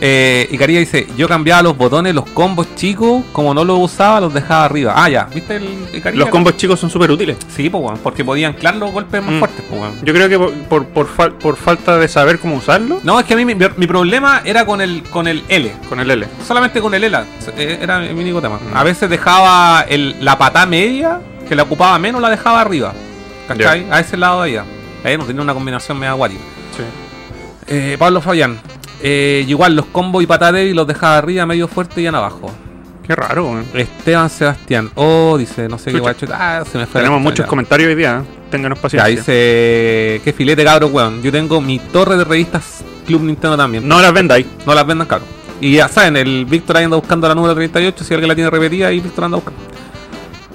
B: Eh, y Caría dice, yo cambiaba los botones, los combos chicos, como no los usaba, los dejaba arriba. Ah, ya, ¿viste el Icaría?
C: Los combos chicos son súper útiles.
B: Sí, pues, weón, porque podía anclar los golpes más
C: Mm.
B: fuertes, pues, weón.
C: Yo creo que por, por, por fal- por falta de saber cómo usarlo,
B: No, es que a mí mi, mi problema era con el, con el L.
C: con el L. Mm.
B: Solamente con el ELA, eh, era mi único tema. A veces dejaba el- la patada media, que la ocupaba menos, la dejaba arriba. ¿Cachai? A ese lado de ella. Ahí no tenía una combinación media guática. Eh, Pablo Fabián, eh, igual los combos y patada débil los dejaba arriba, medio fuerte y en abajo.
C: Qué raro, weón.
B: Esteban Sebastián, oh, dice, no sé qué
C: Chucha.
B: guacho. Ah, se me fue. la
C: Tenemos
B: chucha,
C: muchos
B: ya.
C: comentarios hoy día, ¿eh? ténganos
B: Ya,
C: paciencia.
B: dice, qué filete cabro, weón. Yo tengo mi torre de revistas Club Nintendo también.
C: No las vendáis.
B: No las vendan caro. Y ya saben, el Víctor ahí anda buscando la número 38. Si alguien la tiene repetida, ahí Víctor anda buscando.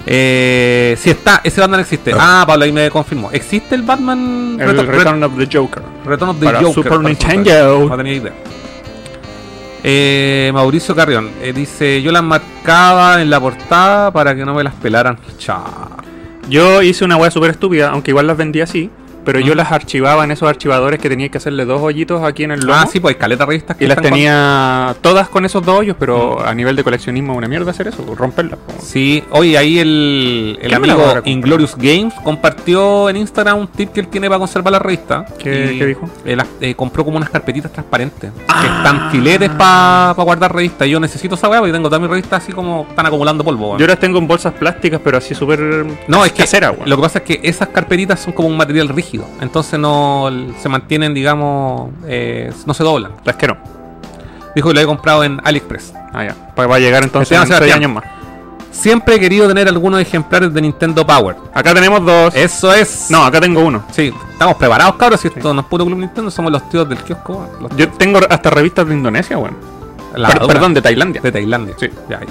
B: Eh, si está, ese Batman existe. Ah, Pablo ahí me confirmó. ¿Existe el Batman
C: El
B: Reto-
C: Return of the Joker.
B: Re- Return of the
C: Para
B: Joker?
C: Super
B: para No
C: Nintendo.
B: tenía idea. Eh, Mauricio Carrión eh, dice: Yo las marcaba en la portada para que no me las pelaran. Cha.
C: Yo hice una wea súper estúpida, aunque igual las vendía así, pero yo
B: Mm.
C: las archivaba en esos archivadores que tenía que hacerle dos hoyitos aquí en el lomo.
B: Ah, sí, pues caleta de revistas que
C: Y las
B: están
C: tenía todas con esos dos hoyos, pero a nivel de coleccionismo una mierda hacer eso, romperlas. po.
B: Sí, oye, ahí el, el
C: ¿Qué me la voy a
B: amigo
C: comprar?
B: Inglorious Games compartió en Instagram un tip que él tiene para conservar la revista.
C: ¿Qué-
B: Y,
C: qué dijo? Ah.
B: eh, las- eh, compró como unas carpetitas transparentes. Que están filetes para guardar revistas. Yo necesito esa weá porque tengo todas mis revistas así como están acumulando polvo. weón.
C: Yo las tengo en bolsas plásticas, pero así súper
B: No, es que
C: casera, weón.
B: lo que pasa es que esas carpetitas son como un material rígido. Entonces no l- se mantienen, digamos, eh, no se doblan.
C: Las quiero.
B: Dijo que lo había comprado en AliExpress.
C: Ah, ya. Pa- Va a llegar entonces
B: Esteban
C: en seis
B: Sebastián.
C: años más.
B: Siempre he querido tener algunos ejemplares de Nintendo Power.
C: Acá tenemos dos.
B: Eso es.
C: No, acá tengo uno.
B: Sí, estamos preparados, cabros. Si esto no es puro Club Nintendo, somos los tíos del kiosco. weón. Los-
C: Yo tengo hasta revistas de Indonesia, weón.
B: la
C: Per-
B: dura-
C: perdón, de Tailandia.
B: de Tailandia.
C: Sí.
B: Ya, ahí.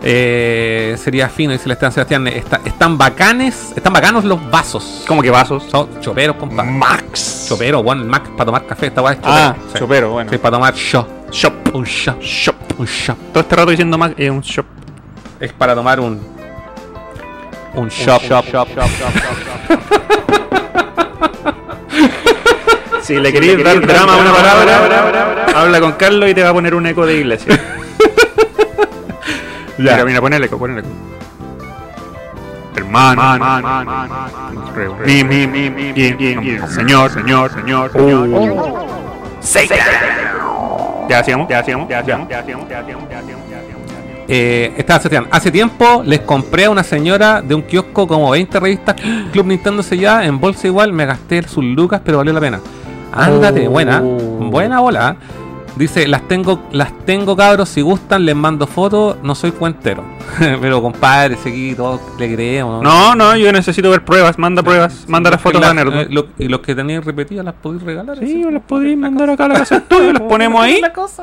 B: Eh, sería fino, dice el Esteban Sebastián. está- están bacanes, están bacanos los vasos.
C: Como que vasos.
B: Son choperos, compadre.
D: Max.
B: Chopero, Juan, el Mac para tomar café. Esta weá es chopero.
C: Ah,
B: Sí.
C: chopero, bueno.
B: Sí, para tomar shot.
C: Shop.
B: Un shop.
C: Shop. Un shop. Todo este rato diciendo Mac es un shop.
B: Es para tomar un. Un shop.
C: Si le queréis dar drama a una palabra, habla con Carlos y te va a poner un eco de iglesia.
B: Ya.
C: Mira, mira, pon el eco, pon el eco. Hermano, mi, mi, mi, mi, señor, señor, señor, señor. Ya hacíamos, ya hacíamos, ya hacíamos, ya hacíamos, ya hacíamos, ya hacíamos, ya hacíamos, ya hacíamos.
B: Eh, está Sebastián. Hace tiempo les compré a una señora de un kiosco como 20 revistas Club Nintendo selladas en bolsa igual. Me gasté sus lucas, pero valió la pena. Ándate,
C: Oh.
B: buena, buena bola. Dice, las tengo, las tengo cabros, si gustan les mando fotos, no soy cuentero. pero compadre, seguí, todos le creemos.
C: No, no, yo necesito ver pruebas, manda pruebas, manda las fotos
B: Las-
C: a Nerdo.
B: eh, lo- y los que tenían repetidas las podéis regalar.
C: Sí,
B: así.
C: o las podéis mandar acá a la casa del estudio, las ponemos ahí
B: La cosa.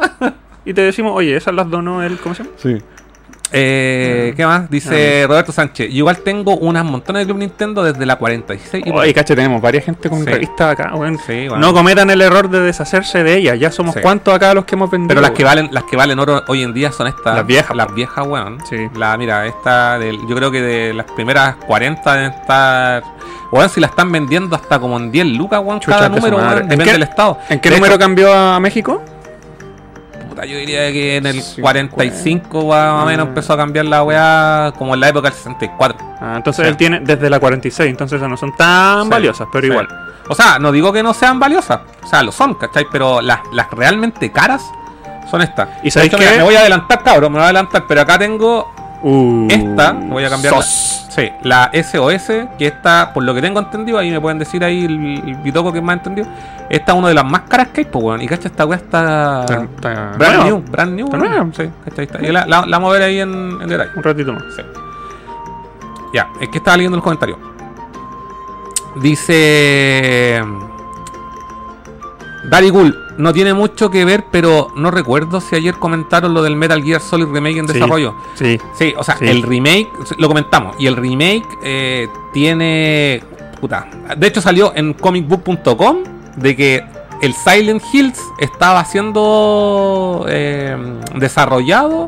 C: y te decimos, oye, esas las donó él, ¿cómo se llama?
B: Sí. Eh, ¿Qué más?
C: Ah,
B: Dice Roberto Sánchez. Yo igual tengo unas montones de Club Nintendo desde la 46. y-
C: Oye, caché, tenemos varias gente con
B: Sí.
C: revistas acá, weón.
B: Sí, bueno.
C: No cometan el error de deshacerse de ellas, ya somos
B: Sí.
C: cuantos acá los que hemos vendido.
B: Pero las que valen, las que valen oro hoy en día son estas.
C: Las viejas.
B: Las viejas, weón.
C: Sí.
B: La, mira, esta del- yo creo que de las primeras 40 deben estar. Weón, si la están vendiendo hasta como en 10 lucas, weón,
C: Chucha,
B: cada
C: de su
B: número,
C: madre.
B: weón,
C: ¿En
B: depende
C: qué-
B: del estado.
C: ¿En qué
B: De
C: número
B: hecho,
C: cambió a México?
B: puta, yo diría que en el
C: Sí,
B: 45, weón, más o menos
C: Ah.
B: empezó a cambiar la weá como en la época del 64.
C: Ah, entonces
B: Sí.
C: él tiene desde la 46, entonces esas no son tan
B: Sí,
C: valiosas, pero
B: sí.
C: igual.
B: O sea, no digo que no sean valiosas. O sea, lo son, ¿cachai? Pero las, las realmente caras son estas.
C: ¿Y sabéis
B: De hecho, mira,
C: qué?
B: Me voy a adelantar, cabrón, me voy a adelantar. Pero acá tengo
C: Uh,
B: esta. Voy a cambiar
C: sos.
B: Sí, la SOS, que esta, por lo que tengo entendido, ahí me pueden decir ahí el, el bitoco que más entendido. Esta es una de las más caras que hay, pues, weón. Y cacha, esta weá está.
C: Está-
B: Brand
C: está nueva.
B: new, brand new,
C: Está
B: weón.
C: nueva.
B: Sí, cacha, ahí está. Y la, la- la vamos a ver ahí en, en detalle.
C: Un ratito más.
B: Sí. Ya, es que estaba leyendo el comentario. Dice. Daddy Ghoul, no tiene mucho que ver, pero no recuerdo si ayer comentaron lo del Metal Gear Solid Remake en
C: Sí.
B: desarrollo.
C: Sí.
B: Sí, o sea,
C: Sí.
B: el remake, lo comentamos, y el remake eh, tiene. Puta. De hecho, salió en comicbook.com de que el Silent Hills estaba siendo eh, desarrollado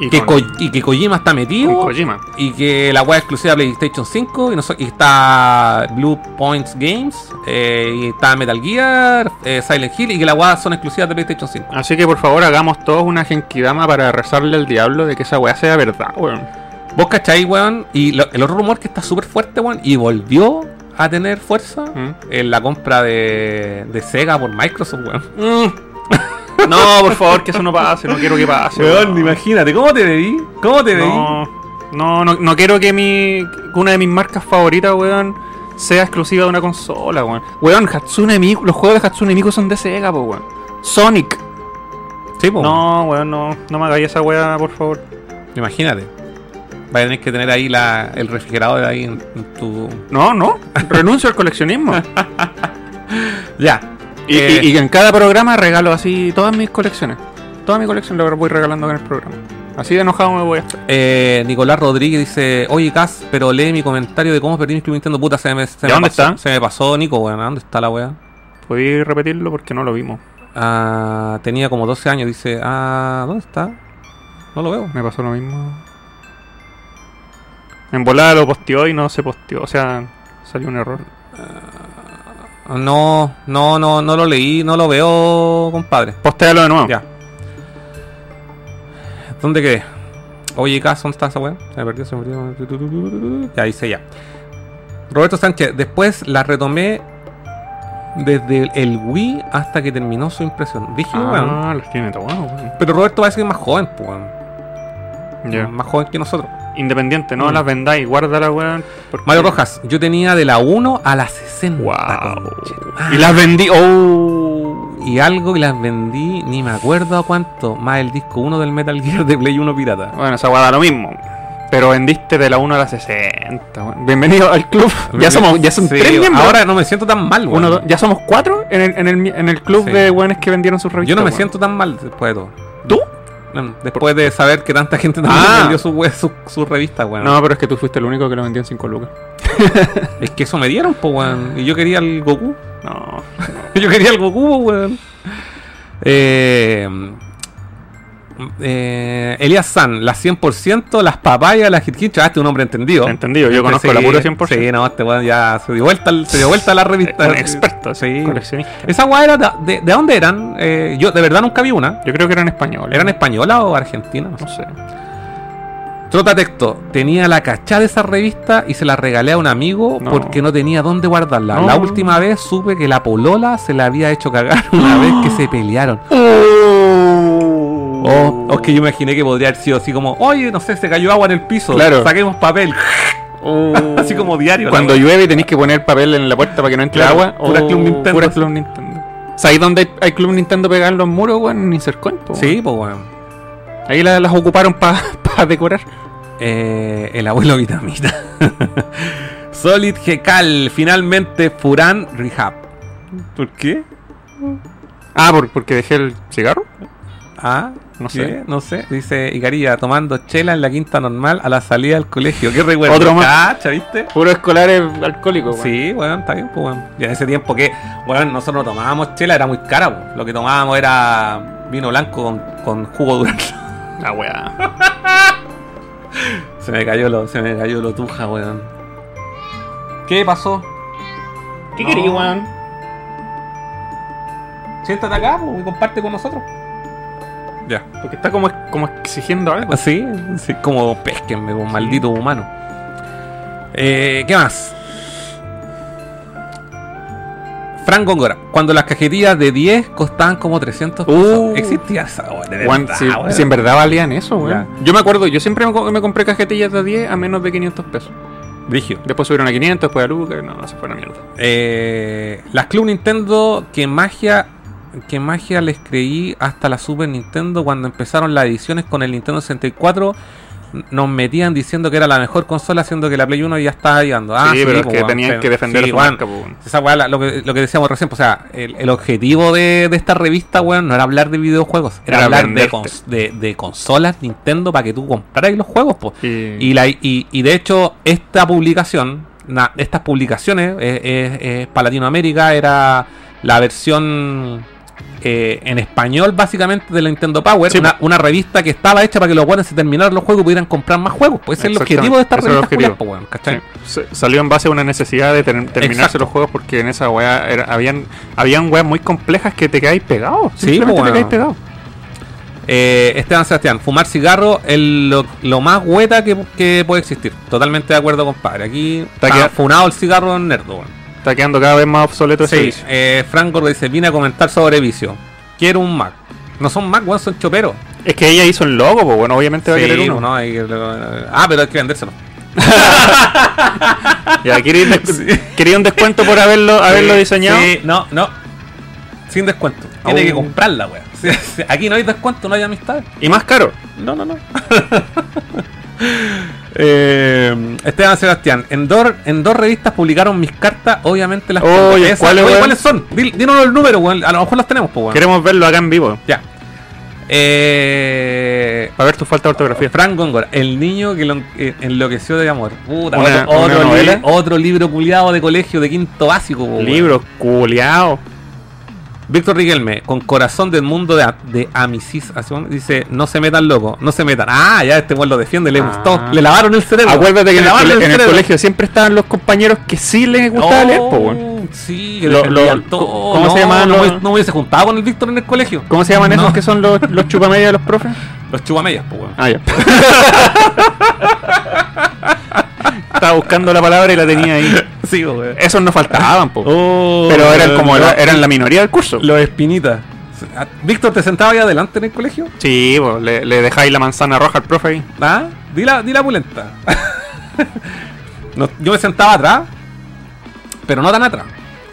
C: Y
B: que
C: con-
B: Ko- y que Kojima está
C: y
B: metido.
C: Kojima.
B: Y que la web exclusiva de PlayStation 5 y, no so- y está Blue Points Games, eh, y está Metal Gear, eh, Silent Hill y que la web son exclusivas de PlayStation 5.
C: Así que por favor hagamos todos una genkidama para rezarle al diablo de que esa weá sea verdad, weón.
B: Vos cacháis, weón, y lo- el otro rumor que está súper fuerte, weón, y volvió a tener fuerza
C: ¿Mm?
B: en la compra de, de Sega por Microsoft, weón. Mm,
C: No, por favor, que eso no pase, no quiero que pase. weón.
B: imagínate, ¿cómo te veí? ¿Cómo te
C: No, no, no, no quiero que mi que una de mis marcas favoritas, weón, sea exclusiva de una consola, weón. Weón, Hatsune Miku, los juegos de Hatsune Miku son de Sega, po, weón. Sonic.
B: Sí, po,
C: No, weón, no, no me hagáis esa weá, por favor.
B: Imagínate. Vas a tener que tener ahí la, el refrigerador ahí en, en tu.
C: No, no, renuncio al coleccionismo.
B: Ya.
C: y,
B: Eh,
C: y- y en cada programa regalo así todas mis colecciones. Toda mi colección la voy regalando en el programa. Así de enojado me voy a estar.
B: eh, Nicolás Rodríguez dice: Oye, Cas, pero lee mi comentario de cómo perdí mi Club Nintendo. Puta, se me, se
C: ¿Ya
B: me
C: dónde
B: pasó,
C: está?
B: Se me pasó, Nico, weón. ¿a ¿Dónde está la weá?
C: Podí repetirlo porque no lo vimos.
B: Ah, tenía como 12 años, dice. Ah, ¿dónde está? No lo veo.
C: Me pasó lo mismo. En volada lo posteó y no se posteó. O sea, salió un error.
B: No, no, no, no lo leí, no lo veo, compadre.
C: Postéalo de nuevo.
B: Ya. ¿Dónde quedé? Oye, Cas, ¿dónde está esa weá? Se me perdió, se me perdió. Ya hice ya. Roberto Sánchez, después la retomé desde el Wii hasta que terminó su impresión. Dije,
C: Ah,
B: weón.
C: los tiene tomados, weón.
B: Pero Roberto parece que es más joven, pues, weón.
C: Ya.
B: Más joven que nosotros.
C: Independiente, no
B: Mm.
C: las vendáis, guárdala, weón. porque-
B: Mario Rojas, yo tenía de la 1 a la 60.
C: Wow.
B: conche.
C: Y las vendí. Oh.
B: y algo y las vendí, ni me acuerdo a cuánto, más el disco 1 del Metal Gear de Play 1 Pirata.
C: Bueno, esa guada lo mismo. Pero vendiste de la 1 a la 60. weón. Bienvenido al club. Ya somos, ya son
B: Sí,
C: tres miembros.
B: Ahora no me siento tan mal, weón.
C: Uno, dos- ya somos cuatro en el, en el, en el club
B: Sí.
C: de weones que vendieron sus revistas.
B: Yo no me
C: weón.
B: siento tan mal después de todo.
C: ¿Tú?
B: Mm, Después de saber que tanta gente también
C: Ah.
B: vendió su, we- su, su revista, weón.
C: No, pero es que tú fuiste el único que lo vendió en 5 lucas.
B: Es que eso me dieron, po, weón. Y yo quería el Goku.
C: No.
B: Yo quería el Goku, po, weón. Eh, Eh, Elías San, las 100%, las papayas, las jirquichas. Ah, este es un hombre entendido.
C: Entendido, yo
B: Este
C: conozco
B: sí,
C: la pura 100%.
B: Sí, no, este weón ya se dio vuelta, al- se dio vuelta a la revista.
C: Eh, Un experto,
B: Sí.
C: sí. Coleccionista.
B: Esa weá era de, de, ¿de dónde eran. Eh, yo de verdad nunca vi una.
C: Yo creo que eran españoles.
B: ¿Eran española o argentina? No sé.
C: No sé.
B: Trota Texto, tenía la cachada de esa revista y se la regalé a un amigo
C: No.
B: porque no tenía dónde guardarla.
C: No.
B: La última vez supe que la polola se la había hecho cagar una vez que se pelearon. Oh, es que yo imaginé que podría haber sido así como, oye, no sé, se cayó agua en el piso,
C: Claro.
B: saquemos papel. Oh. Así como diario, la
C: Oh. Cuando
B: wea.
C: llueve tenéis que poner papel en la puerta para que no entre
B: Claro, Oh.
C: agua.
B: pura Club Nintendo.
C: Pura Club Nintendo. ¿Sabéis dónde hay, hay Club Nintendo pegar los muros, weón? En Insercoin, po,
B: Sí, pues bueno.
C: weón. Ahí la- las ocuparon para decorar.
B: Eh, el abuelo vitamina. Solid Gecal, finalmente Furan Rehab. ¿Por qué?
C: Ah, por- porque dejé el cigarro.
B: Ah,
C: No
B: no
C: sé.
B: sé, no sé. Dice Icarilla, tomando chela en la quinta normal a la salida del colegio. Qué recuerdo.
C: Otro más.
B: Cacha, ¿viste?
C: Puro escolar es alcohólico, weón.
B: Sí, bueno, está bien, pues, bueno. Y en ese tiempo que, bueno, nosotros no tomábamos chela, era muy cara, pues. Lo que tomábamos era vino blanco con, con jugo durante.
C: La weá.
B: Se me cayó lo, se me cayó lo tuja, weón. ¿Qué pasó?
C: ¿Qué
B: No. querí, weón? Siéntate acá, pues, y comparte con nosotros. Ya.
C: Porque está como, como exigiendo algo.
B: Así, así como pesquenme, un maldito humano. Eh, ¿Qué más? Frank Góngora, cuando las cajetillas de 10 costaban como 300 pesos.
C: Uh.
B: Existía esa, weón, de
C: Weón,
B: verdad,
C: si,
B: weón.
C: si en verdad valían eso, weón.
B: Ya.
C: Yo me acuerdo, yo siempre me, co- me compré cajetillas de 10 a menos de 500 pesos.
B: Brígido.
C: Después subieron a 500, después a Lucas, no, no se fue a la mierda.
B: Eh, las Club Nintendo, que magia, que magia les creí hasta la Super Nintendo cuando empezaron las ediciones con el Nintendo 64. n- Nos metían diciendo que era la mejor consola, siendo que la Play 1 ya estaba llegando. Ah,
C: sí, pero es
B: po,
C: que
B: weón,
C: tenían
B: pero-
C: que defender
B: sí,
C: su
B: weón.
C: marca, po, weón.
B: Esa weá, la- lo que, lo que decíamos recién, pues, o sea, el, el objetivo de, de esta revista, weón, no era hablar de videojuegos, era,
C: Era
B: hablar de,
C: venderte.
B: cons- de, de consolas Nintendo para que tú compraras los juegos, pues.
C: Y,
B: Y, la, y, y de hecho, esta publicación, na- estas publicaciones eh, eh, eh, para Latinoamérica era la versión eh, en español, básicamente, de la Nintendo Power.
C: Sí,
B: una, una revista que estaba hecha para que los buenos se terminaran los juegos y pudieran comprar más juegos. Pues ese es el objetivo de esta
C: Exactamente, ese era el
B: revista, culiao,
C: objetivo.
B: po, weón, ¿cachai?
C: sí, se- salió en base a una necesidad de ter- terminarse
B: Exacto.
C: los juegos porque en esa weá era- habían, habían weas muy complejas que te quedáis pegado.
B: Sí,
C: simplemente
B: po,
C: te quedáis
B: weón.
C: pegado.
B: Eh, Esteban Sebastián, fumar cigarro es lo, lo más hueta que, que puede existir. Totalmente de acuerdo, compadre. Aquí
C: Está
B: está
C: que-
B: funado el cigarro en Nerdo. weón.
C: Está quedando cada vez más obsoleto ese
B: Sí,
C: vicio.
B: eh, Frank Gordo dice, vine a comentar sobre vicio. Quiero un Mac. No son Mac, weón, son choperos.
C: Es que ella hizo el logo, pues bueno, obviamente va a
B: Sí,
C: querer uno.
B: no, hay que- ah, pero hay que vendérselo.
C: Ya, quería, des- quería un descuento por haberlo, haberlo
B: Sí,
C: diseñado.
B: sí, no, no. Sin descuento. Tiene
C: Oh.
B: que comprarla, weón. Sí, sí, Aquí no hay descuento, no hay amistad.
C: Y más caro.
B: No, no, no.
C: Eh,
B: Esteban Sebastián, en dos, en dos revistas publicaron mis cartas, obviamente las tengo.
C: Oye,
B: Esas-
C: ¿cuáles,
B: oye,
C: weón?
B: ¿cuáles son? Dil- Dinos los números, weón. A lo mejor las tenemos, pues, weón.
C: Queremos verlo acá en vivo.
B: Ya. Eh,
C: Para ver tu falta de ortografía.
B: Frank Góngora, el niño que lo- eh, enloqueció de amor. Puta,
C: Una-
B: otro,
C: una
B: otro
C: novela.
B: li- otro libro culiado de colegio de quinto básico. po, weón.
C: Libro, culiao.
B: Víctor Riquelme, con corazón del mundo de, a- de Amicis. así como Dice, no se metan loco, no se metan. Ah, ya este weón lo defiende, le
C: Ah.
B: gustó. Le lavaron el cerebro.
C: Acuérdate que
B: Le
C: en el,
B: lavaron
C: cole- en el
B: cerebro.
C: colegio siempre estaban los compañeros que sí les gustaba leer, po, weón.
B: Oh, Sí, que
C: Lo-
B: defendían
C: lo-
B: todo.
C: ¿cómo
B: No,
C: se llamaban
B: No,
C: los-
B: me- no me hubiese juntado con el Víctor en el colegio.
C: ¿Cómo se llaman
B: No.
C: esos que son los, los chupamedias de los profes?
B: Los chubameyas, po, weón.
C: Ah, ya. Estaba buscando la palabra y la tenía ahí.
B: Sí, po, weón.
C: Esos no faltaban, po.
B: Oh,
C: Pero eran
B: weón,
C: como la,
B: no.
C: eran la minoría del curso.
B: Los espinitas. Víctor, ¿te sentaba ahí adelante en el colegio?
C: Sí, po, le, le dejáis la manzana roja al profe ahí.
B: ¿Ah? Di la, di la pulenta. No, yo me sentaba atrás, pero no tan atrás.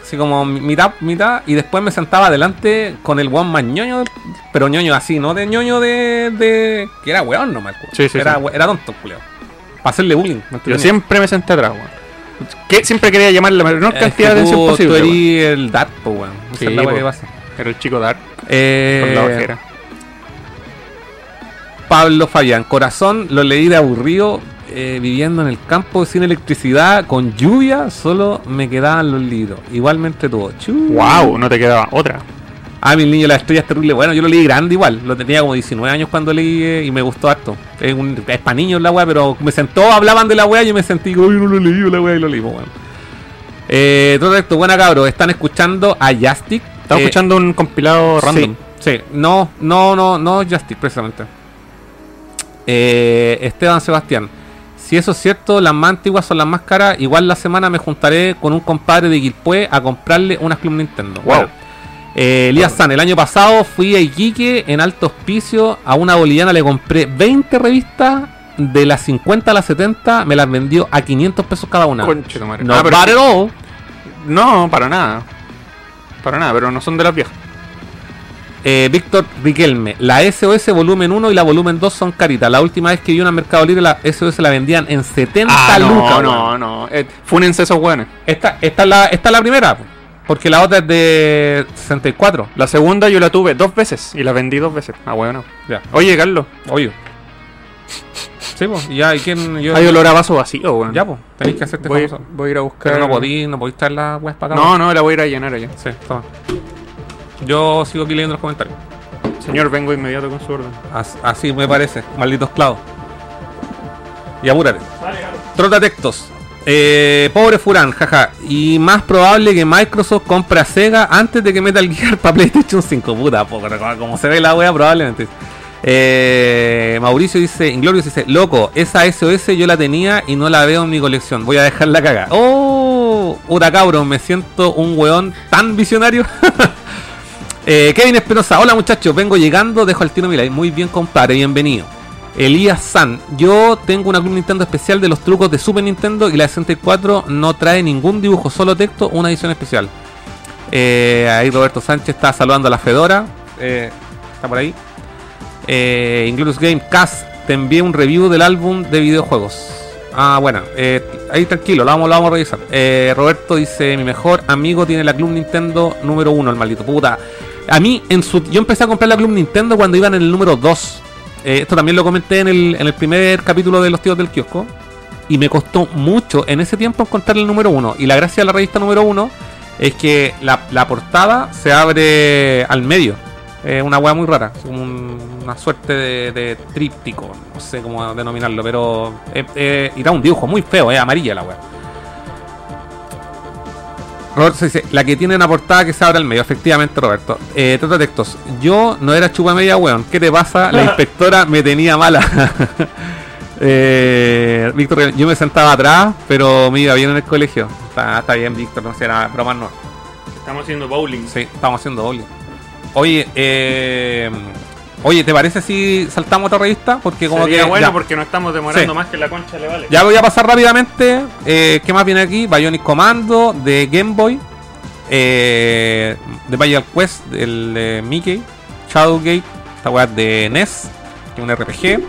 B: Así como mi- mitad, mitad, y después me sentaba adelante con el weón más ñoño, del- pero ñoño así, no de ñoño de. de- que era weón nomás, weón.
C: Sí, sí,
B: era,
C: sí.
B: we- era tonto, culeo. Para hacerle bullying. ¿me
C: Yo
B: entendí?
C: siempre me senté atrás, weón. Que siempre quería llamar la
B: Es
C: menor
B: que
C: cantidad de atención
B: tú-
C: posible.
B: Tú
C: weón.
B: eres el dat, po, weón. Esa
C: Sí,
B: es la weá
C: po.
B: que pasa.
C: Era el chico Dark
B: Eh,
C: con la ojera.
B: Pablo Fabián, corazón, lo leí de aburrido, eh, viviendo en el campo sin electricidad, con lluvia, solo me quedaban los libros. Igual me entretuvo. Chu.
C: Wow, no te quedaba otra.
B: Ah, mi niño, la estrella es terrible. Bueno, yo lo leí grande igual. Lo tenía como 19 años cuando leí eh, y me gustó harto. Es, un, es pa' niños la weá, pero me sentó, hablaban de la weá y yo me sentí, uy, no lo leí la weá y lo leí, pues, weón. Eh, todo esto, buena cabros, están escuchando a Jastic.
E: Estaba
B: Eh,
E: escuchando un compilado random.
B: Sí, sí. no, no, no, no Justice, precisamente. Eh, Esteban Sebastián. Si eso es cierto, las más antiguas son las más caras. Igual la semana me juntaré con un compadre de Quilpue a comprarle unas Club Nintendo.
C: Wow.
B: Eh, Elías San, el año pasado fui a Iquique en alto hospicio. A una boliviana le compré 20 revistas. De las 50 a las 70 me las vendió a 500 pesos cada una.
E: Conche tu madre.
B: No,
E: Ah, pero-
B: bad at all.
E: No, para nada. Para nada, pero no son de las viejas.
B: Eh, Víctor Riquelme, la SOS volumen 1 y la volumen 2 son caritas. La última vez que vi una en Mercado Libre, la SOS la vendían en 70
C: Ah,
E: Ah, no,
B: lucas. weón.
E: no, no. Eh, fúnense esos weones.
B: Esta, esta, es la, esta es la primera, po, porque la otra es de 64.
E: La segunda yo la tuve dos veces y la vendí dos veces. Ah, weón.
B: Ya,
E: Oye, Carlos,
B: obvio. Sí, pues, ya, ¿y quién? Yo,
E: hay olor a vaso vacío, weón.
B: ya, pues, tenéis que hacerte
E: voy,
B: famoso.
E: voy a ir a buscar.
B: Pero no podí, no podí estar la weas para acá.
E: No, no, la voy a ir a llenar allá.
B: weón. Sí, toma. Yo sigo aquí leyendo los comentarios.
E: Señor, vengo inmediato con su orden.
B: As- Así me parece, malditos clavos. Y apúrate. Trota textos. Eh, pobre Furán, jaja. Y más probable que Microsoft compre a Sega antes de que Metal Gear para PlayStation 5. Puta, po, pero como- como se ve la wea, probablemente. Eh, Mauricio dice, Inglorious dice, loco, esa SOS yo la tenía y no la veo en mi colección. Voy a dejarla cagada. Oh, puta cabrón, me siento un weón tan visionario. Eh, Kevin Espinosa, hola muchachos, vengo llegando, dejo al tiro mi like. Muy bien, compadre, bienvenido. Elías San, yo tengo una Club Nintendo especial de los trucos de Super Nintendo y la 64 no trae ningún dibujo, solo texto, una edición especial. Eh, ahí Roberto Sánchez está saludando a la Fedora. eh, está por ahí. Eh, Inglorious Game, Cas, te envié un review del álbum de videojuegos. Ah, bueno, eh, ahí tranquilo, lo vamos, lo vamos a revisar. Eh, Roberto dice: Mi mejor amigo tiene la Club Nintendo número uno, el maldito puta. A mí, en su, yo empecé a comprar la Club Nintendo cuando iban en el número 2. esto también lo comenté en el, en el primer capítulo de Los Tíos del Kiosco. Y me costó mucho en ese tiempo encontrar el número 1. Y la gracia de la revista número 1 es que la, la portada se abre al medio. Es una hueá muy rara. Es como un- una suerte de, de tríptico. No sé cómo denominarlo, pero. eh, eh, y da un dibujo muy feo, es amarilla la hueá. Roberto dice, la que tiene una portada que se abre al medio, efectivamente Roberto. Eh, trata textos. Yo no era chupa media, weón. ¿Qué te pasa? La inspectora me tenía mala. eh, Víctor, yo me sentaba atrás, pero me iba bien en el colegio. Está, está bien, Víctor, no sé, era broma no.
C: Estamos haciendo bowling.
B: Sí, estamos haciendo doble. Oye, eh, oye, ¿te parece si saltamos otra revista? Porque como
C: Sería
B: que
C: bueno
B: ya.
C: porque nos estamos demorando
B: Sí.
C: más que la concha le vale.
B: Ya voy a pasar rápidamente. eh, ¿Qué más viene aquí? Bionic Commando de Game Boy. Eh, de Bayal Quest, el de Mickey. Shadowgate, esta weá de NES, que es un RPG.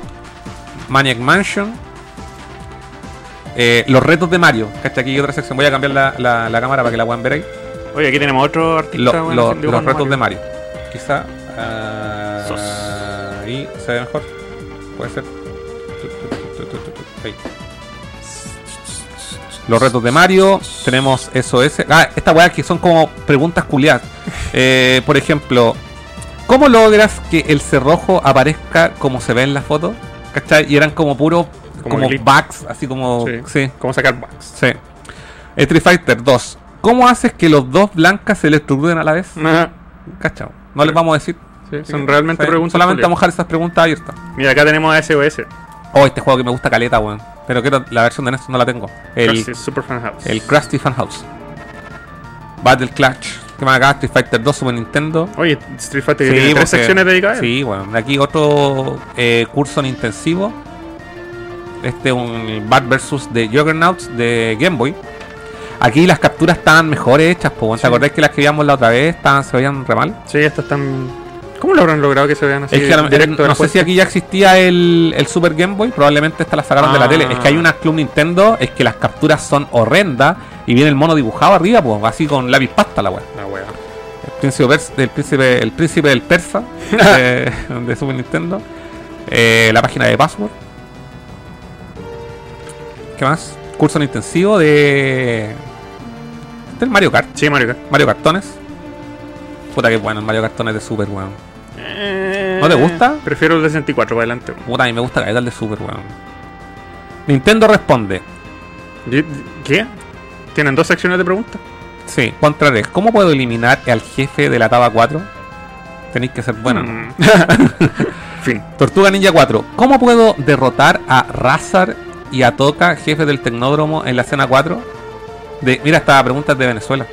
B: Maniac Mansion. Eh, los retos de Mario. ¿Cachai? Aquí hay otra sección. Voy a cambiar la, la- la cámara para que la puedan ver ahí.
E: Oye, aquí tenemos otro
B: Lo-
E: artista. weón,
B: lo-
E: haciendo
B: los
E: dibujando
B: retos de
E: Mario.
B: Mario. Quizá. ah,
C: Sos.
B: ahí se ve mejor. Puede ser. Tu, tu, tu, tu, tu, tu, ahí. Los retos de Mario. Tenemos SOS. Ah, esta weá que son como preguntas culiadas. Eh, por ejemplo, ¿cómo logras que el cerrojo aparezca como se ve en la foto? ¿Cachai? Y eran como puro.
C: Como
B: Como,
C: glitch.
B: bugs, así como.
C: Sí.
B: sí.
C: ¿Cómo sacar bugs?
B: Sí. Eh, Street Fighter 2. ¿Cómo haces que los dos blancas se electrocuten a la vez?
E: Ajá.
B: Cachao. No les vamos a decir.
E: Sí, son realmente
B: Sí,
E: preguntas.
B: Solamente
E: culiadas.
B: vamos a dejar esas preguntas abiertas.
C: Mira, acá tenemos a SOS.
B: Oh, este juego que me gusta caleta, weón. Pero quiero la versión de NES no la tengo.
C: Crusty
B: El,
C: Super Fan House.
B: el Krusty Fan House. Battle Clash. ¿Qué más acá? Street Fighter 2 Super Nintendo.
C: Oye, Street Fighter tiene
B: porque-
C: tres secciones dedicadas.
B: Sí, bueno. Aquí otro eh, curso en intensivo. Este es un Bat vs. de Juggernauts de Game Boy. Aquí las capturas estaban mejor hechas, po. ¿Te
C: Sí.
B: acordás que las que vimos la otra vez estaban, se veían re mal?
C: Sí, estas están. ¿Cómo lo habrán logrado que se vean así?
B: es que a lo-
C: directo del
B: no sé
C: juego?
B: si aquí ya existía el, el Super Game Boy, probablemente esta la sacaron de la
E: Ah.
B: tele. Es que hay una Club Nintendo, es que las capturas son horrendas y viene el mono dibujado arriba, pues así con lápiz pasta la weá.
C: Ah, weón.
B: El príncipe, pers- el príncipe, el príncipe del persa de, de Super Nintendo. Eh, la página de Password. ¿Qué más? Curso en intensivo de. del Mario Kart.
C: Sí, Mario Kart.
B: Mario Cartones. Puta que bueno, el Mario Cartón es de Super, weón. ¿No te gusta?
C: Eh, Prefiero el de 64 para adelante. weón.
B: Puta, a mí me gusta caer de Super, weón. Nintendo responde.
C: ¿Y- ¿Qué? Tienen dos secciones de preguntas.
B: Sí, contra Rex, ¿cómo puedo eliminar al jefe de la Taba 4? Tenéis que ser bueno. ¿no?
C: Mm. fin.
B: Tortuga Ninja 4, ¿cómo puedo derrotar a Razar y a Toca, jefe del Tecnódromo, en la escena 4? De, mira, esta pregunta es de Venezuela.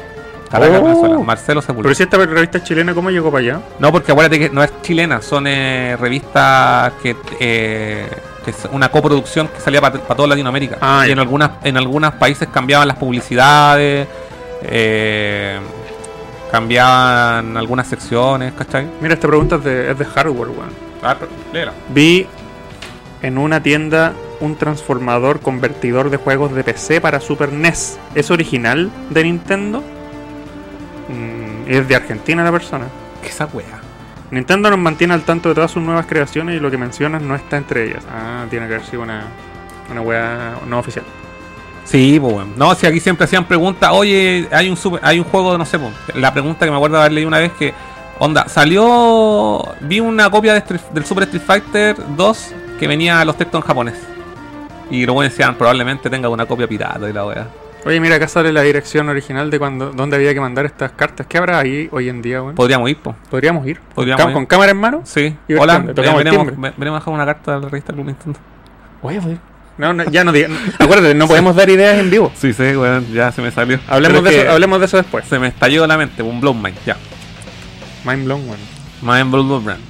B: Caracas,
C: Oh.
B: Venezuela. Marcelo Sepúlveda.
C: Pero si esta revista chilena, ¿cómo llegó para allá?
B: No, porque acuérdate que no es chilena, son eh, revistas que, eh, que es una coproducción que salía para toda Latinoamérica.
C: Ah,
B: y
C: ya.
B: en algunas en algunos países cambiaban las publicidades, eh, cambiaban algunas secciones, ¿cachai?
C: Mira, esta pregunta es de, es de hardware, weón.
B: Ah, pero léela.
C: Vi en una tienda un transformador convertidor de juegos de PC para Super NES. ¿Es original de Nintendo? Mm, es de Argentina la persona.
B: ¿Qué esa wea?
C: Nintendo nos mantiene al tanto de todas sus nuevas creaciones y lo que mencionas no está entre ellas. Ah, tiene que haber sido una, una weá no oficial.
B: Sí, pues bueno. No, si aquí siempre hacían preguntas, oye, hay un super- hay un juego, no sé, po, la pregunta que me acuerdo de haber leído una vez que, onda, salió, vi una copia de Street- del Super Street Fighter 2 que venía a los textos en japonés. Y luego decían, probablemente tenga una copia pirata y la wea.
C: Oye, mira, acá sale la dirección original de cuando, dónde había que mandar estas cartas. ¿Qué habrá ahí hoy en día, weón?
B: Podríamos ir, pues.
C: Podríamos ir.
B: Podríamos
C: Cam-
B: ir.
C: ¿Con cámara en mano?
B: Sí.
C: Y
B: Hola,
C: ahorita tocamos
B: eh,
C: el
B: venimos,
C: timbre.
B: ve- venimos a dejar una carta al registro Club Nintendo.
C: No, no, ya no diga- Acuérdate, no podemos dar ideas en vivo.
B: Sí, sí, weón, ya se me salió.
C: Hablemos de, eso, hablemos de eso después.
B: Se me estalló la mente, un blowmind, ya.
C: Mind blown, weón.
B: Mind Blue Brand.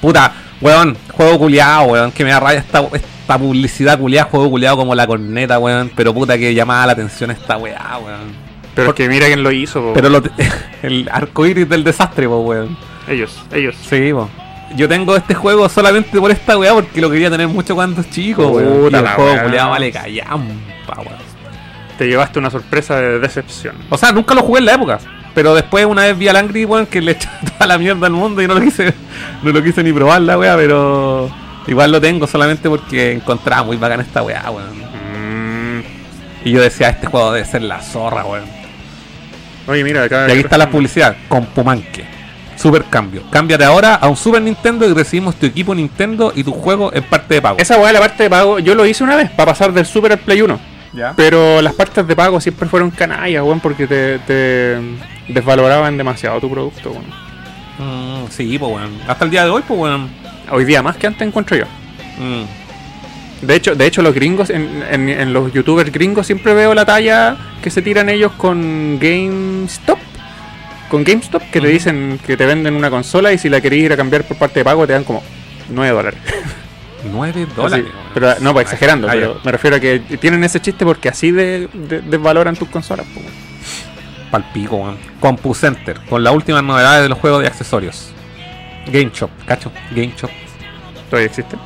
B: Puta, weón, juego culiado, weón, que me da raya esta, esta publicidad culiada, juego culiado como la corneta, weón, pero puta que llamaba la atención esta weá, weón.
C: Pero porque mira quién lo hizo, po.
B: Pero lo te- el arcoíris del desastre, po, weón.
C: ellos, ellos.
B: Sí, po. Yo tengo este juego solamente por esta weá porque lo quería tener mucho cuando chico, weón.
C: Puta
B: y el
C: la
B: juego
C: weá.
B: culiado vale callampa, weón.
C: Te llevaste una sorpresa de decepción.
B: O sea, nunca lo jugué en la época. Pero después una vez vi al Angry, weón, que le echó toda la mierda al mundo y no lo quise, no lo quise ni probar la weá, pero igual lo tengo solamente porque encontraba muy bacana esta weá, weón.
C: Mm.
B: Y yo decía, este juego debe ser la zorra, weón.
C: Oye, mira, acá.
B: Y aquí está la publicidad, con Pumanque. Super cambio. Cámbiate ahora a un Super Nintendo y recibimos tu equipo Nintendo y tu juego en parte de pago.
C: Esa weá, la parte de pago, yo lo hice una vez para pasar del Super al Play 1.
B: Ya.
C: Pero las partes de pago siempre fueron canallas, weón, porque te, te desvaloraban demasiado tu producto, weón.
B: Mm, sí, pues weón. Hasta el día de hoy, pues weón.
C: Hoy día más que antes encuentro yo.
B: Mm.
C: De hecho, de hecho los gringos, en, en- en los youtubers gringos siempre veo la talla que se tiran ellos con GameStop. Con GameStop que te dicen que te venden una consola y si la querés ir a cambiar por parte de pago te dan como 9 dólares.
B: 9 dólares.
C: Así,
B: weón.
C: Ah, pero no, pues exagerando,
B: Ah, ya.
C: pero me refiero a que tienen ese chiste porque así de- de- desvaloran tus consolas. po.
B: Palpico, weón. CompuCenter, con las últimas novedades de los juegos de accesorios. Game Shop, cacho, Game Shop.
C: Todavía existe.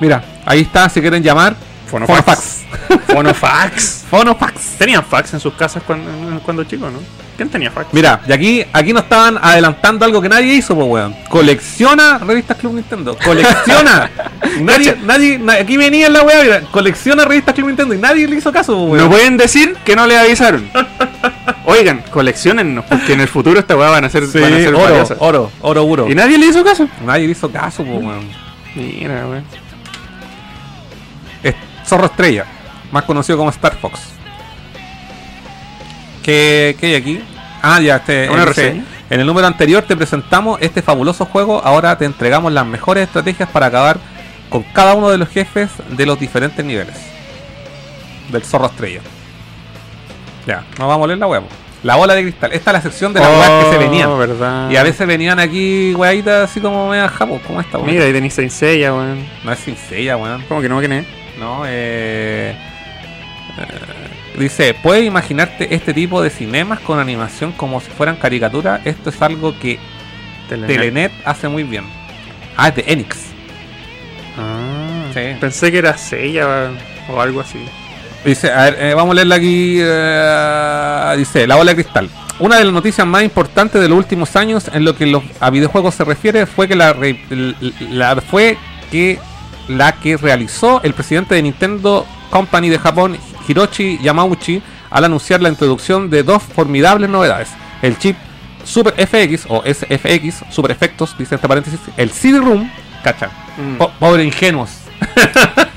B: Mira, ahí está, si quieren llamar.
C: Fonofax. Fonofax.
B: Fonofax.
C: Tenían fax en sus casas cuando, cuando chicos, ¿no? ¿Quién tenía fax?
B: Mira, y aquí, aquí nos estaban adelantando algo que nadie hizo, pues weón. Colecciona revistas Club Nintendo. Colecciona. nadie, nadie, na- aquí venía la weá, mira, colecciona revistas Club Nintendo y nadie le hizo caso, pues,
C: No
B: weón.
C: pueden decir que no le avisaron. Oigan, coleccionennos, porque en el futuro esta weá van a ser,
B: Sí,
C: van a ser
B: oro,
C: valiosas.
B: oro, oro, oro.
C: Y nadie le hizo caso.
B: nadie le hizo caso, pues weón.
C: Mira, weón.
B: es Zorro Estrella, más conocido como Star Fox. ¿Qué, qué hay aquí? Ah, ya, este.
C: ¿Una
B: en-
C: reseña?
B: En el número anterior te presentamos este fabuloso juego. Ahora te entregamos las mejores estrategias para acabar con cada uno de los jefes de los diferentes niveles del Zorro Estrella. Ya, nos vamos a leer la huevo. La bola de cristal. Esta es la sección de las weas que se venían.
C: Oh, verdad.
B: Y a veces venían aquí hueitas así como media japo, como esta, weón.
C: Mira, ahí tenéis sencilla, weón.
B: No es sencilla, weón.
C: ¿Cómo que no? ¿Quién es?
B: ¿no? Eh, eh, dice, ¿puedes imaginarte este tipo de cinemas con animación como si fueran caricaturas? Esto es algo que Telenet hace muy bien. Ah, es de Enix.
C: Ah,
B: Sí.
C: Pensé que era sella weón, o algo así.
B: Dice, a ver, eh, vamos a leerla aquí. eh, dice, la bola de cristal. Una de las noticias más importantes de los últimos años en lo que los, a videojuegos se refiere fue que la, re- l- la- fue que la que realizó el presidente de Nintendo Company de Japón, Hiroshi Yamauchi, al anunciar la introducción de dos formidables novedades, el chip Super FX o SFX, Super Efectos, dice entre paréntesis, el CD Room, cacha.
C: Mm.
B: Po- pobre ingenuos.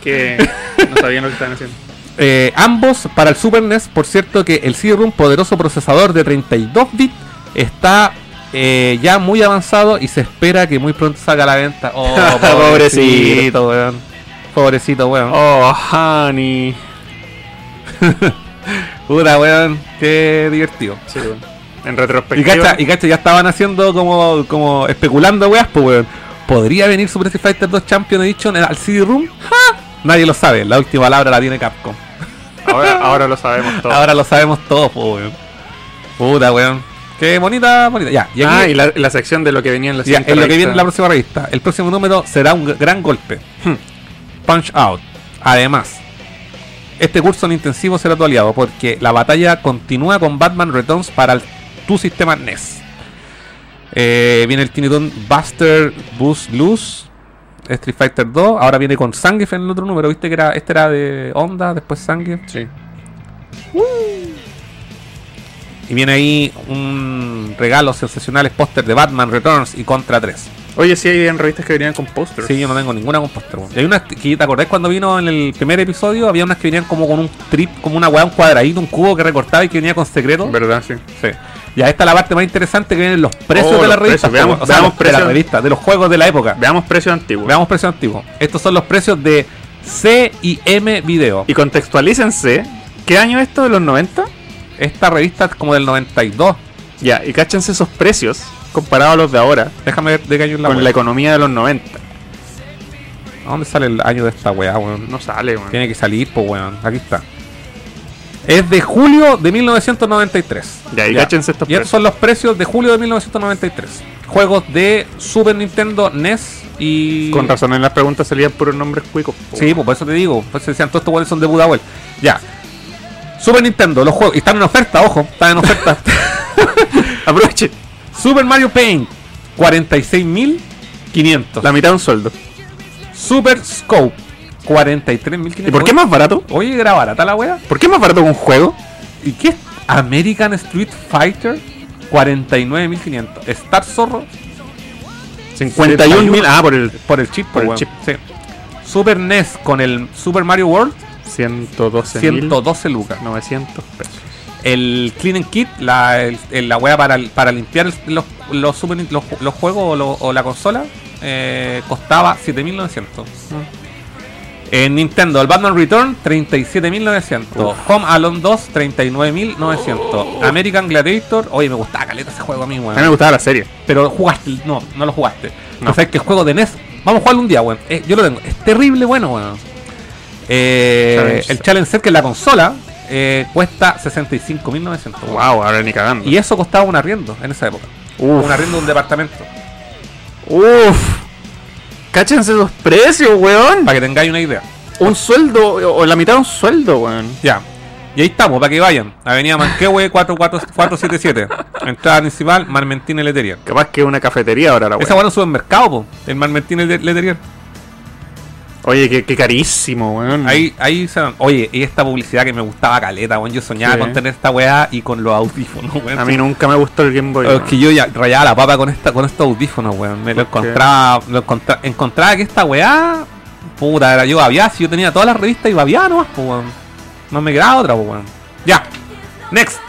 C: Que no sabían lo que estaban haciendo.
B: Eh, ambos para el Super NES, por cierto que el CD-ROM, poderoso procesador de 32 bits, está eh, ya muy avanzado y se espera que muy pronto salga a la venta. Oh, pobrecito,
E: Pobrecito.
B: weón. Pobrecito, weón.
E: Oh, honey.
B: Puta, weón, qué divertido.
C: Sí, bueno. En
B: Y
C: retrospectiva.
B: cacha, y cacha, ya estaban haciendo como, como especulando, weas, pues, weón. ¿Podría venir Super Street Fighter 2 Champion Edition al CD-ROM? ¡Ja! Nadie lo sabe, la última palabra la tiene Capcom.
C: ahora, ahora lo sabemos todo.
B: Ahora lo sabemos todos, po, weón. Puta, weón. Qué bonita, bonita. Ya, y aquí-
C: ah, y la, la sección de lo que venía en la
B: ya,
C: siguiente
B: en lo que
C: revista.
B: viene en la próxima revista. El próximo número será un g- gran golpe. Hmm. Punch Out. Además, este curso en intensivo será tu aliado porque la batalla continúa con Batman Returns para el- tu sistema NES. Eh, viene el Tinitón Buster Boost Loose. Street Fighter 2, ahora viene con Zangief en el otro número, viste que era, este era de Onda, después Zangief.
C: Sí.
B: Y viene ahí un regalo sensacional, póster de Batman Returns y Contra 3.
C: Oye, sí, hay en revistas que venían con posters.
B: Sí, yo no tengo ninguna con póster. weón. Y hay unas que, ¿te acordás cuando vino en el primer episodio? Había unas que venían como con un trip, como una weá, un cuadradito, un cubo que recortaba y que venía con secreto.
C: ¿Verdad? Sí.
B: Sí. Y ahí está la parte más interesante que vienen los precios
C: Oh,
B: de la
C: los
B: revista.
C: precios. Veamos-
B: o sea,
C: veamos
B: los- de la
C: precios.
B: revista, de los juegos de la época.
C: Veamos precios antiguos.
B: Veamos precios antiguos. Estos son los precios de C y M Video.
C: Y contextualícense. ¿Qué año es esto de los 90?
B: Esta revista es como del 92.
C: Ya, y cáchense esos precios comparados a los de ahora
B: Déjame ver de qué año es la
C: con
B: weá.
C: la economía de los 90.
B: ¿A dónde sale el año de esta weá, weón?
C: No sale, weón.
B: Tiene que salir, pues weón. Aquí está. Es de julio de 1993.
C: Ya, y cáchense estos
B: Y estos
C: precios.
B: son los precios de julio de 1993. Juegos de Super Nintendo, NES y.
C: Con razón en las preguntas salían puros nombres cuicos. po.
B: Sí, pues por eso te digo. Por eso decían, todos estos weones son de Budahuel. Ya. Super Nintendo, los juegos. Y están en oferta, ojo. Están en oferta.
C: Aprovechen.
B: Super Mario Paint, 46.500.
C: La mitad de un sueldo.
B: Super Scope, 43.500.
C: ¿Y por qué más barato?
B: Oye, era barata la wea.
C: ¿Por qué más barato que un juego?
B: ¿Y qué? American Street Fighter 49.500. Star Zorro
C: 51 mil. Ah, por el
B: por el chip,
C: Por el
B: weón.
C: chip.
B: Sí. Super NES con el Super Mario World
C: 112 mil.
B: 112 lucas.
C: 900 pesos.
B: El Clean and Kit, la, el- el- la wea para, para limpiar el- los, los, Super Nin- los, los juegos o, lo- o la consola, eh, costaba 7.900.
C: Mm.
B: En Nintendo, el Batman Return, 37.900. Home Alone 2, 39.900. American Gladiator, oye, me gustaba caleta ese juego a mí, weón.
C: Oh. A mí me gustaba la serie.
B: Pero jugaste, no, no lo jugaste. O sea, que el juego de NES, vamos a jugarlo un día, weón. Eh, yo lo tengo, es terrible bueno, weón. Eh,
C: Challenge
B: el
C: Set.
B: Challenge Set, que es la consola, eh, cuesta 65.900. weón.
C: Wow, ahora ni cagando.
B: Y eso costaba un arriendo en esa época.
C: Uf.
B: Un arriendo de un departamento.
C: Uf. Cáchense los precios, weón.
B: Para que tengáis una idea.
C: Un sueldo, o la mitad de un sueldo, weón.
B: Ya. Y ahí estamos, para que vayan. Avenida Manquehue 44477. Entrada principal, Marmentín Leterier.
C: Capaz que una cafetería ahora la weón.
B: Esa weón es un supermercado, po. El Marmentín Leterier.
C: Oye, qué, qué carísimo, weón.
B: Ahí, ahí se van. Oye, y esta publicidad que me gustaba caleta, weón. Yo soñaba
C: Sí.
B: con tener esta weá y con los audífonos, weón. Oh,
C: A mí nunca me gustó el Game Boy.
B: Es
C: weón.
B: que yo ya rayaba la papa con esta, con estos audífonos, weón. Me lo
C: ¿Por qué?
B: encontraba, lo encontra- encontraba que esta weá. Puta, era yo babiá, si yo tenía todas las revistas y babiá nomás, pues weón. No me quedaba otra, pues weón. Ya. Next.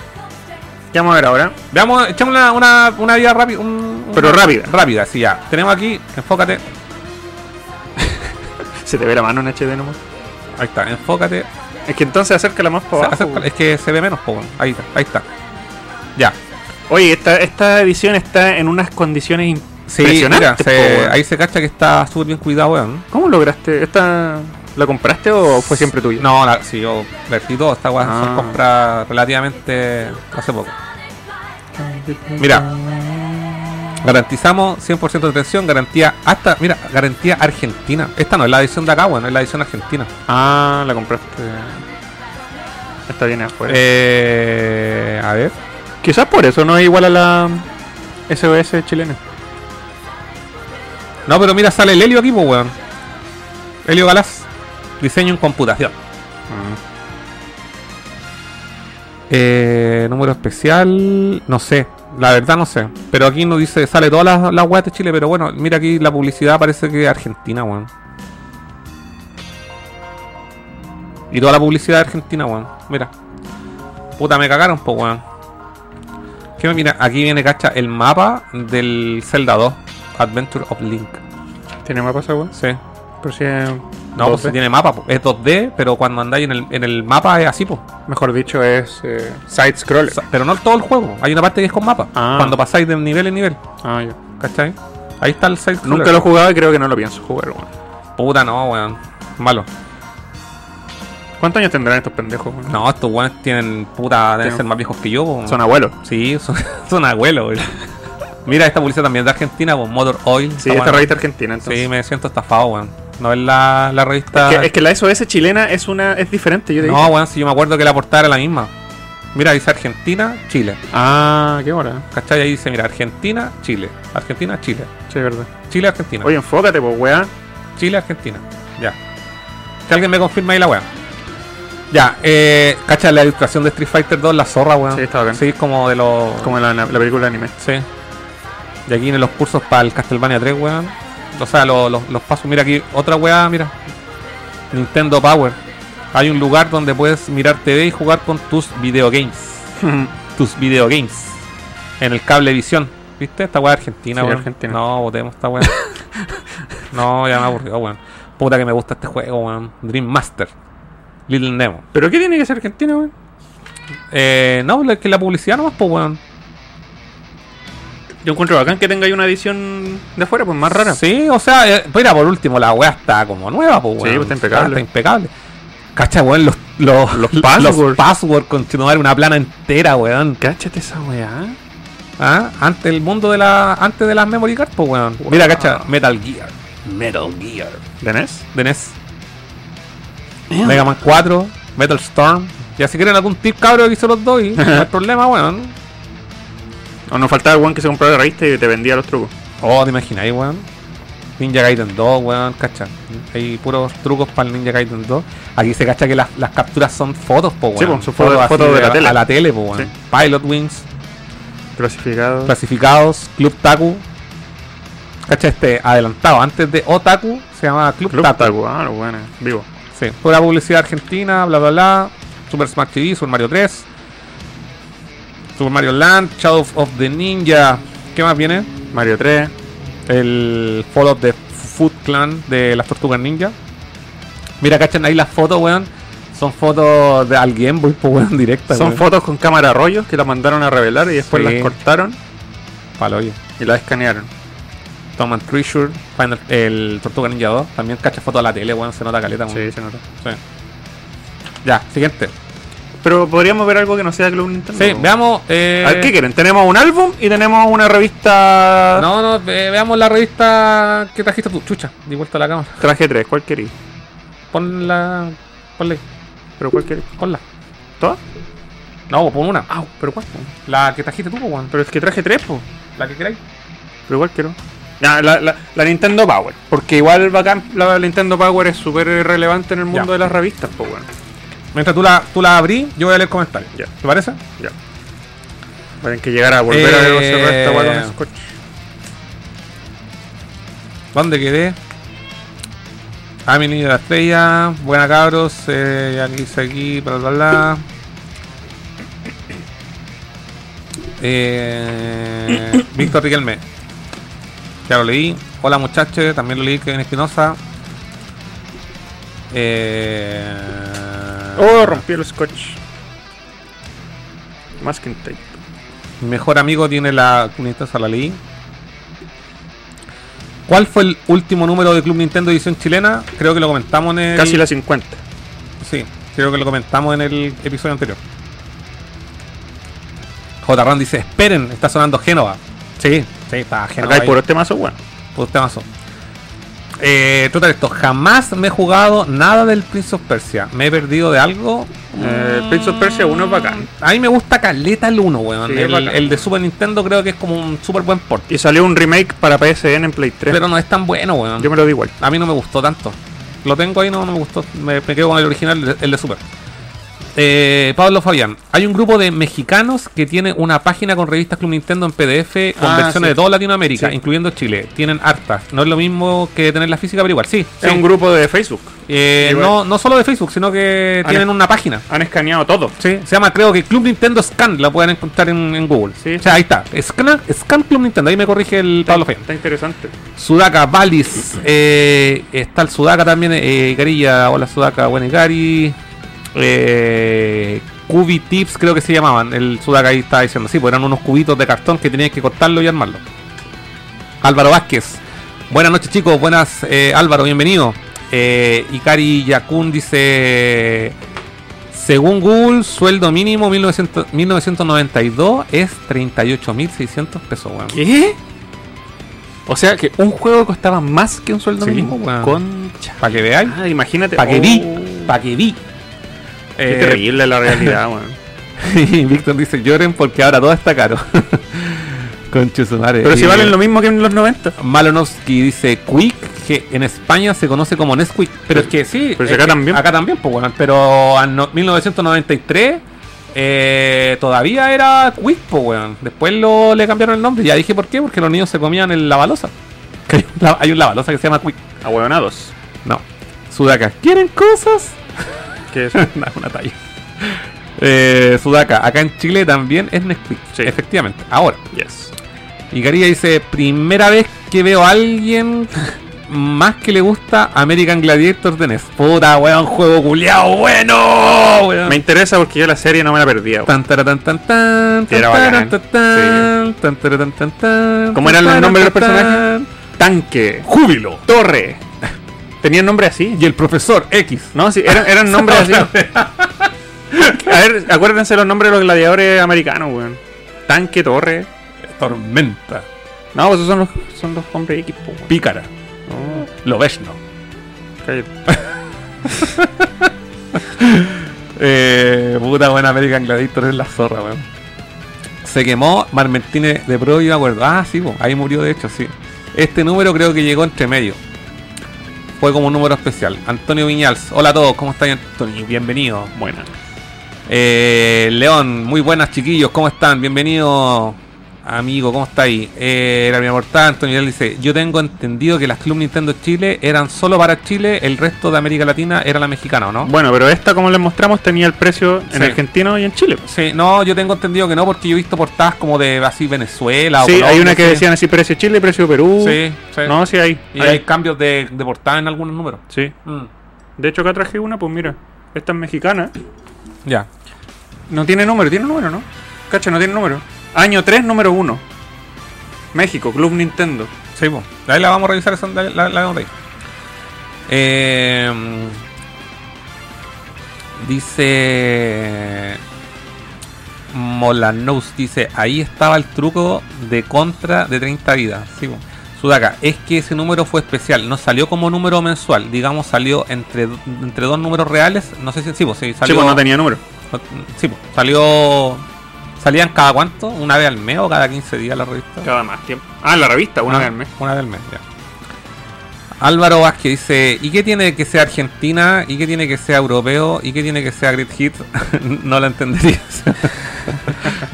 C: ¿Qué vamos a ver ahora?
B: Veamos, echamos una, una, una vida rápida. un- un-
C: Pero rápida.
B: Rápida, sí, ya. Tenemos aquí, enfócate.
C: Se te ve la mano en HD nomás.
B: Ahí está, enfócate.
C: Es que entonces acércala más
B: Se-
C: para abajo.
B: acerca-
C: weón.
B: es que se ve menos, pues weón. Ahí está, ahí está. Ya.
C: Oye, esta, esta edición está en unas condiciones im-
B: Sí, mira,
C: impresionantes.
B: se-
C: po, weón.
B: ahí se cacha que está súper bien cuidado, weón.
C: ¿Cómo lograste? ¿Esta la compraste o fue siempre tuya?
B: No, la, sí, yo vertí todo, esta weón
C: Ah.
B: son compras relativamente hace poco. Mira, garantizamos 100% de atención, garantía hasta, mira, garantía argentina. Esta no es la edición de acá, weón, es la edición argentina.
C: Ah, la compraste. Esta viene afuera.
B: Eh, a ver,
C: Quizás por eso no es igual a la SOS chilena.
B: no, pero mira, sale el Helio aquí, pues, weón. Helio Galás, diseño en computación. Eh, número especial, no sé. La verdad no sé. Pero aquí nos dice, sale todas las, las weas de Chile, pero bueno, mira aquí la publicidad parece que es Argentina, weón. Y toda la publicidad de Argentina, weón. Mira. Puta, me cagaron, po, weón. Que mira, aquí viene, cacha, el mapa del Zelda 2, Adventure of Link.
C: ¿Tiene mapa esa weón?
B: Sí.
C: Pero si es.
B: No, pues
C: 12.
B: si tiene mapa, po. es 2D, pero cuando andáis en el, en el mapa es así, pues.
C: Mejor dicho, es eh, side scroller.
B: Pero no todo el juego, hay una parte que es con mapa.
C: Ah.
B: Cuando pasáis de nivel en nivel,
C: Ah, yo.
B: ¿cachai? Ahí está el side
C: Nunca lo he jugado y creo que no lo pienso jugar, weón.
B: Puta, no, weón. Malo.
C: ¿Cuántos años tendrán estos pendejos, weón?
B: No, estos weones tienen puta, deben
C: Tienen-
B: ser más viejos que yo, po, weón.
C: Son abuelos.
B: Sí, son, son abuelos, weón. Mira, esta publicidad también es de Argentina, con Motor Oil.
C: Sí,
B: Está
C: esta
B: buena.
C: revista argentina, entonces.
B: Sí, me siento estafado, weón. No es la, la revista.
C: Que- es que la SOS chilena es una es diferente, yo te
B: No,
C: dije.
B: weón, si yo me acuerdo que la portada era la misma. Mira, dice Argentina, Chile.
C: Ah, qué hora.
B: ¿Cachai? Ahí dice, mira, Argentina, Chile. Argentina, Chile.
C: Sí, es verdad.
B: Chile, Argentina.
C: Oye, enfócate, pues, weá.
B: Chile, Argentina. Ya. Que alguien me confirme ahí la weá. Ya, eh, cacha la ilustración de Street Fighter 2, la zorra, weón.
C: Sí, está bacán.
B: Sí, como de los.
C: Como la, la película de anime.
B: Sí. Y aquí en los cursos para el Castlevania 3, weón. O sea, lo- lo- los pasos. Mira aquí, otra weá, mira. Nintendo Power. Hay un lugar donde puedes mirar TV y jugar con tus videogames. Tus videogames. En el cable visión. ¿Viste? Esta weá es argentina,
C: Sí,
B: weón.
C: argentina.
B: No, votemos esta weá. no, ya me aburrió, weón. Puta que me gusta este juego, weón. Dream Master. Little Nemo.
C: ¿Pero qué tiene que ser Argentina, weón?
B: Eh, no, es que la publicidad nomás, pues, weón.
C: Yo encuentro bacán que tenga una edición de afuera, pues más rara.
B: Sí, o sea, eh, mira, por último, la weá está como nueva, pues,
C: Sí,
B: weón.
C: pues, está impecable.
B: Está impecable. Cacha, weón, los, los,
C: Los
B: los
C: password.
B: password, continuar una plana entera, weón.
C: Cáchate esa weá.
B: ¿Ah? Antes el mundo de la. Antes de las memory cards, pues, weón. Mira, cacha, Metal Gear. Metal Gear.
C: ¿De E NES?
B: De NES. Mega Man 4, Metal Storm. Ya si quieren algún tip cabrón que hizo los dos, y no hay problema, weón.
C: O nos faltaba el weón que se compraba la revista y te vendía los trucos.
B: Oh, te imagináis, weón. Ninja Gaiden 2, weón, cacha. Hay puros trucos para el Ninja Gaiden 2. Aquí se cacha que las, las capturas son fotos, po, weón.
C: Sí, po, son fotos-
B: así
C: fotos de la tele.
B: A la tele, po, weón.
C: Sí.
B: Pilot Wings,
C: Clasificado.
B: clasificados, Club Taku. Cacha este, adelantado. Antes de Otaku se llamaba Club,
C: Club
B: Taku.
C: Taku. Ah, lo bueno. Vivo.
B: Sí, pura publicidad argentina, bla bla bla. Super Smash TV, Super Mario 3, Super Mario Land, Shadow of the Ninja. ¿Qué más viene?
C: Mario 3.
B: el Fallout de Food Clan de las Tortugas Ninja. Mira, cachan ahí las fotos, weón. Son fotos de alguien, voy por pues, weón directa.
C: Son fotos con cámara rollos que las mandaron a revelar y después
B: Sí.
C: las cortaron
B: Palo, oye.
C: y las escanearon.
B: Tom and Treasure, Final- el Tortuga Ninja 2. También cacha fotos a la tele, weón. Se nota caleta, weón.
C: Sí, se nota.
B: Sí. Ya, siguiente.
C: Pero podríamos ver algo que no sea Club Nintendo.
B: Sí, veamos. eh,
C: A ver, ¿qué quieren? Tenemos un álbum y tenemos una revista.
B: No, no, ve- veamos la revista que trajiste tú. Chucha, di vuelta a la cámara.
C: Traje 3, ¿cuál queréis?
B: Ponla. Ponle,
C: ¿Pero cuál queréis?
B: ponla.
C: ¿Todas?
B: No, pues, pon una.
C: Ah, pero cuál?
B: La que trajiste tú, pues, weón.
C: Pero es que traje 3, pues.
B: La que queráis.
C: Pero igual quiero. Ya, la, la, la Nintendo Power. Porque igual bacán, la Nintendo Power es súper relevante en el mundo
B: Ya.
C: de las revistas, pues bueno.
B: Mientras tú la, tú la abrí, yo voy a leer comentarios.
C: Ya.
B: ¿Te parece?
C: Ya. Tienen que llegar a volver a
B: Eh,
C: cerrar esta weá con scotch.
B: ¿Dónde quedé? Ah, mi niño de la estrella. Buena, cabros. Eh, aquí, aquí, bla, bla, bla. Eh, Víctor Riquelme. Ya lo leí. Hola, muchachos. También lo leí, Kevin Espinosa. Eh,
E: ah.
C: Oh, rompí el scotch. Masking tape.
B: Mi mejor amigo tiene la Club Nintendo Salalí. ¿Cuál fue el último número de Club Nintendo edición chilena? Creo que lo comentamos
E: Eh,
B: en el.
C: Casi la 50.
B: Sí, creo que lo comentamos en el episodio anterior. J. Ron dice: Esperen, está sonando Génova. Sí, sí, está Génova.
C: Acá hay
B: ahí.
C: puros temazos, bueno.
B: Puro temazo. Eh, total, esto. Jamás me he jugado nada del Prince of Persia. Me he perdido de algo.
C: Eh, Prince of Persia 1 es bacán.
B: A mí me gusta Caleta el 1, weón.
C: Sí, es
B: el,
C: bacán.
B: el de Super Nintendo creo que es como un súper buen port.
C: Y salió un remake para PSN en Play 3.
B: Pero no es tan bueno, weón.
C: Yo me lo di igual.
B: A mí no me gustó tanto. Lo tengo ahí, no, no me gustó. Me, me quedo con el original, el de- el de Super. eh, Pablo Fabián, hay un grupo de mexicanos que tiene una página con revistas Club Nintendo en PDF con
E: Ah,
B: versiones
E: sí.
B: de toda Latinoamérica,
E: Sí.
B: incluyendo Chile. Tienen hartas. No es lo mismo que tener la física, pero igual, sí.
C: Es
B: sí.
C: un grupo de Facebook.
B: Eh,
C: igual.
B: no, no solo de Facebook, sino que
C: Ah,
B: tienen
C: no.
B: una página.
C: Han escaneado todo.
B: Sí, se llama creo que Club Nintendo Scan, la pueden encontrar en, en Google.
C: Sí.
B: O sea, ahí está. Scan, Scan Club Nintendo, ahí me corrige el Pablo Fabián.
C: Está interesante.
B: Sudaka, Valis, eh, está el Sudaka también, eh, Garilla, hola Sudaka, buenas Gary, eh, Cubi Tips creo que se llamaban, el Sudaka ahí estaba diciendo, sí, pues eran unos cubitos de cartón que tenías que cortarlo y armarlo. Álvaro Vázquez, buenas noches chicos, buenas eh, Álvaro, bienvenido. Eh, Ikari Yakun dice, según Google, sueldo mínimo 1900 1992 es 38.600 pesos, weón.
E: ¿Qué? O sea que un juego costaba más que un sueldo
B: Sí,
E: mínimo.
B: weón.
E: Concha.
B: Para que veáis.
C: Ah, imagínate.
B: Pa' que
C: oh,
B: vi, pa' que vi.
C: Qué
B: Eh,
C: terrible la realidad, weón.
B: y Víctor dice, lloren porque ahora todo está caro. Conche su madre.
C: Pero si
B: Y
C: valen lo mismo que en los 90.
B: Malonovsky dice, Quick, que en España se conoce como Nesquik. Pero es que sí.
C: pero si
B: es
C: acá
B: que
C: también.
B: Acá también, pues bueno. Pero en no- 1993... eh, todavía era Quick, pues weón. Después lo, le cambiaron el nombre. Ya dije por qué, porque los niños se comían el lavalosa. Que hay, un, lava- hay un lavalosa que se llama Quick.
C: Ahueonados.
B: No. Sudaka. ¿Quieren cosas?
C: Que es-
B: una, una talla. Eh, Sudaca, acá en Chile también es Nesquik.
C: Sí.
B: Efectivamente. Ahora,
C: yes.
B: Icaria dice: Primera vez que veo a alguien más que le gusta American Gladiator de NES. Puta, weón, juego culiao, bueno, weón.
C: Me interesa porque yo la serie no me la perdía. weón.
B: Tan, tara, tan, tan, tan,
C: Sí, era
B: tan, tara,
C: bacán.
B: tan, tan, tan, tara, tan, tan, tan,
C: ¿Cómo eran los
B: tan,
C: nombres de los
B: tan,
C: personajes? Tanque,
B: Júbilo.
C: Torre. Tenían nombre así.
B: Y el profesor X.
C: No, sí, eran, eran nombres así. A ver, acuérdense los nombres de los gladiadores americanos, weón. Tanque, Torre.
B: Tormenta.
C: No, pues esos son los, son los hombres X, po, weón.
B: Pícara.
C: No,
B: Lobesno.
C: cállate.
B: Eh, puta buena American Gladiator es la zorra, weón. Se quemó Marmentine de Pro, yo me acuerdo. Ah, sí, po, ahí murió de hecho, sí. Este número creo que llegó entre medio. Fue como un número especial. Antonio Viñals, hola a todos, ¿cómo están Antonio? Bienvenido.
C: Buena.
B: Eh, León, muy buenas chiquillos, ¿cómo están? Bienvenido, amigo, ¿cómo está ahí? Eh, la primera portada, Antonio Vidal dice, yo tengo entendido que las Club Nintendo Chile eran solo para Chile, el resto de América Latina era la mexicana, ¿o no?
C: Ah. Bueno, pero esta, como les mostramos, tenía el precio en
B: Sí.
C: argentino y en Chile. pues.
B: Sí, no, yo tengo entendido que no, porque yo he visto portadas como de así Venezuela o
C: Sí, hay
B: Colombia,
C: una que
B: sí.
C: decían así precio Chile, precio Perú.
B: Sí, sí.
C: No, sí hay.
B: y
C: hay.
B: hay cambios de, de portada en algunos números.
C: Sí.
B: Mm.
C: De hecho, acá traje una, pues mira. Esta es mexicana.
B: Ya.
C: No tiene número, tiene número, ¿no? Cacha, no tiene número. Año 3, número 1. México, Club Nintendo.
B: Sí, pues. Ahí la vamos a revisar, esa- la, la, la vemos ahí. Eh, dice. Molanous dice: Ahí estaba el truco de contra de 30 vidas. Sí, po. Sudaka, es que ese número fue especial. No salió como número mensual. Digamos, salió entre, do- entre dos números reales. No sé si. Sí, po, sí, salió.
C: Chico, pues, no tenía número.
B: no- sí, po, salió. ¿Salían cada cuánto? ¿Una vez al mes o cada 15 días la revista?
C: Cada más tiempo. Ah, la revista, una vez al mes.
B: Una vez al mes, ya. Álvaro Vázquez dice, ¿y qué tiene que ser Argentina? ¿Y qué tiene que ser europeo? ¿Y qué tiene que ser Great Hit? no la entenderías.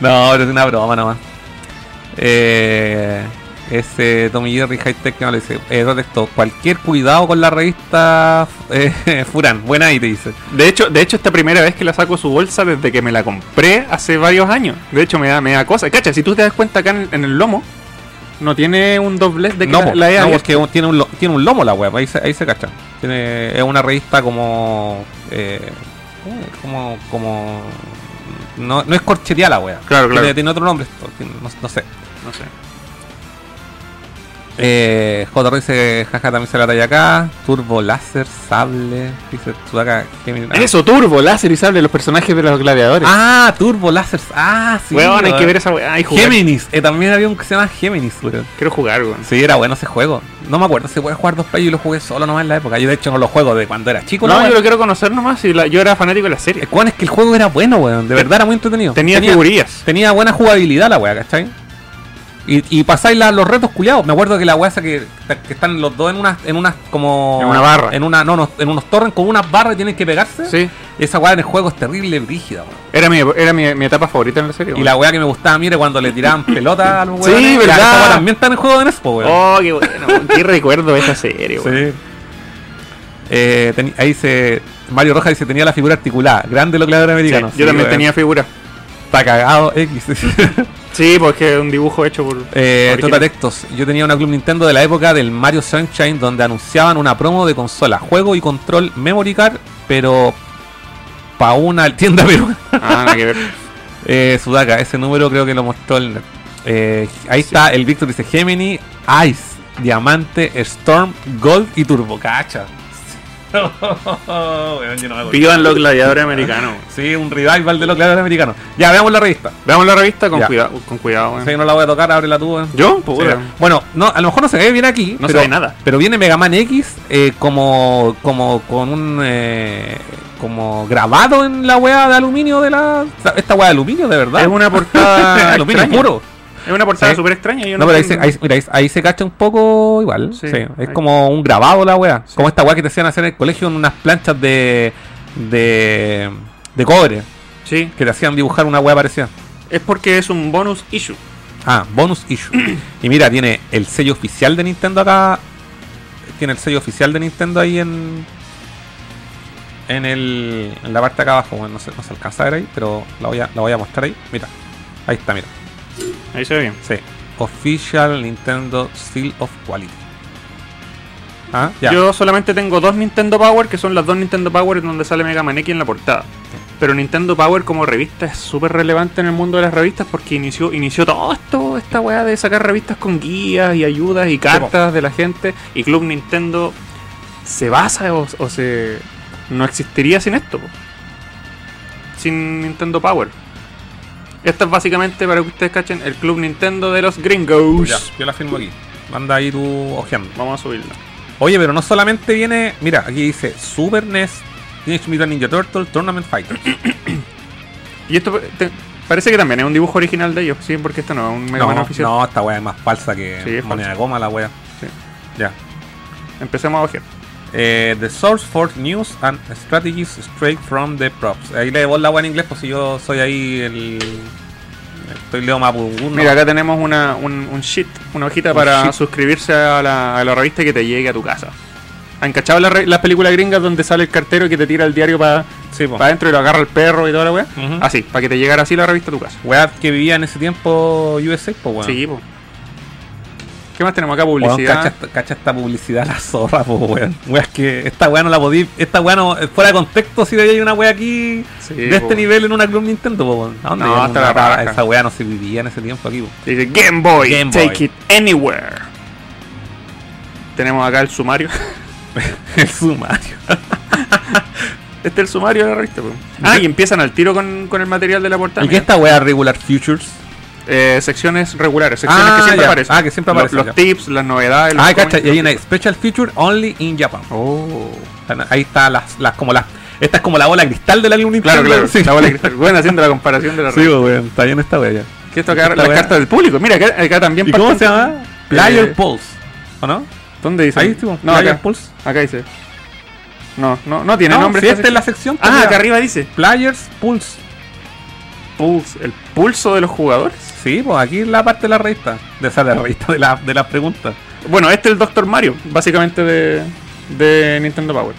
B: no, pero es una broma nomás. Eh, ese Tommy Jerry High Tech que no le dice, eh, Rotesto, cualquier cuidado con la revista eh, Furán, buena ahí te dice.
C: De hecho, de hecho, esta primera vez que la saco su bolsa desde que me la compré hace varios años. De hecho, me da, me da cosa. Cacha, si tú te das cuenta acá en el, en el lomo, no tiene un doblez de que
B: no,
C: la,
B: po,
C: la he
B: no,
C: abierto.
B: porque un- tiene un, lo- tiene un lomo la web, ahí se, ahí se cacha. Tiene, es una revista como. eh, como. como. No, no es corchetea la web.
C: Claro, claro.
B: Tiene, tiene otro nombre, esto, tiene- no, no sé.
C: No sé.
B: Eh, JR dice, jaja, también se la talla acá. Turbo láser, sable, dice Sudaka Gemini. Ah,
E: Eso, Turbo, Láser y Sable, los personajes de los gladiadores.
B: Ah, Turbo láser. Ah, sí.
C: Weón, hay
B: weón.
C: que ver esa weá. Ay, jugar.
B: Géminis. Eh, también había un que se llama Géminis, weón.
C: Quiero jugar, weón.
B: Sí, era bueno ese juego. No me acuerdo, se puede jugar dos playas y lo jugué solo nomás en la época. Yo de hecho no lo juego de cuando era chico. la
C: No,
B: wea.
C: yo lo quiero conocer nomás. Y la- yo era fanático de la serie.
B: El weón es que el juego era bueno, weón. De verdad era muy entretenido.
C: Tenía, figurillas.
B: tenía buena jugabilidad la weá, ¿cachai? Y, y pasáis la- los retos culiados. Me acuerdo que la weá esa que, que están los dos en unas, en unas como.
C: En una barra.
B: En una, no, no, en unos torres con unas barras y tienen que pegarse.
C: Sí.
B: Esa weá en el juego es terrible, brígida, weón.
C: Era mi, era mi, mi etapa favorita en la serie.
B: Y la weá que me gustaba, mire, cuando le tiraban pelota a los
C: Sí,
B: weones, ya,
C: ¿verdad?
B: esa weá también está en el juego de NES, po, weón.
C: Oh, qué bueno. weón. qué recuerdo de esa serie, weón.
B: Sí. Eh, teni- ahí se. Mario Rojas dice: tenía la figura articulada. Grande los creadores
C: Sí,
B: americanos.
C: yo
B: Sí,
C: también
B: weón.
C: tenía figura.
B: Está cagado X.
C: Sí, porque es un dibujo hecho por.
B: eh,
C: original.
B: Totatectos. Yo tenía una Club Nintendo de la época del Mario Sunshine donde anunciaban una promo de consola, juego y control memory card, pero. Pa' una tienda peruana.
C: Ah, nada que ver.
B: Eh, Sudaka, ese número creo que lo mostró el. Eh, ahí está, el Víctor dice Gemini, Ice, Diamante, Storm, Gold y Turbo. Cacha. Weón, yo no me acuerdo.
C: Vivan los gladiadores americanos.
B: Sí, un revival de los claros americanos. Ya, veamos la revista.
C: Veamos la revista con
B: Ya.
C: cuidado, con cuidado, weón.
B: Sí, no la voy a tocar, abre la tuya.
C: Ah. ¿Yo? Pues,
B: Sí,
C: weón.
B: Bueno, no, a lo mejor no se ve bien aquí.
C: No se
B: pero-
C: ve nada.
B: Pero viene Mega Man X eh, como, como con un. eh, como grabado en la wea de aluminio de la. Esta wea de aluminio, de verdad. Ah,
C: Es una portada
B: aluminio
C: extraña.
B: puro.
C: Es una portada
B: Sí.
C: súper extraña. Yo
B: No, pero ahí se, ahí-
C: entiendo.
B: mira, ahí- ahí se cacha un poco igual.
C: Sí,
B: sí. Es
C: ahí.
B: como un grabado la weá. Como esta weá que te hacían hacer en el colegio en unas planchas de. de. de cobre.
C: Sí,
B: Que te hacían dibujar una weá parecida.
C: es porque es un bonus issue.
B: Ah, bonus issue. y mira, tiene el sello oficial de Nintendo acá. Tiene el sello oficial de Nintendo ahí en. En, el, en la parte de acá abajo. Bueno, no se, no se alcanza a ver ahí, pero la voy a, la voy a mostrar ahí. Mira. Ahí está, mira.
C: Ahí se ve bien.
B: Sí. Official Nintendo Seal of Quality. Ah, ya.
C: Yo solamente tengo dos Nintendo Power, que son las dos Nintendo Power en donde sale Mega Man X en la portada. Pero Nintendo Power como revista es súper relevante en el mundo de las revistas porque inició, inició todo esto, esta weá de sacar revistas con guías y ayudas y cartas de la gente. Y Club Nintendo se basa o, o se. no existiría sin esto. po. Sin Nintendo Power. Esto es básicamente, para que ustedes cachen, el Club Nintendo de los gringos.
B: Ya, yo la firmo aquí. Manda ahí tu ojeando.
C: Vamos a subirlo.
B: Oye, pero no solamente viene. Mira, aquí dice Super NES, Teenage Mutant Ninja Turtle, Tournament Fighter.
C: Y esto te- parece que también es un dibujo original de ellos, sí, porque esto no es un Mega
B: No,
C: Man oficial.
B: no, esta weá es más falsa que
C: Sí, es
B: moneda
C: falsa.
B: de goma la weá.
C: Sí.
B: Ya.
C: Empecemos a bajar.
B: Eh, the Source for News and Strategies Straight from the Props. Ahí le vos la weá en inglés, pues si yo soy ahí el. Estoy leo Mapudungun.
C: Mira, acá tenemos una, un, un sheet, una hojita
B: Un
C: para
B: sheet.
C: suscribirse a la, a la revista y que te llegue a tu casa. ¿Han cachado la re- las películas gringas donde sale el cartero que te tira el diario para
B: Sí, po.
C: adentro y lo agarra el perro y toda la weá?
B: Ujú.
C: Así, para que te llegara así la revista a tu casa.
B: Weá que vivía en ese tiempo USA, pues weón.
C: Sí, po. ¿Qué más tenemos acá?
B: Weón,
C: Publicidad.
B: cacha, esta- cacha esta publicidad la zorra, po, weón. Weón, es que esta weá no la podí. Esta weá no, eh, fuera de contexto, si hay una weá aquí
C: Sí,
B: de
C: po,
B: este
C: weón.
B: nivel en una Club Nintendo, po, weón. ¿A dónde?
C: No,
B: llegamos?
C: hasta la
B: Una rara-
C: raja.
B: Esa weá no se vivía en ese tiempo aquí, po.
C: Dice Game Boy,
B: Game Boy.
C: take it anywhere. Tenemos acá el sumario.
B: El sumario.
C: Este es el sumario de la revista. po. Ah, y empiezan al tiro con, con el material de la portada.
B: ¿Y qué
C: mira.
B: esta weá Regular Futures?
C: Eh, secciones regulares, secciones
B: Ah,
C: que siempre
B: ya.
C: aparecen.
B: Ah, que siempre
C: Lo-
B: aparecen,
C: Los,
B: ya.
C: tips, las novedades. los
B: Ah, cacha,
C: comments,
B: y hay
C: los
B: una
C: tips.
B: Special Feature Only in Japan.
C: Oh.
B: Ahí está las, las como las. Esta es como la bola cristal de la Club Nintendo.
C: Claro, claro.
B: Sí.
C: La bola de cristal. Bueno, haciendo la comparación de la
B: Sí,
C: revista.
B: weón, está bien esta weá.
C: Que esto acá,
B: Esta
C: las
B: wea.
C: cartas del público. Mira, acá, acá también.
B: ¿Y cómo
C: parten-
B: se llama?
C: Eh,
B: Player Pulse. ¿O no?
C: ¿Dónde dice?
B: Ahí estuvo.
C: No,
B: Player
C: acá.
B: Pulse.
C: Acá dice. No, no, no tiene
B: No,
C: nombre.
B: si
C: esta
B: esta es la sección.
C: sección. Ah,
B: pues,
C: acá
B: mira.
C: arriba dice.
B: Players Pulse.
C: Pulse, el pulso de los jugadores.
B: Sí, pues aquí es la parte de la revista. De esa de la revista de, la, de las preguntas.
C: Bueno, este es el Doctor Mario, básicamente de, de Nintendo Power.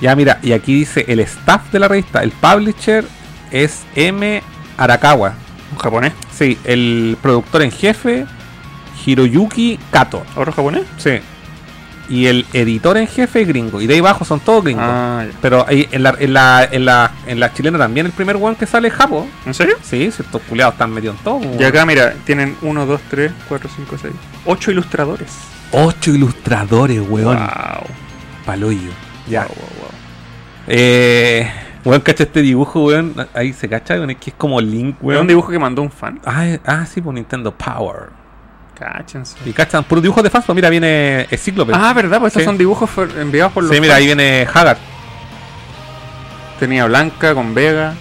B: Ya, mira, y aquí dice el staff de la revista. El publisher es M. Arakawa.
C: Un japonés.
B: Sí, el productor en jefe, Hiroyuki Kato.
C: ¿Otro japonés?
B: Sí. Y el editor en jefe, gringo. Y de ahí abajo son todos gringos.
C: Ah, ya.
B: Pero ahí en la, en, la, en, la, en la chilena también el primer one que sale es Japo.
C: ¿En serio?
B: Sí, si estos culiados están metidos en todo.
C: Y acá, mira, tienen 1, 2, 3, 4, 5, 6, 8 ilustradores.
B: Ocho ilustradores, weón.
C: Wow.
B: Paloyo. Ya.
C: Wow, wow, wow.
B: Eh, weón, cacha este dibujo, weón. Ahí se cacha, weón. Es que es como Link,
C: Es un
B: weón.
C: dibujo que mandó un fan.
B: Ah, eh, ah, sí, por Nintendo Power.
C: Cáchense.
B: Y cachan, por dibujos de fans, pues mira, viene eh, Cíclope.
C: Ah, ¿verdad? Pues estos
B: Sí.
C: son dibujos for- enviados por los
B: sí, mira, ahí
C: fans.
B: viene Haggard.
C: Tenía Blanca con Vega.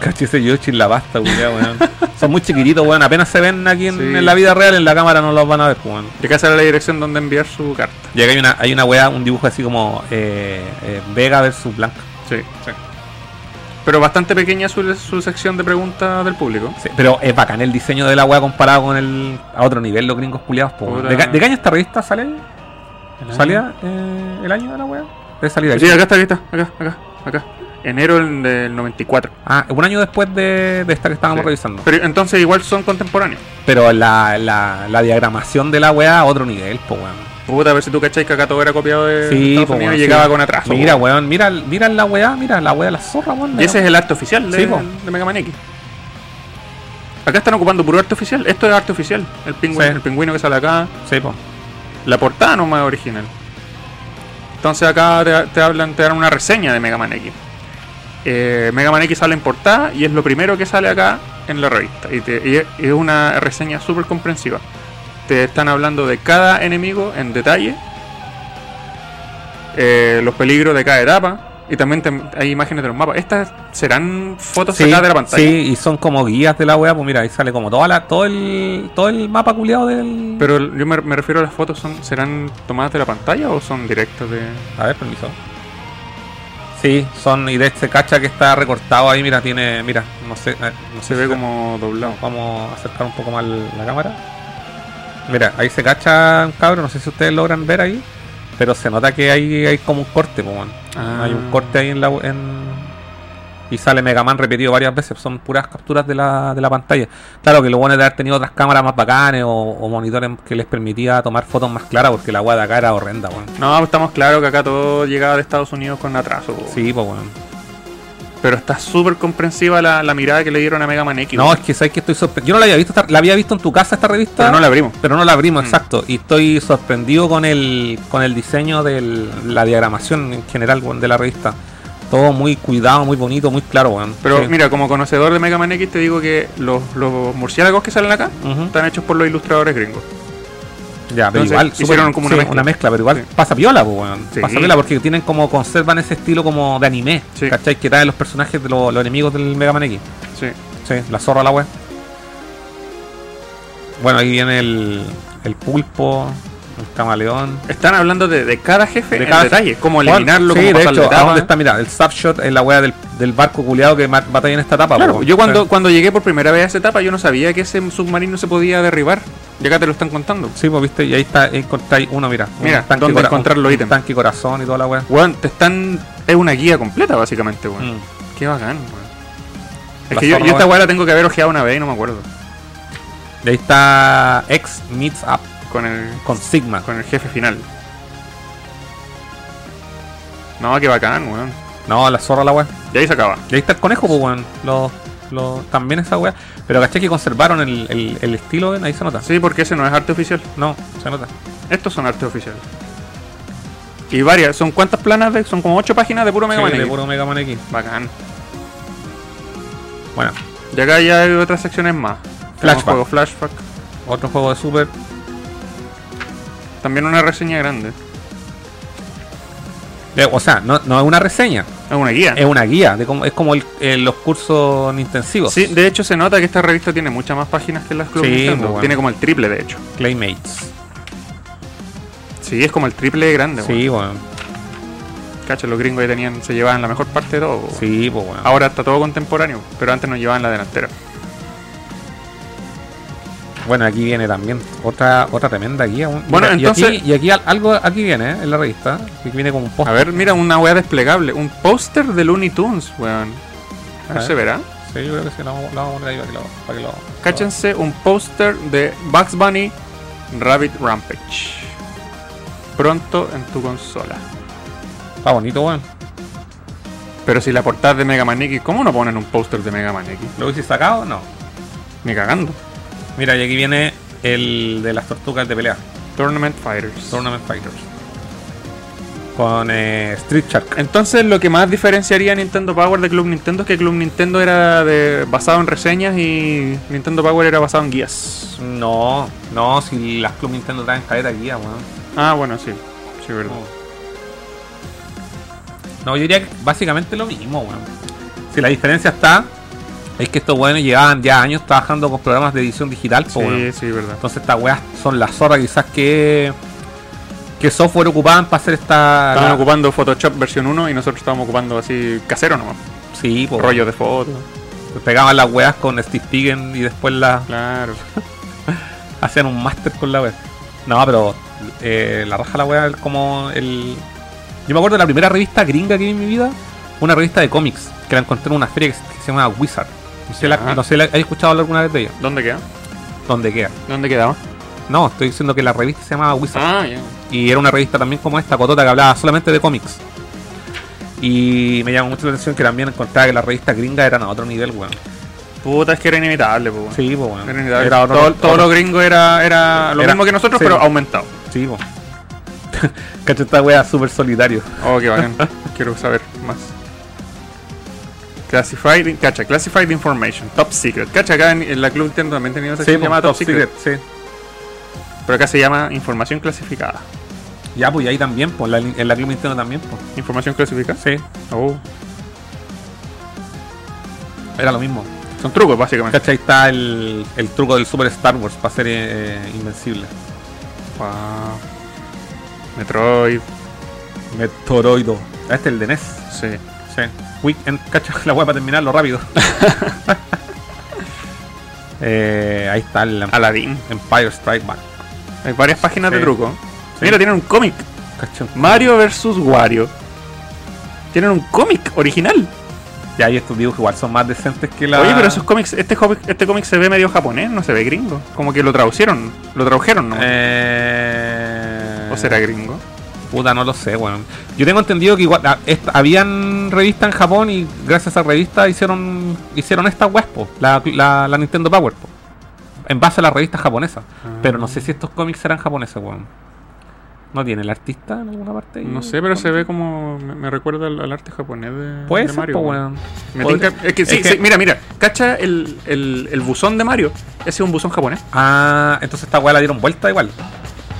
B: Caché ese Yoshi en la pasta, culiao, weón. Son muy chiquititos, weón. Apenas se ven aquí en,
C: Sí.
B: en la vida real, en la cámara no los van a ver, pues, weón.
C: Y acá sale la dirección donde enviar su carta.
B: Y acá hay una, hay una weá, un dibujo así como eh, eh, Vega versus Blanca.
C: Sí. Pero bastante pequeña su, su sección de preguntas del público.
B: Sí, pero es bacán el diseño de la weá comparado con el. a otro nivel, los gringos culiados. po.
C: Puta.
B: ¿De, ca- de qué año esta revista sale? ¿Salía eh, el año de la weá? De salida.
C: Sí, acá está, acá está, acá, acá, acá. Enero del- del 94.
B: Ah, un año después de, de esta que estábamos
C: Sí.
B: revisando.
C: Pero entonces igual son contemporáneos.
B: Pero la, la, la diagramación de la weá a otro nivel, po weón.
C: Puta, a ver si tú cachai que acá todo era copiado de
B: Sí,
C: Eh, Estados
B: po,
C: Unidos
B: weón,
C: y llegaba
B: sí.
C: con atraso.
B: Mira,
C: po.
B: weón, mira, mira la weá, mira la weá de la zorra, weón.
C: Y ese es el arte oficial de,
B: Sí, po.
C: de Mega Man X. Acá están ocupando puro arte oficial. Esto es arte oficial. El pingüino,
B: Sí.
C: el pingüino que sale acá.
B: Sí, po.
C: La portada nomás original. Entonces acá te, te hablan, te dan una reseña de Mega Man X. Eh, Mega Man X sale en portada y es lo primero que sale acá en la revista. Y, te- y es- y es una reseña súper comprensiva. Te están hablando de cada enemigo en detalle, eh, los peligros de cada etapa. Y también te- hay imágenes de los mapas. ¿Estas serán fotos
B: Sí,
C: sacadas de la pantalla?
B: sí, y son como guías de la weá, pues mira, ahí sale como toda la, todo el todo el mapa culiado del.
C: Pero yo me, me refiero a las fotos, son, ¿serán tomadas de la pantalla o son directas de...?
B: A ver, permiso. Sí, son y de este cacha que está recortado ahí, mira, tiene, mira, no sé, eh, no sé
C: Se ve
B: si-
C: como doblado.
B: Vamos a acercar un poco más la cámara. Mira, ahí se cacha un cabro, no sé si ustedes logran ver ahí, pero se nota que hay, hay como un corte, po, weón.
C: Ah.
B: Hay un corte ahí en la en- y sale Mega Man repetido varias veces, son puras capturas de la, de la pantalla. Claro que lo bueno es de haber tenido otras cámaras más bacanes o, o monitores que les permitía tomar fotos más claras porque la weá de acá era horrenda, weón.
C: No, pues estamos claros que acá todo llegaba de Estados Unidos con atraso. po.
B: Sí, pues weón.
C: Pero está súper comprensiva la, la mirada que le dieron a Mega Man X.
B: No,
C: po.
B: es que sabes que estoy sorprendido. Yo no la había visto, esta- la había visto en tu casa esta revista.
C: Pero no la abrimos.
B: pero no la abrimos,
C: Mm.
B: exacto. Y estoy sorprendido con el, con el diseño de la diagramación en general weón, de la revista. Todo muy cuidado, muy bonito, muy claro, weón.
C: Pero
B: Sí.
C: mira, como conocedor de Mega Man X, te digo que los, los murciélagos que salen acá
B: Ujú.
C: están hechos por los ilustradores gringos.
B: Ya, pero
C: entonces,
B: igual.
C: hicieron como una
B: sí,
C: mezcla.
B: pero igual
C: Sí.
B: pasa piola, pues, weón.
C: Sí.
B: Pasa piola porque tienen como, conservan ese estilo como de anime.
C: Sí.
B: ¿Cachai? Que trae los personajes de los, los enemigos del Mega Man X.
C: Sí.
B: Sí, la zorra la wea. Bueno, ahí viene el, el pulpo, el camaleón.
C: Están hablando de, de cada jefe
B: De
C: en
B: cada-
C: detalle, cómo
B: Juan,
C: eliminarlo,
B: sí,
C: cómo
B: de
C: pasar la
B: hecho, ¿a
C: etapa.
B: dónde está? Mira, el subshot es la wea del, del barco culeado que mat- batalla en esta etapa.
C: Claro,
B: po.
C: yo cuando,
B: Sí,
C: cuando llegué por primera vez a esa etapa, yo no sabía que ese submarino se podía derribar. Y acá te lo están contando.
B: Sí, pues viste, y ahí está, ahí encontráis uno, mira.
C: Mira,
B: un tanque
C: dónde
B: cora-
C: encontrar
B: un-
C: los
B: un
C: ítems.
B: Tanque corazón y toda la wea.
C: Weón, te están. Es una guía completa, básicamente, weón.
B: Mm.
C: Qué bacán, weón. Es
B: La
C: que yo,
B: zorra,
C: yo esta
B: weón.
C: weá la tengo que haber ojeado una vez y no me acuerdo.
B: Y ahí está X Meets Up
C: Con el,
B: con Sigma.
C: con el jefe final. No, qué bacán, weón.
B: No, la zorra la wea.
C: Y ahí se acaba.
B: Y ahí está el conejo, pues weón. Los, los- también esa wea. Pero caché que conservaron el, el, el estilo, weón, ahí se nota.
C: Sí, porque ese no es arte oficial.
B: No, se nota.
C: Estos son arte oficial. Y varias, ¿son cuántas planas? De, son como 8 páginas de puro Mega
B: Sí,
C: Man
B: de
C: X.
B: puro Mega Man X.
C: Bacán.
B: Bueno,
C: Y acá ya hay otras secciones más. Tenemos
B: Flashback.
C: Juego flashback.
B: otro juego de Super.
C: También una reseña grande.
B: Eh, O sea, no, no es una reseña,
C: Es una guía.
B: es una guía. De cómo, es como el- eh, los cursos intensivos.
C: Sí, de hecho se nota que esta revista tiene muchas más páginas que las Club
B: Sí,
C: Nintendo.
B: pues, bueno.
C: Tiene como el triple, de hecho.
B: Playmates.
C: Sí, es como el triple de grande,
B: Sí, bueno.
C: weón. Cacha, los gringos ahí tenían, se llevaban la mejor parte de todo. weón.
B: Sí, pues bueno.
C: Ahora está todo contemporáneo, pero antes nos llevaban la delantera.
B: Bueno, aquí viene también otra otra tremenda guía. un-
C: Bueno,
B: mira, y
C: entonces-
B: aquí- Y aquí, al- algo aquí viene, ¿eh? En la revista. Que viene como un post.
C: A ver, mira, una weá desplegable. Un póster de Looney Tunes, weón. A ver,
B: A ver.
C: ¿Se verá?
B: Sí, yo creo que sí, la vamos la vamos a poner ahí para que lo. Para que lo
C: Cáchense un póster de Bugs Bunny Rabbit Rampage. Pronto en tu consola.
B: Está bonito, bueno.
C: Pero si la portada es de Mega Man X, ¿cómo no ponen un póster de Mega Man X?
B: ¿Lo hubiese sacado? No.
C: Ni cagando.
B: Mira, y aquí viene el de las tortugas de pelea.
C: Tournament Fighters.
B: Tournament Fighters. Con eh, Street Shark.
C: Entonces lo que más diferenciaría a Nintendo Power de Club Nintendo es que Club Nintendo era de- basado en reseñas y Nintendo Power era basado en guías.
B: No, no, si las Club Nintendo traen caleta guía, weón.
C: Ah, bueno, sí. Sí, verdad.
B: Oh, No, yo diría que básicamente lo mismo, weón. Si la diferencia está, es que estos weones llevaban ya años trabajando con programas de edición digital, po,
C: sí,
B: weón.
C: sí, verdad.
B: Entonces estas weas son las zorras quizás que. ¿Qué software ocupaban para hacer esta.
C: Estaban
B: la-
C: ocupando Photoshop versión 1 y nosotros estábamos ocupando así casero nomás.
B: Sí, Sí, po,
C: rollos de fotos.
B: Pegaban las weas con Steve Pigan y después las
C: Claro.
B: hacían un máster con la wea. No, pero eh, la raja la wea es como el. Yo me acuerdo de la primera revista gringa que vi en mi vida, una revista de cómics, que la encontré en una feria que se, que se llama Wizard. No sé, la,
C: Ya.
B: no sé la- ¿has escuchado hablar alguna vez de ella?
C: ¿Dónde queda?
B: ¿Dónde queda?
C: ¿Dónde quedaba?
B: No, estoy diciendo que la revista se llamaba Wizard.
C: Ah, ya.
B: Y era una revista también como esta, Cotota, que hablaba solamente de cómics. Y me llamó mucho la atención que también encontraba que las revistas gringas eran a otro nivel, weón.
C: Puta, es que era inevitable, po. weón.
B: Sí, pues, weón.
C: Era inevitable.
B: Era otro-
C: todo todo
B: otro-
C: lo gringo era, era lo
B: Era-
C: mismo que nosotros,
B: sí.
C: pero aumentado.
B: Sí, po. Cacho, esta wea súper solitario.
C: Oh, qué bacán. Quiero saber más. Classified, cacha, Classified Information, Top Secret. Cacha, acá en, en la Club Nintendo también tenía esa
B: Sí,
C: sección
B: po,
C: llamada pues, Top, Secret.
B: Secret,
C: Pero acá se llama Información Clasificada.
B: sí. Ya, pues, y ahí también, pues, la- en la Club Nintendo también, pues.
C: ¿Información clasificada?
B: Sí,
C: Oh.
B: era lo mismo.
C: Son trucos, básicamente.
B: Cacho, ahí está el, el truco del Super Star Wars para ser eh, invencible.
C: Wow. Metroid,
B: Metoroido. Ah, Este es el de NES.
C: sí.
B: Sí. Weekend, cacho, la weá para terminarlo rápido. Eh, ahí está el
C: Aladdin.
B: Empire Strike Back.
C: Hay varias páginas
B: Sí.
C: de truco.
B: Sí.
C: Mira, tienen un cómic.
B: Cacho.
C: Mario vs. Wario. Tienen un cómic original.
B: Ya ahí estos dibujos igual son más decentes que la.
C: Oye, pero esos cómics, este cómic, este cómic se ve medio japonés, no se ve gringo. Como que lo traducieron, lo tradujeron, ¿no?
B: Eh...
C: ¿O será gringo?
B: Puta, no lo sé, weón. Yo tengo entendido que igual ah, est- habían revistas en Japón y gracias a esa revista hicieron hicieron esta web, po, la, la, la Nintendo Power, po, en base a las revistas japonesas.
C: Ah.
B: Pero no sé si estos cómics eran japoneses, weón. ¿No tiene el artista en alguna parte?
C: No sé, pero se ve como. Me, me recuerda al, al arte japonés de,
B: Puede
C: de
B: ser,
C: Mario.
B: po,
C: weón.
B: weón.
C: Me
B: Podría-
C: tinca- es que sí,
B: es que-
C: sí, mira, mira. Cacha el, el, el buzón de Mario. Ese es un buzón japonés.
B: Ah, entonces esta weá la dieron vuelta igual.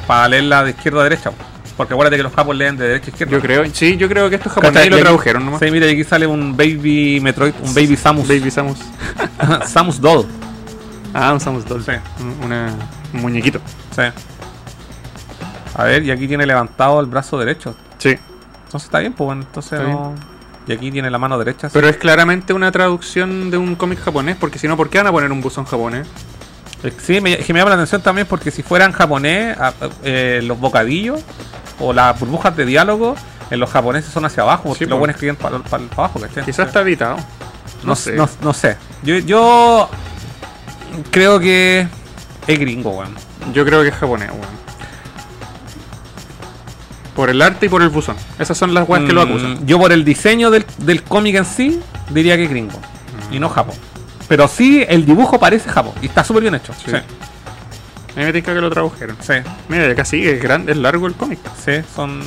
B: Para leerla de izquierda a derecha, po. Porque acuérdate que los japos leen de derecha a izquierda.
C: Yo creo, sí, yo creo que esto es
B: Cacha,
C: japonés y
B: y
C: lo
B: aquí-
C: tradujeron nomás.
B: Sí, mira, y aquí sale un Baby Metroid, un Baby Samus.
C: Baby Samus.
B: Samus Doll.
C: Ah, un Samus Doll.
B: Sí.
C: Un- Una, un muñequito.
B: Sí. A ver, y aquí tiene levantado el brazo derecho.
C: Sí.
B: Entonces está bien, pues bueno, entonces
C: Está
B: no- Y aquí tiene la mano derecha. sí.
C: Pero es claramente una traducción de un cómic japonés, porque si no, ¿por qué van a poner un buzón japonés?
B: Eh, Sí, me, que me llama la atención también porque si fueran japonés, a- a- eh, los bocadillos o las burbujas de diálogo en los japoneses son hacia abajo, porque
C: Sí,
B: los
C: pues.
B: buenos escriben para abajo, ¿cachai?
C: Quizás está editado.
B: no, sé. No, no sé. Yo, yo creo que es gringo, weón.
C: Yo creo que es japonés, weón. Por el arte y por el buzón. Esas son las weas que lo acusan.
B: Mm, Yo por el diseño del, del cómic en sí, diría que gringo. Y no Japón. Pero sí, el dibujo parece Japón. Y está súper bien hecho. Sí. Sí,
C: A mí me tinca que lo tradujeron.
B: sí,
C: Mira, acá sigue, es grande, es largo el cómic.
B: son...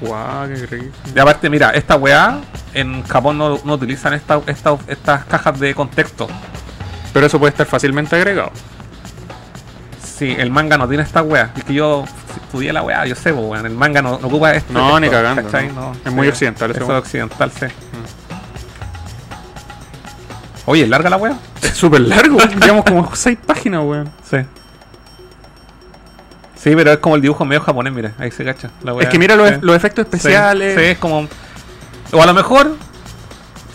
C: Guau, qué rico.
B: Y aparte, mira, esta weá, en Japón no, no utilizan esta- esta- estas cajas de contexto.
C: Pero eso puede estar fácilmente agregado.
B: Sí, el manga no tiene esta weá. Es que yo estudié la weá, yo sé, po, weón. El manga no, no ocupa esto.
C: No,
B: esto,
C: ni cagando,
B: ¿cachai?
C: no.
B: No,
C: Es muy occidental ese
B: Eso
C: weón.
B: es occidental, sí. Oye, ¿es larga la weá?
C: Es súper largo, weón. llevamos como 6 páginas, weón.
B: Sí. Sí, pero es como el dibujo medio japonés, mira, ahí se cacha. la
C: Es
B: wea.
C: que mira los,
B: Sí.
C: los efectos
B: Sí,
C: especiales.
B: Sí, es como. O a lo mejor.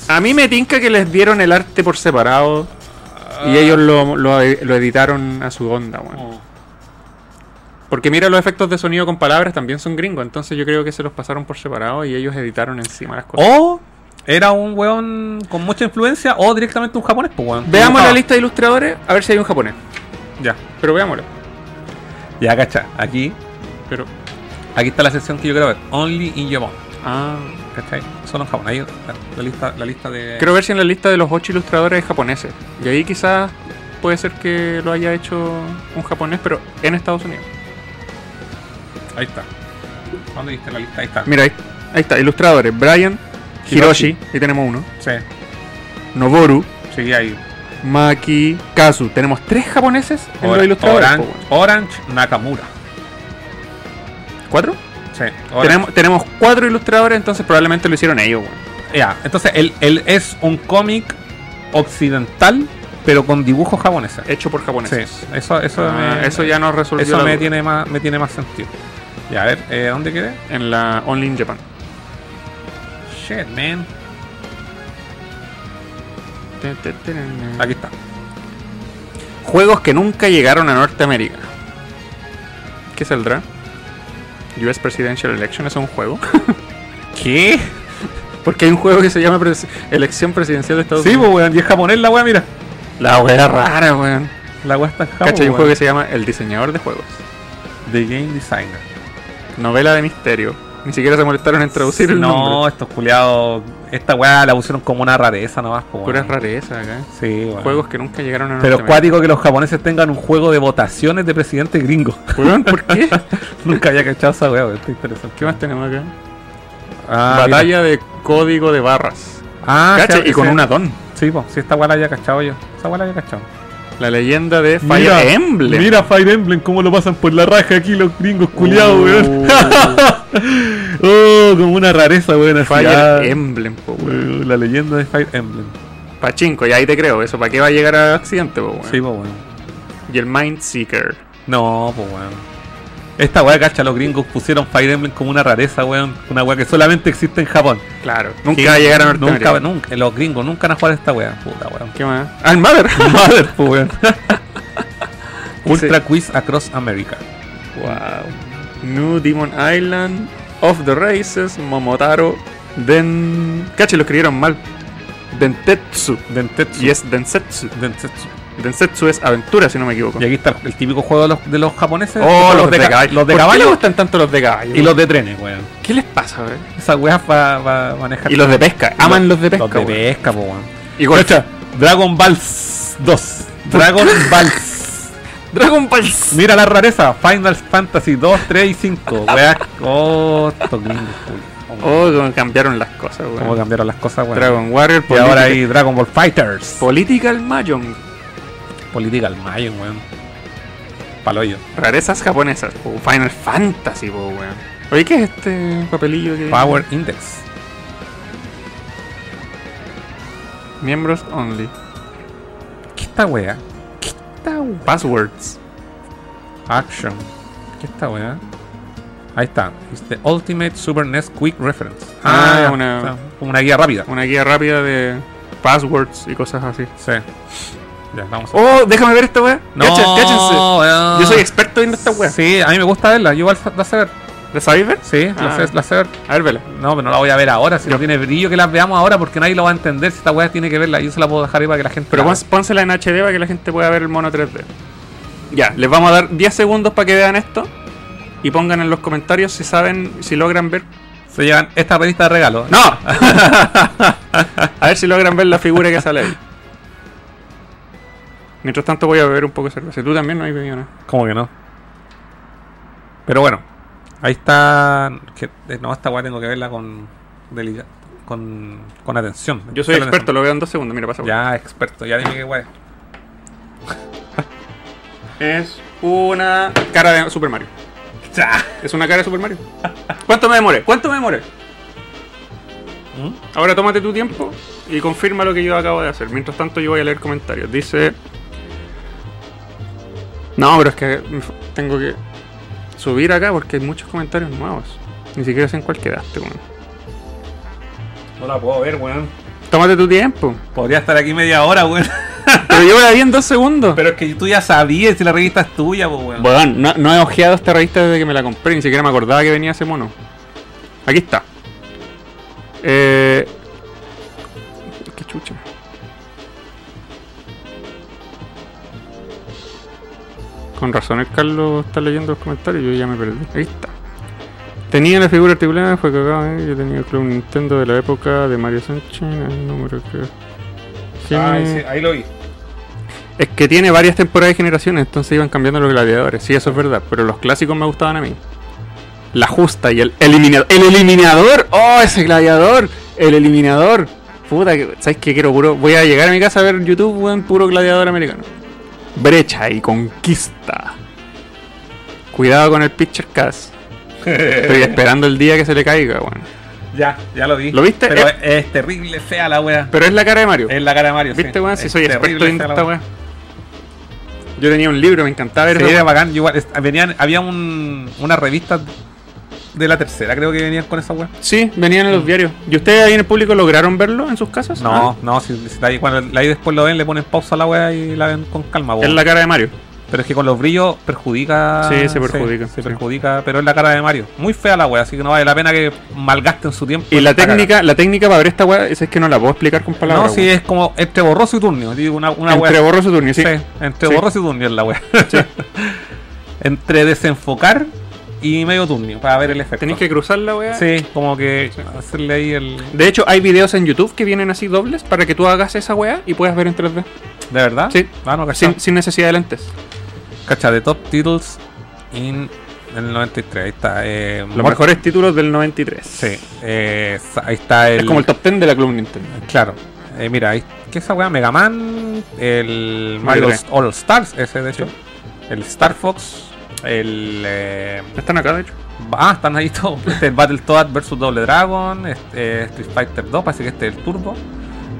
C: A mí me tinca que les dieron el arte por separado
B: Ah.
C: y ellos lo, lo- lo editaron a su onda,
B: Oh.
C: weón. Porque mira, los efectos de sonido con palabras también son gringos, entonces yo creo que se los pasaron por separado y ellos editaron encima las cosas.
B: O era un weón con mucha influencia, o directamente un japonés, pues weón.
C: Veamos
B: Ah,
C: la lista de ilustradores, a ver si hay un japonés.
B: Ya,
C: Pero veámoslo.
B: ya cacha. Aquí,
C: Pero.
B: aquí está la sección que yo quiero ver. Only in Japan.
C: Ah.
B: ¿Cachai? Solo en Japón. Ahí está la lista, la lista de.
C: Quiero ver si en la lista de los ocho ilustradores hay japoneses. Y ahí quizás puede ser que lo haya hecho un japonés, pero en Estados Unidos.
B: Ahí está. ¿Dónde viste la lista? Ahí está.
C: Mira, ahí, ahí está, ilustradores. Brian, Hiroshi,
B: Hiroshi.
C: ahí tenemos uno.
B: Sí,
C: Noboru,
B: sí, ahí.
C: Maki, Kazu. Tenemos tres japoneses en los
B: Ora-
C: ilustradores. po,
B: Orange,
C: weón.
B: Orange Nakamura.
C: ¿Cuatro?
B: Sí, Orange
C: Tenemos, tenemos cuatro ilustradores, entonces probablemente lo hicieron ellos, weón.
B: Ya, entonces él, él es un cómic occidental, pero con dibujos japoneses.
C: hecho por
B: Sí,
C: Eh, japoneses.
B: eso, eso,
C: Ah,
B: me-
C: eso ya no resolvió
B: eso
C: la
B: me
C: duda.
B: tiene más me tiene más sentido. Ya, a ver, eh, ¿dónde quedé?
C: en la Only in Japan.
B: Shit. Shit, man. Aquí está.
C: Juegos que nunca llegaron a Norteamérica. ¿Qué saldrá? US Presidential Election es un juego.
B: ¿Qué?
C: Porque hay un juego que se llama Pres- Elección Presidencial de Estados
B: Sí,
C: Unidos.
B: pues, weón. Y es japonés la weá, mira.
C: La wea rara, weón.
B: La weá está en japonés.
C: Cacha, hay un juego que se llama El Diseñador de Juegos.
B: The Game Designer.
C: Novela de misterio. Ni siquiera se molestaron en traducir el
B: no,
C: nombre.
B: estos culiados. Esta weá la pusieron como una rareza nomás, pues,
C: Puras
B: weón.
C: rarezas acá.
B: Sí, weón.
C: Juegos que nunca llegaron a
B: Pero es
C: Norteamérica.
B: cuático que los japoneses tengan un juego de votaciones de presidente gringo.
C: Weón, ¿por qué?
B: Nunca había cachado esa weá, weón. Está interesante.
C: ¿Qué más tenemos acá?
B: Ah, mira.
C: Batalla de código de barras.
B: Ah,
C: Cacha,
B: sí,
C: y con
B: sí.
C: un atón.
B: Sí, pues, sí, esta weá la había cachado yo. Esa weá la había cachado.
C: La leyenda de Fire Emblem.
B: Mira Fire Emblem, cómo lo pasan por la raja aquí los gringos culiados,
C: Uh.
B: weón. oh, como una rareza, weón. así,
C: Fire
B: ah,
C: Emblem, po, weón.
B: weón, La leyenda de Fire Emblem.
C: Pachinko, y ahí te creo, eso, ¿para qué va a llegar a accidente, po, weón?
B: Sí, pues, weón.
C: Y el Mind Seeker.
B: No, pues, weón. Esta weá, cacha, los gringos pusieron Fire Emblem como una rareza, weón. Una weá que solamente existe en Japón.
C: Claro. Nunca
B: Sí,
C: va a llegar a Norteamérica.
B: Nunca, nunca. Los gringos nunca han jugado a esta weá. Puta, weón.
C: ¿Qué más? Ah, el Mother.
B: Madre, pues, weón. Ultra Quiz Across America.
C: wow. New Demon Island, Of the Races, Momotaro, Den... Cacha, lo escribieron mal. Dentetsu.
B: Dentetsu.
C: Y es Densetsu.
B: Dentetsu.
C: Densetsu es aventura, si no me equivoco.
B: Y aquí está el típico juego de los, de los japoneses.
C: Oh, los, de,
B: ca-
C: caballo.
B: Los de
C: ¿Por qué le
B: caballo
C: gustan tanto los de caballo?
B: y los de trenes, weón.
C: ¿Qué les pasa, weón?
B: Esa weá va, va a manejar.
C: Y los de pesca. Aman los de pesca,
B: Los de
C: weón.
B: pesca, po, weón.
C: Y golf.
B: Cacha, Dragon Balls 2. Dragon Balls.
C: Dragon Balls.
B: Mira la rareza. Final Fantasy 2, 3 y 5. Weá. Oh, estos gringos, culiao.
C: Oh, cómo cambiaron las cosas, weón.
B: Cómo cambiaron las cosas, weón.
C: Dragon Warrior,
B: y ahora hay Dragon Ball Fighters.
C: Political Mahjong.
B: Political Mayan, weón. Paloyo.
C: Rarezas japonesas. po. Final Fantasy, po, weón. Oye, ¿qué es este papelillo que
B: Power Index.
C: Miembros only.
B: ¿Qué esta wea?
C: Passwords.
B: Action. ¿Qué esta wea? Ahí está. It's the Ultimate Super NES Quick Reference.
C: Ah,
B: ya,
C: una-
B: o sea, como una guía rápida.
C: Una guía rápida de passwords y cosas así.
B: Sí. Ya, vamos. a-
C: Oh, déjame ver esta weá.
B: No,
C: Cacha- cáchense.
B: weón.
C: Yo soy experto viendo esta weá.
B: Sí, a mí me gusta verla. Yo igual sa- la sé ver.
C: ¿La sabéis ver?
B: Sí,
C: Ah.
B: la, sé, la sé ver.
C: A ver, vela.
B: No, pero no la voy a ver ahora. Si no tiene brillo que la veamos ahora porque nadie lo va a entender. Si esta wea tiene que verla, yo se la puedo dejar ahí para que la gente.
C: Pero
B: la
C: pons- pónsela en HD para que la gente pueda ver el mono 3D. Ya, les vamos a dar 10 segundos para que vean esto. Y pongan en los comentarios si saben, si logran ver.
B: vea. Se llevan esta revista de regalo.
C: ¡No! a ver si logran ver la figura que sale ahí. Mientras tanto voy a beber un poco de cerveza. Tú también no hay bebido nada.
B: ¿Cómo que no? Pero bueno, ahí está. que- eh, no, esta weá tengo que verla con, delica- con, con atención.
C: Yo soy
B: Con
C: experto,
B: atención.
C: lo veo en dos segundos. Mira, pasa. por-
B: Ya, experto, ya dime qué weá. es.
C: Es una cara de Super Mario. Es una cara de Super Mario. ¿Cuánto me demoré? ¿Cuánto me demoré? Ahora tómate tu tiempo y confirma lo que yo acabo de hacer. Mientras tanto yo voy a leer comentarios. Dice... No, pero es que me f- tengo que subir acá porque hay muchos comentarios nuevos. Ni siquiera sé en cuál quedaste, weón.
B: No la puedo ver, weón.
C: Tómate tu tiempo.
B: Podría estar aquí media hora, weón.
C: Pero yo la vi en dos segundos.
B: Pero es que tú ya sabías si la revista es tuya, pues, weón.
C: Bueno, no, no he ojeado esta revista desde que me la compré, ni siquiera me acordaba que venía ese mono. Aquí está. Eh... Qué chucha. Con razón el Carlos está leyendo los comentarios, yo ya me perdí. Aquí está. Tenía la figura articulada, fue cagado, ¿eh? yo tenía el Club Nintendo de la época de Mario Sunshine, el número que...
B: Ay,
C: Jiménez.
B: sí, ahí lo vi.
C: Es que tiene varias temporadas y generaciones, entonces iban cambiando los gladiadores. Sí, eso es verdad, pero los clásicos me gustaban a mí. La justa y el eliminador. ¡El eliminador! ¡Oh, ese gladiador! ¡El eliminador! Puta, que- ¿sabes qué quiero puro? Voy a llegar a mi casa a ver YouTube, weón, puro gladiador americano. Brecha y conquista. Cuidado con el Picture Cast. Estoy
B: Eh.
C: esperando el día que se le caiga, weón.
B: Ya, ya lo vi.
C: ¿Lo viste?
B: Pero
C: Es-
B: es, es terrible fea la weá.
C: Pero es la cara de Mario.
B: Es la cara de Mario.
C: ¿Viste,
B: sí.
C: weón? Si
B: Es
C: soy experto
B: terrible
C: en
B: fea la
C: esta weón. Yo tenía un libro, me encantaba ver
B: Sí,
C: esa
B: era bacán. yo igual, es- venían, había un, una revista de la tercera, creo que venían con esa web.
C: Sí, venían en los diarios. ¿Y ustedes ahí en el público lograron verlo en sus casas?
B: Mm. No, no, si, si la- cuando la ahí después lo ven, le ponen pausa a la wea y la ven con calma,
C: Es
B: weón.
C: la cara de Mario.
B: Pero es que con los brillos perjudica.
C: Sí, se perjudica,
B: Se,
C: sí.
B: perjudica, pero es la cara de Mario. Muy fea la wea, así que no vale la pena que malgasten su tiempo.
C: Y
B: en
C: la
B: esta
C: técnica, la técnica para ver esta weá es es que no la puedo explicar con
B: caga.
C: palabras.
B: No, sí, es como entre borroso y turnio. digo, Una, una wea
C: Entre
B: así.
C: borroso y turno, sí.
B: Sí, entre
C: Sí.
B: borroso y turnio es la wea. entre desenfocar y medio turnio para ver el efecto.
C: Tenéis que cruzar la weá.
B: Sí, como que hacerle ahí el.
C: De hecho, hay videos en YouTube que vienen así dobles para que tú hagas esa weá y puedas ver en 3D.
B: ¿De verdad?
C: Sí.
B: Ah, no, cachá.
C: Sin, sin necesidad de lentes.
B: Cacha, de top titles in el 93. Ahí está. Eh,
C: Los mejores títulos del 93.
B: Sí. eh, sa- ahí está el.
C: Es como el top 10 de la Club Nintendo.
B: Claro. Eh, mira, ahí, ¿qué es esa weá? Mega Man, el
C: Mario
B: Mario
C: tres.
B: All Stars, ese de hecho. El Star Fox, el. eh,
C: Están acá, de hecho.
B: ah, están ahí todos. Este es Battletoad vs. Double Dragon, este, eh, Street Fighter 2, parece que este es el Turbo.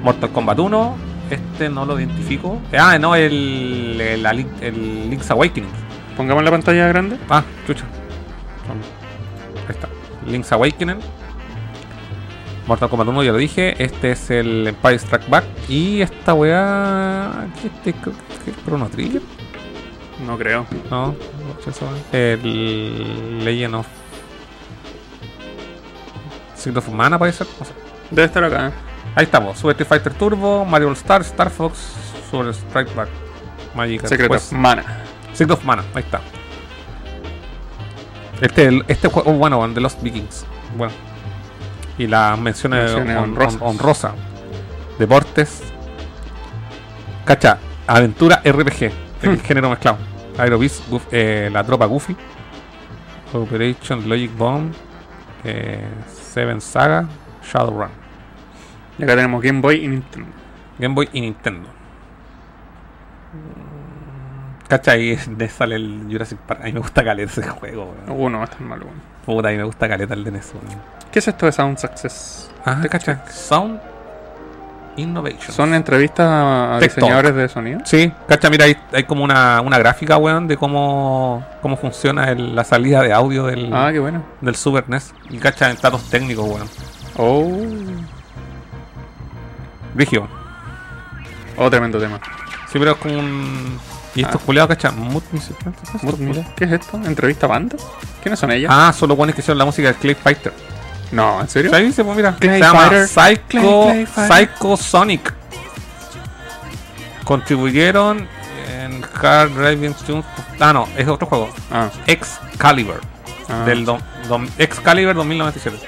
B: Mortal Kombat 1, este no lo identifico. Eh, ah, no, el, el, Ali- el Link's Awakening.
C: Pongamos la pantalla grande.
B: Ah, chucha. Ahí está. Link's Awakening. Mortal Kombat 1, ya lo dije. Este es el Empire Strike Back. Y esta weá. ¿Qué este? ¿Qué- qué- ¿Chrono Trigger?
C: No creo.
B: No, no sé esa weá. El Legend of. Secret of Mana puede ser. No sé.
C: Debe estar acá. ¿eh?
B: Ahí estamos. Super Street Fighter Turbo, Mario All Star, Star Fox, Super Strike Back. Magic
C: Secret
B: Quest.
C: of Mana.
B: Secret of Mana, ahí está. Este, este juego, oh, bueno, de los Vikings. Bueno. Y las menciones
C: Menciones
B: hon-
C: honrosas.
B: hon- honrosas. Deportes. Cacha, aventura RPG. El género mezclado. Aerobeats, Goof- eh, la tropa Goofy. Operation Logic Bomb. eh, Seven Saga. Shadowrun.
C: Y acá tenemos Game Boy y Nintendo.
B: Game Boy y Nintendo. Cacha, ahí le sale el Jurassic Park. A mí me gusta caleta ese juego, weón.
C: Uno va a estar malo. weón.
B: Puta, a mí me gusta caleta el de NES, weón.
C: ¿Qué es esto de Sound Success?
B: Ah,
C: ¿Te
B: cacha. Sound Innovation.
C: ¿Son entrevistas a
B: Tech
C: diseñadores de sonido?
B: Sí, cacha, mira, hay, hay como una, una gráfica, weón, de cómo, cómo funciona el- la salida de audio del,
C: Ah, qué bueno.
B: del Super NES. Y cacha, en datos técnicos, weón.
C: Oh.
B: Rígido.
C: Oh, tremendo tema.
B: Sí, pero es como un. Y estos
C: Ah.
B: culiados, cacha, mood music. ¿qué es esto,
C: Mut, mut.
B: culiao?
C: ¿Qué es esto? ¿Entrevista a banda? ¿Quiénes son ellas?
B: Ah, solo pones que hicieron la música del Clay Fighter.
C: No, ¿en serio?
B: Ah. Sí, ahí dice, pues mira,
C: Clay
B: se llama
C: Fighter.
B: Psycho,
C: Clay, Clay Fighter.
B: Psycho Sonic. Contribuyeron en Hard Driving Tunes. Ah, no, es otro juego.
C: Ah,
B: Excalibur.
C: Ah.
B: Del do- dom- Excalibur 2097.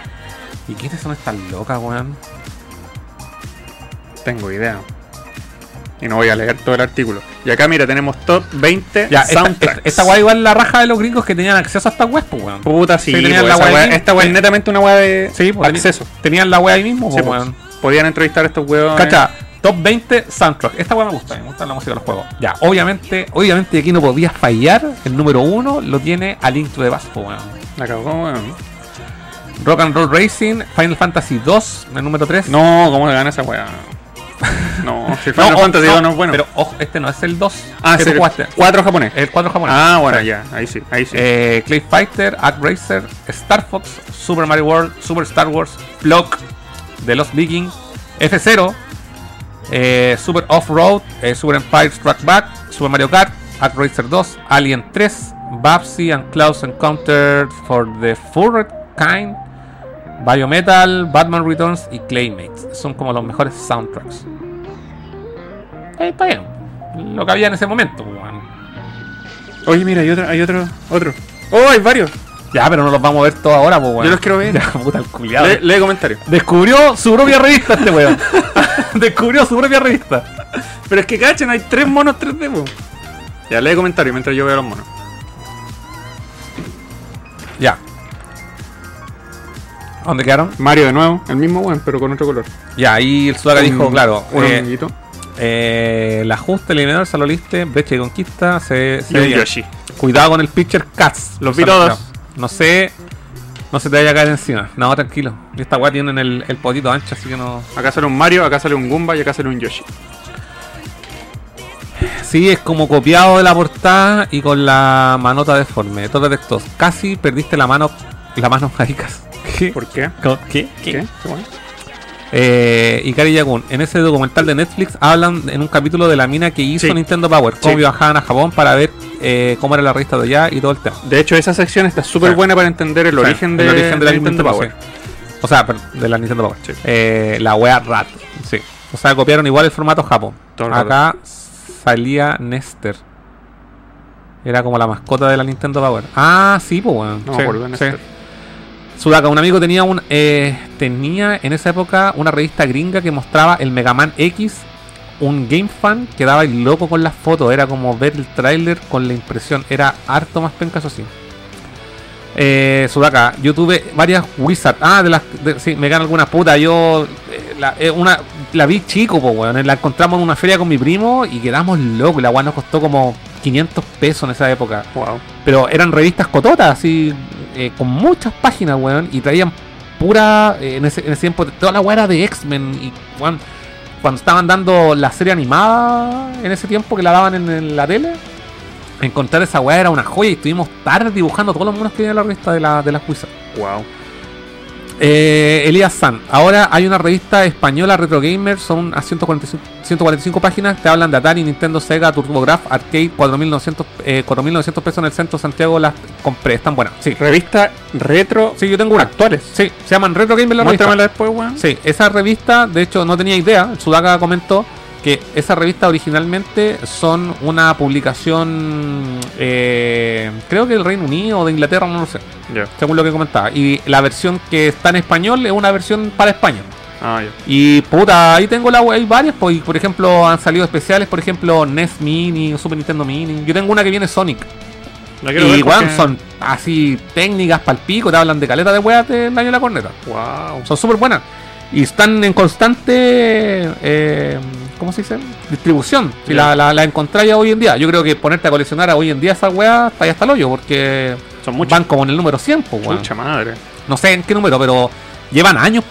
B: ¿Y quiénes son estas locas, weón?
C: tengo idea. Y no voy a leer todo el artículo. Y acá, mira, tenemos top 20
B: Ya, esta,
C: soundtracks.
B: esta, esta weá igual la raja de los gringos que tenían acceso a esta web, pues, weón.
C: Puta, sí.
B: Sí, tenían
C: po,
B: la
C: esa
B: weá
C: weá-
B: ahí.
C: esta weá es netamente una weá de
B: Sí, pues, teni-
C: acceso.
B: Tenían la wea ahí mismo,
C: Sí,
B: pues,
C: pues,
B: weón.
C: Podían entrevistar a estos huevos.
B: Cacha, top 20 soundtrack. Esta weá me gusta, me gusta la música de los juegos. Ya, obviamente, obviamente aquí no podías fallar. El número uno lo tiene A Link to the Past, po, pues, weón.
C: La cagó, weón.
B: Rock and Roll Racing, Final Fantasy 2, el número 3.
C: No, ¿cómo le gana esa weá? No, si Final
B: ojo,
C: Fantasy II no es bueno.
B: Pero ojo, este no es el 2.
C: ah,
B: que
C: sí,
B: tú jugaste.
C: cuatro japonés.
B: El 4 japonés.
C: ah, bueno, ya, ahí sí, ahí sí.
B: Eh, Clay Fighter, Act Racer, Star Fox, Super Mario World, Super Star Wars, Flock, The Lost Vikings, F0, eh, Super Off-Road, eh, Super Empire Strike Back, Super Mario Kart, Act Racer 2, Alien 3, Babsy and Klaus Encounter for the Furred Kind, Biometal, Batman Returns y Claymates. Son como los mejores soundtracks. Eh, está bien. Lo que había en ese momento. pues, weón.
C: Oye, mira, hay otro, hay otro, otro. Oh, hay varios.
B: Ya, pero no los vamos a ver todos ahora, pues, weón.
C: Yo los quiero ver.
B: Ya, puta, el culiado.
C: Lee, lee comentarios.
B: Descubrió su propia revista este weón. Descubrió su propia revista.
C: Pero es que cachen, hay tres monos 3D, weón. Ya lee comentarios mientras yo veo los monos.
B: Ya. ¿A ¿Dónde quedaron?
C: Mario de nuevo, el mismo weón, pero con otro color.
B: Ya, ahí el Sudaca dijo,
C: Un-
B: claro.
C: Un
B: eh,
C: amiguito.
B: eh, el ajuste, eliminador, saloliste, brecha y conquista. Se, se
C: Y un
B: veía.
C: Yoshi.
B: Cuidado con el pitcher Cats.
C: Los vi
B: O sea,
C: todos.
B: No, no sé. No se te vaya a caer encima. No, tranquilo. Y esta weá tienen el, el potito ancho, así que no.
C: Acá sale un Mario, acá sale un Goomba y acá sale un Yoshi.
B: Sí, es como copiado de la portada y con la manota deforme. Todo textos. Casi perdiste la mano la mano Jaikas. ¿Qué?
C: ¿Por qué?
B: ¿Cómo? ¿Qué? ¿Qué?
C: ¿Qué? ¿Qué bueno?
B: Eh, Ikari Yagun, en ese documental de Netflix hablan en un capítulo de la mina que hizo
C: Sí.
B: Nintendo Power, cómo viajaban a Japón para ver eh, cómo era la revista de allá y todo el tema.
C: De hecho, esa sección está súper
B: Sí.
C: buena para entender el
B: O sea,
C: origen de,
B: el origen de la Nintendo,
C: Power.
B: Power. O sea, perdón, de la Nintendo Power. Eh, la wea RAT, sí. O sea, copiaron igual el formato Japón.
C: Todo el rato.
B: Acá salía Nester. Era como la mascota de la Nintendo Power. Ah, sí, pues weón.
C: No
B: Sí,
C: me acuerdo de
B: sí.
C: Nester.
B: Sudaka, un amigo tenía un eh, tenía en esa época una revista gringa que mostraba el Mega Man X. Un game fan quedaba el loco con las fotos. Era como ver el tráiler con la impresión. Era harto más penca, eso sí. Eh, Sudaka, yo tuve varias Wizard. Ah, de las. de- sí, me ganan algunas putas. Yo eh, la, eh, una, la vi chico, po, weón. La encontramos en una feria con mi primo y quedamos locos. La weá nos costó como 500 pesos en esa época.
C: Wow.
B: Pero eran revistas cototas, así, eh, con muchas páginas, weón. Y traían pura. eh, en, ese, en ese tiempo, toda la weá era de X-Men. Y, weón, cuando estaban dando la serie animada, en ese tiempo que la daban en, en la tele, encontrar esa weá era una joya. Y estuvimos tarde dibujando todos los monos que había en la revista de, la, de las Wizards.
C: Wow.
B: Eh, Elías San, ahora hay una revista española Retro Gamer, son a 145, 145 páginas, te hablan de Atari, Nintendo, Sega, TurboGraf, Arcade, 4.900 eh, 4.900 pesos en el centro de Santiago, las compré, están buenas. Sí,
C: Revista retro
B: sí, yo tengo una.
C: actuales.
B: Sí, se llaman Retro Gamer la revista.
C: Muéstramela después, weón.
B: Sí, esa revista, de hecho, no tenía idea. Sudaka comentó que esa revista originalmente son una publicación, eh, creo que del Reino Unido o de Inglaterra, no lo sé,
C: Ya.
B: según lo que comentaba. Y la versión que está en español es una versión para España.
C: Ah, ya.
B: Y puta, ahí tengo la hay varias, pues, y, por ejemplo, han salido especiales, por ejemplo, NES Mini, Super Nintendo Mini. Yo tengo una que viene Sonic.
C: La quiero
B: Y
C: ver
B: weón,
C: porque-
B: son así técnicas pal pico, te hablan de caleta de weas del año de la corneta.
C: Wow.
B: Son súper buenas. Y están en constante. eh, ¿Cómo se dice? Distribución. Si
C: Ya.
B: la, la, la encontráis hoy en día. Yo creo que ponerte a coleccionar hoy en día esa wea está ahí hasta el hoyo, porque
C: Son muchas.
B: van como en el número 100, pues, weón.
C: Mucha madre.
B: No sé en qué número, pero llevan años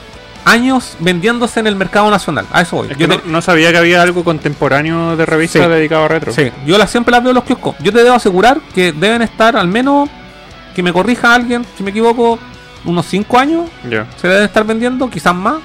B: años vendiéndose en el mercado nacional. A eso voy.
C: Es que
B: Yo te-
C: no, no sabía que había algo contemporáneo de revista
B: Sí.
C: dedicado a retro.
B: Sí, yo las siempre las veo en los kioscos. Yo te debo asegurar que deben estar al menos, que me corrija alguien, si me equivoco, unos 5 años.
C: Ya.
B: Se deben estar vendiendo, quizás más.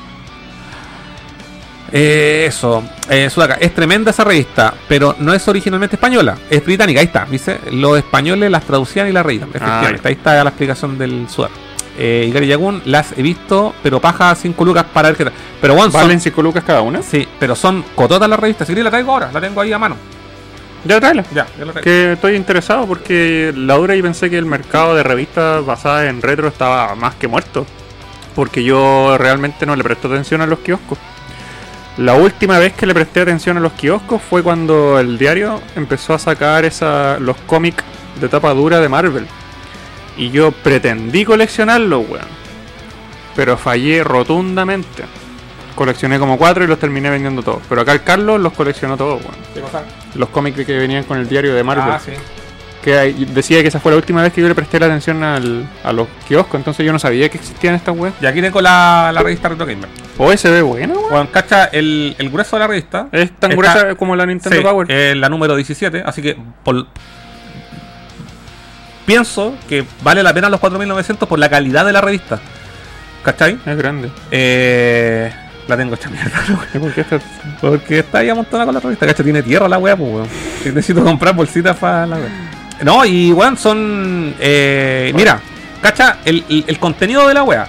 B: Eh, eso, eh, Sudaca, es tremenda esa revista, pero no es originalmente española, es británica, ahí está, dice, los españoles las traducían y las reían, efectivamente,
C: Ah, ya.
B: ahí está la explicación del Sudaca. Eh, y Gary Yagun, las he visto, pero paja 5 lucas para ver qué tal. Pero bueno, son-
C: ¿Valen 5 lucas cada una?
B: Sí, pero son cototas las revistas. Si queréis la traigo ahora, la tengo ahí a mano.
C: Ya, tráela.
B: Ya, ya la traigo.
C: Que estoy interesado porque la dura y pensé que el mercado de revistas basadas en retro estaba más que muerto. Porque yo realmente no le presto atención a los kioscos. La última vez que le presté atención a los kioscos fue cuando el diario empezó a sacar esa, los cómics de tapa dura de Marvel. Y yo pretendí coleccionarlos, weón. Pero fallé rotundamente. Coleccioné como cuatro y los terminé vendiendo todos. Pero acá el Carlos los coleccionó todos, weón los cómics que venían con el diario de Marvel.
B: Ah, sí.
C: Que ahí- decía que esa fue la última vez que yo le presté la atención al, a los kioscos, entonces yo no sabía que existían estas weas.
B: Y aquí tengo la, la revista Retro Gamer.
C: Oye, se ve buena, wea.
B: Juan, cacha, el, el grueso de la revista.
C: Es tan
B: Está-
C: gruesa como la Nintendo
B: sí,
C: Power.
B: eh, la número 17, así que por- pienso que vale la pena los 4.900 por la calidad de la revista. ¿Cachai?
C: Es grande.
B: Eh, la tengo hecha mierda, loco.
C: ¿Y por qué
B: eh,
C: esta-
B: Porque está ahí amontonada con la revista, cacho, tiene tierra la weá, pues weón. Sí, Necesito comprar bolsitas para la weá. No, y weón, son. eh, mira, cacha, el, el- el contenido de la weá.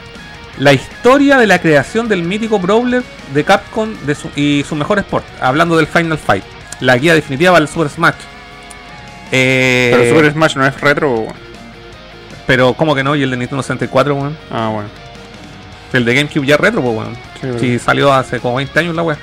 B: La historia de la creación del mítico Brawler de Capcom de su- y su mejor sport. Hablando del Final Fight. La guía definitiva para el Super Smash. Eh,
C: Pero Super Smash no es retro, weón.
B: pero, ¿cómo que no? Y el de Nintendo 64, weón.
C: Ah, bueno.
B: El de GameCube ya es retro, pues weón.
C: Sí, verdad.
B: Sí, salió hace como 20 años la weá.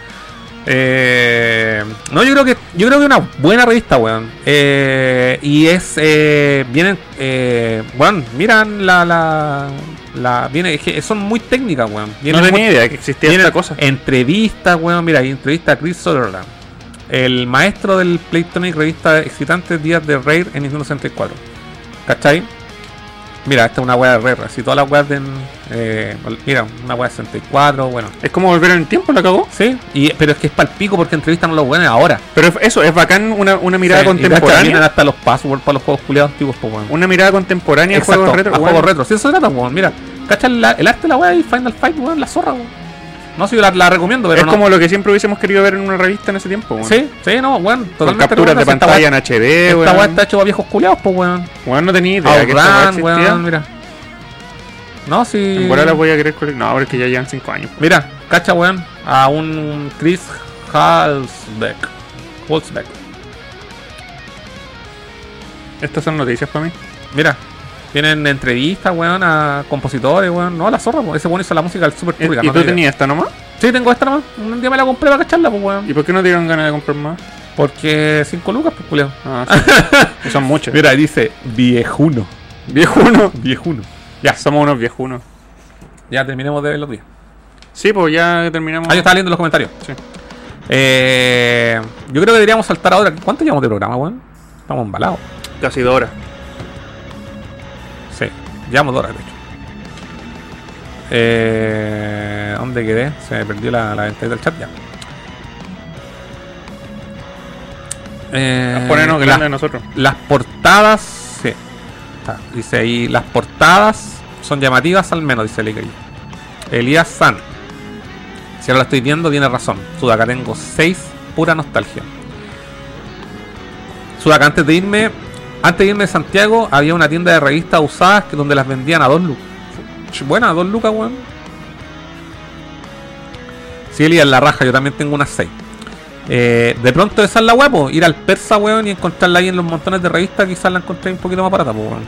B: Eh, no, yo creo que yo creo que una buena revista, weón. Eh, y es eh, vienen eh, weón, miran la la, la viene, es que son muy técnicas, weón.
C: No
B: Vienen muy-
C: tenía idea que existía
B: vienen
C: esta cosa.
B: Entrevistas, weón, mira, hay entrevista a Chris Sutherland, el maestro del Playtonic revista Excitantes Días de Raid en Nintendo 64. ¿Cachai? Mira, esta es una weá de re, así todas las weas de. eh, mira, una weá de 64, bueno.
C: Es como volver en el tiempo, la cagó.
B: Sí, y, pero es que es palpico porque entrevistan a los buenos ahora.
C: Pero es- eso, es bacán una, una mirada
B: Sí, y de hecho, vienen
C: contemporánea.
B: hasta los passwords para los juegos culiados antiguos, pues, weón.
C: Una mirada contemporánea a
B: Exacto,
C: juegos retro.
B: a
C: weón.
B: juegos retro. Si eso se trata, weón. Mira, cacha la- el arte de la weá y Final Fight, weón, la zorra, weón. No sé, yo la, la recomiendo, pero
C: es
B: no.
C: como lo que siempre hubiésemos querido ver en una revista en ese tiempo. weón.
B: Sí, sí, no, weón.
C: Con
B: Totalmente
C: capturas de
B: recomiendo. Esta
C: pantalla en
B: weá-
C: HD,
B: Esta weá
C: weón.
B: está hecho para viejos culiados, pues, weón.
C: Weón, no tenía idea que esta weá
B: Outrun,
C: existía.
B: weón, mira. No, si.
C: En bola la voy a querer coleccionar. No, ahora es que ya llevan 5 años.
B: Mira, cacha, weón, a un Chris Halsbeck. Halsbeck.
C: Estas son noticias para mí.
B: Mira, tienen entrevistas, weón, a compositores, weón. No, la zorra, weón. Ese weón hizo la música del Super
C: ¿Y
B: Turrican,
C: Eh, y
B: no
C: tú
B: tenía idea.
C: tenías esta nomás?
B: Sí, tengo esta nomás. Un día me la compré para cacharla, pues, weón.
C: ¿Y por qué no te dieron ganas de comprar más?
B: Porque 5 lucas, pues, culeo.
C: Ah, sí. Y son muchas.
B: Mira, dice viejuno.
C: Viejuno.
B: Viejuno.
C: Ya, somos unos viejunos.
B: Ya terminemos de ver los días.
C: Sí, pues ya terminamos.
B: Ah, yo estaba leyendo los comentarios.
C: Sí.
B: Eh, yo creo que deberíamos saltar ahora. ¿Cuánto llevamos de programa, weón? Estamos embalados.
C: Casi dos horas.
B: Sí, llevamos dos horas, de hecho. Eh, ¿Dónde quedé? Se me perdió la, la ventana del chat ya. Eh,
C: Ponernos
B: las-
C: grandes a nosotros.
B: Las portadas. Sí. Está, dice ahí. Las portadas son llamativas al menos, dice Ligery. Elías San. Si ahora la estoy viendo, tiene razón. Sudaka, tengo 6. Pura nostalgia. Sudaka, antes de irme. Antes de irme de Santiago, había una tienda de revistas usadas que donde las vendían a 2 lucas. Buena, a 2 lucas, weón. Sí, Elías, la raja. Yo también tengo unas 6. Eh, de pronto esa es la weá, po, ir al persa, weón, y encontrarla ahí en los montones de revistas, quizás la encontré un poquito más barata, po, weón.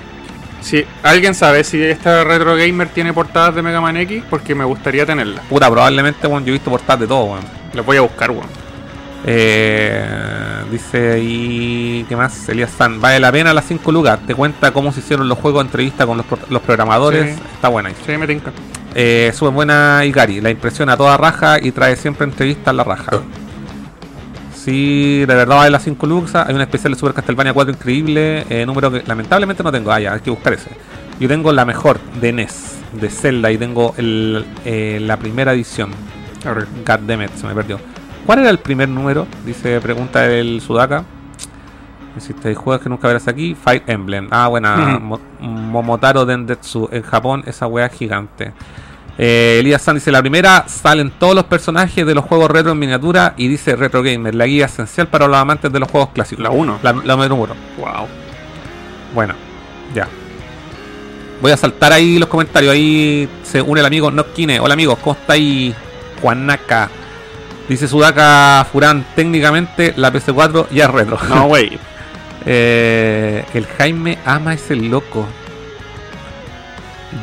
C: Si alguien sabe si esta retro gamer tiene portadas de Mega Man X, porque me gustaría tenerlas.
B: Puta, probablemente, weón, yo he visto portadas de todo, weón.
C: Las voy a buscar, weón.
B: Eh, dice ahí, ¿qué más? Elías San, vale la pena las 5 lucas, te cuenta cómo se hicieron los juegos, entrevista con los, pro- los programadores,
C: Sí.
B: está buena. dice.
C: Sí, me tinca.
B: Eh, Súper buena Ikari, la impresión a toda raja y trae siempre entrevistas a la raja. Sí, de verdad vale las 5 luxas. Hay un especial de Super Castlevania 4 increíble. eh, número que lamentablemente no tengo. Ah, ya, hay que buscar ese. Yo tengo la mejor de NES, de Zelda, y tengo el, eh, la primera edición.
C: Arre.
B: Goddammit, se me perdió. ¿Cuál era el primer número? Dice, pregunta el Sudaka. Existe hay juegos que nunca verás aquí. Fire Emblem. Ah, buena.
C: Ujú.
B: Mo- Momotaro Dendetsu. En Japón, esa wea es gigante. Eh, Elías San dice: La primera salen todos los personajes de los juegos retro en miniatura. Y dice Retro Gamer, la guía esencial para los amantes de los juegos clásicos.
C: La uno.
B: La, la número uno.
C: Wow.
B: Bueno, ya. Voy a saltar ahí los comentarios. Ahí se une el amigo Nokkine. Hola amigos, ¿cómo estáis? Juanaca. Dice Sudaka Furán, técnicamente la PS4 ya es retro.
C: No, wey.
B: Eh, el Jaime ama ese loco.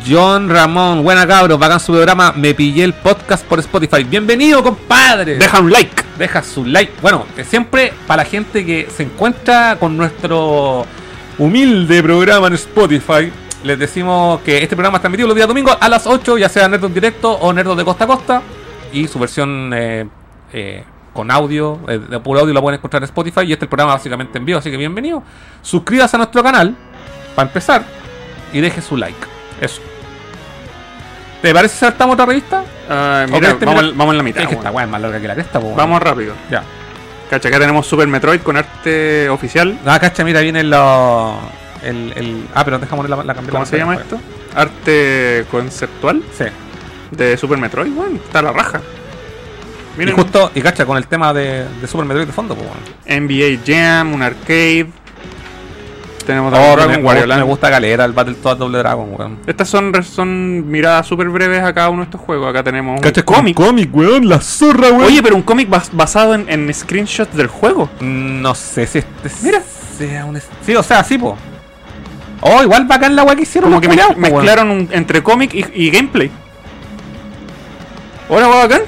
B: John Ramón, buena cabros, bacán su programa. Me pillé el podcast por Spotify. Bienvenido, compadre.
C: Deja un like.
B: Deja su like. Bueno, eh, siempre para la gente que se encuentra con nuestro humilde programa en Spotify, les decimos que este programa es transmitido los días domingos a las 8, ya sea Nerdos en directo o Nerdos de costa a costa. Y su versión eh, eh, con audio, eh, de puro audio, la pueden encontrar en Spotify. Y este es el programa básicamente en vivo, así que bienvenido. Suscríbase a nuestro canal, para empezar, y deje su like. Eso. ¿Te parece si saltamos otra revista?
C: Ah,
B: Ok,
C: mira,
B: este
C: vamos,
B: mira-
C: en- vamos en la mitad.
B: es que
C: weón.
B: esta weá es más larga que la cresta, po, weón.
C: Vamos rápido.
B: Ya.
C: Cacha, acá tenemos Super Metroid con arte oficial.
B: Ah, cacha, mira, viene los. El, el, ah, pero dejamos la, la cambiar la
C: ¿Cómo
B: pantalla,
C: se llama
B: pues.
C: esto? Arte conceptual
B: Sí.
C: de Super Metroid, weón. Está a la raja.
B: Y
C: Miren,
B: justo, y cacha, con el tema de, de Super Metroid de fondo, pues bueno.
C: NBA Jam, un arcade. Tenemos
B: Oh, me,
C: también Dragon
B: me
C: Warrior
B: gusta- me
C: Land.
B: gusta Galera, el Battletoads Doble Dragon, weón.
C: Estas son, re- son miradas súper breves a cada uno de estos juegos. Acá tenemos un
B: Cacha,
C: cómic.
B: cómic, weón, la zorra,
C: Oye, pero un cómic bas- basado en, en screenshots del juego.
B: No sé si este. Mira. Sea un, sí, o sea, sí, po. Oh, igual bacán la weá que hicieron
C: Como
B: los
C: que mez-
B: culiaos, po, weón.
C: mezclaron un- entre cómic y, y gameplay. Hola, weón, bacán.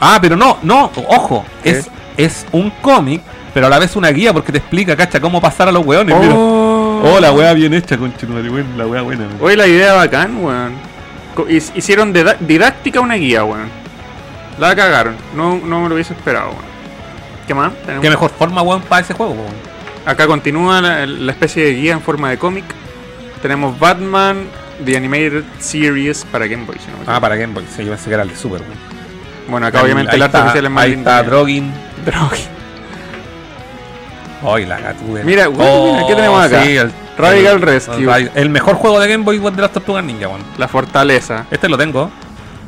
B: Ah, pero no, no, ojo.
C: ¿Qué?
B: Es, es un cómic, pero a la vez una guía porque te explica, cacha, cómo pasar a los weones, mira. Oh, la weá bien hecha, conchetumare, weón, la weá buena, weón.
C: Oye, la idea bacán, weón. Co- his- Hicieron dida- didáctica una guía, weón. La cagaron. No, no me lo hubiese esperado, weón. ¿Qué más? Tenemos-
B: Qué mejor forma, weón, para ese juego, weón.
C: Acá continúa la, la especie de guía en forma de cómic. Tenemos Batman, The Animated Series para Game Boy, si no me
B: Ah,
C: equivoco.
B: para Game Boy. Sí, yo pensé que era el de Super. güey.
C: Bueno, acá obviamente
B: Ahí
C: el arte
B: está-
C: oficial es más
B: Ahí
C: lindo.
B: está Drogin.
C: Drogi.
B: Ay, la gatuda.
C: Mira, güey, mira, ¿qué tenemos acá?
B: el,
C: Radical Rescue.
B: El, el mejor juego de Game Boy de las Tortugas Ninja, weón.
C: La fortaleza.
B: Este lo tengo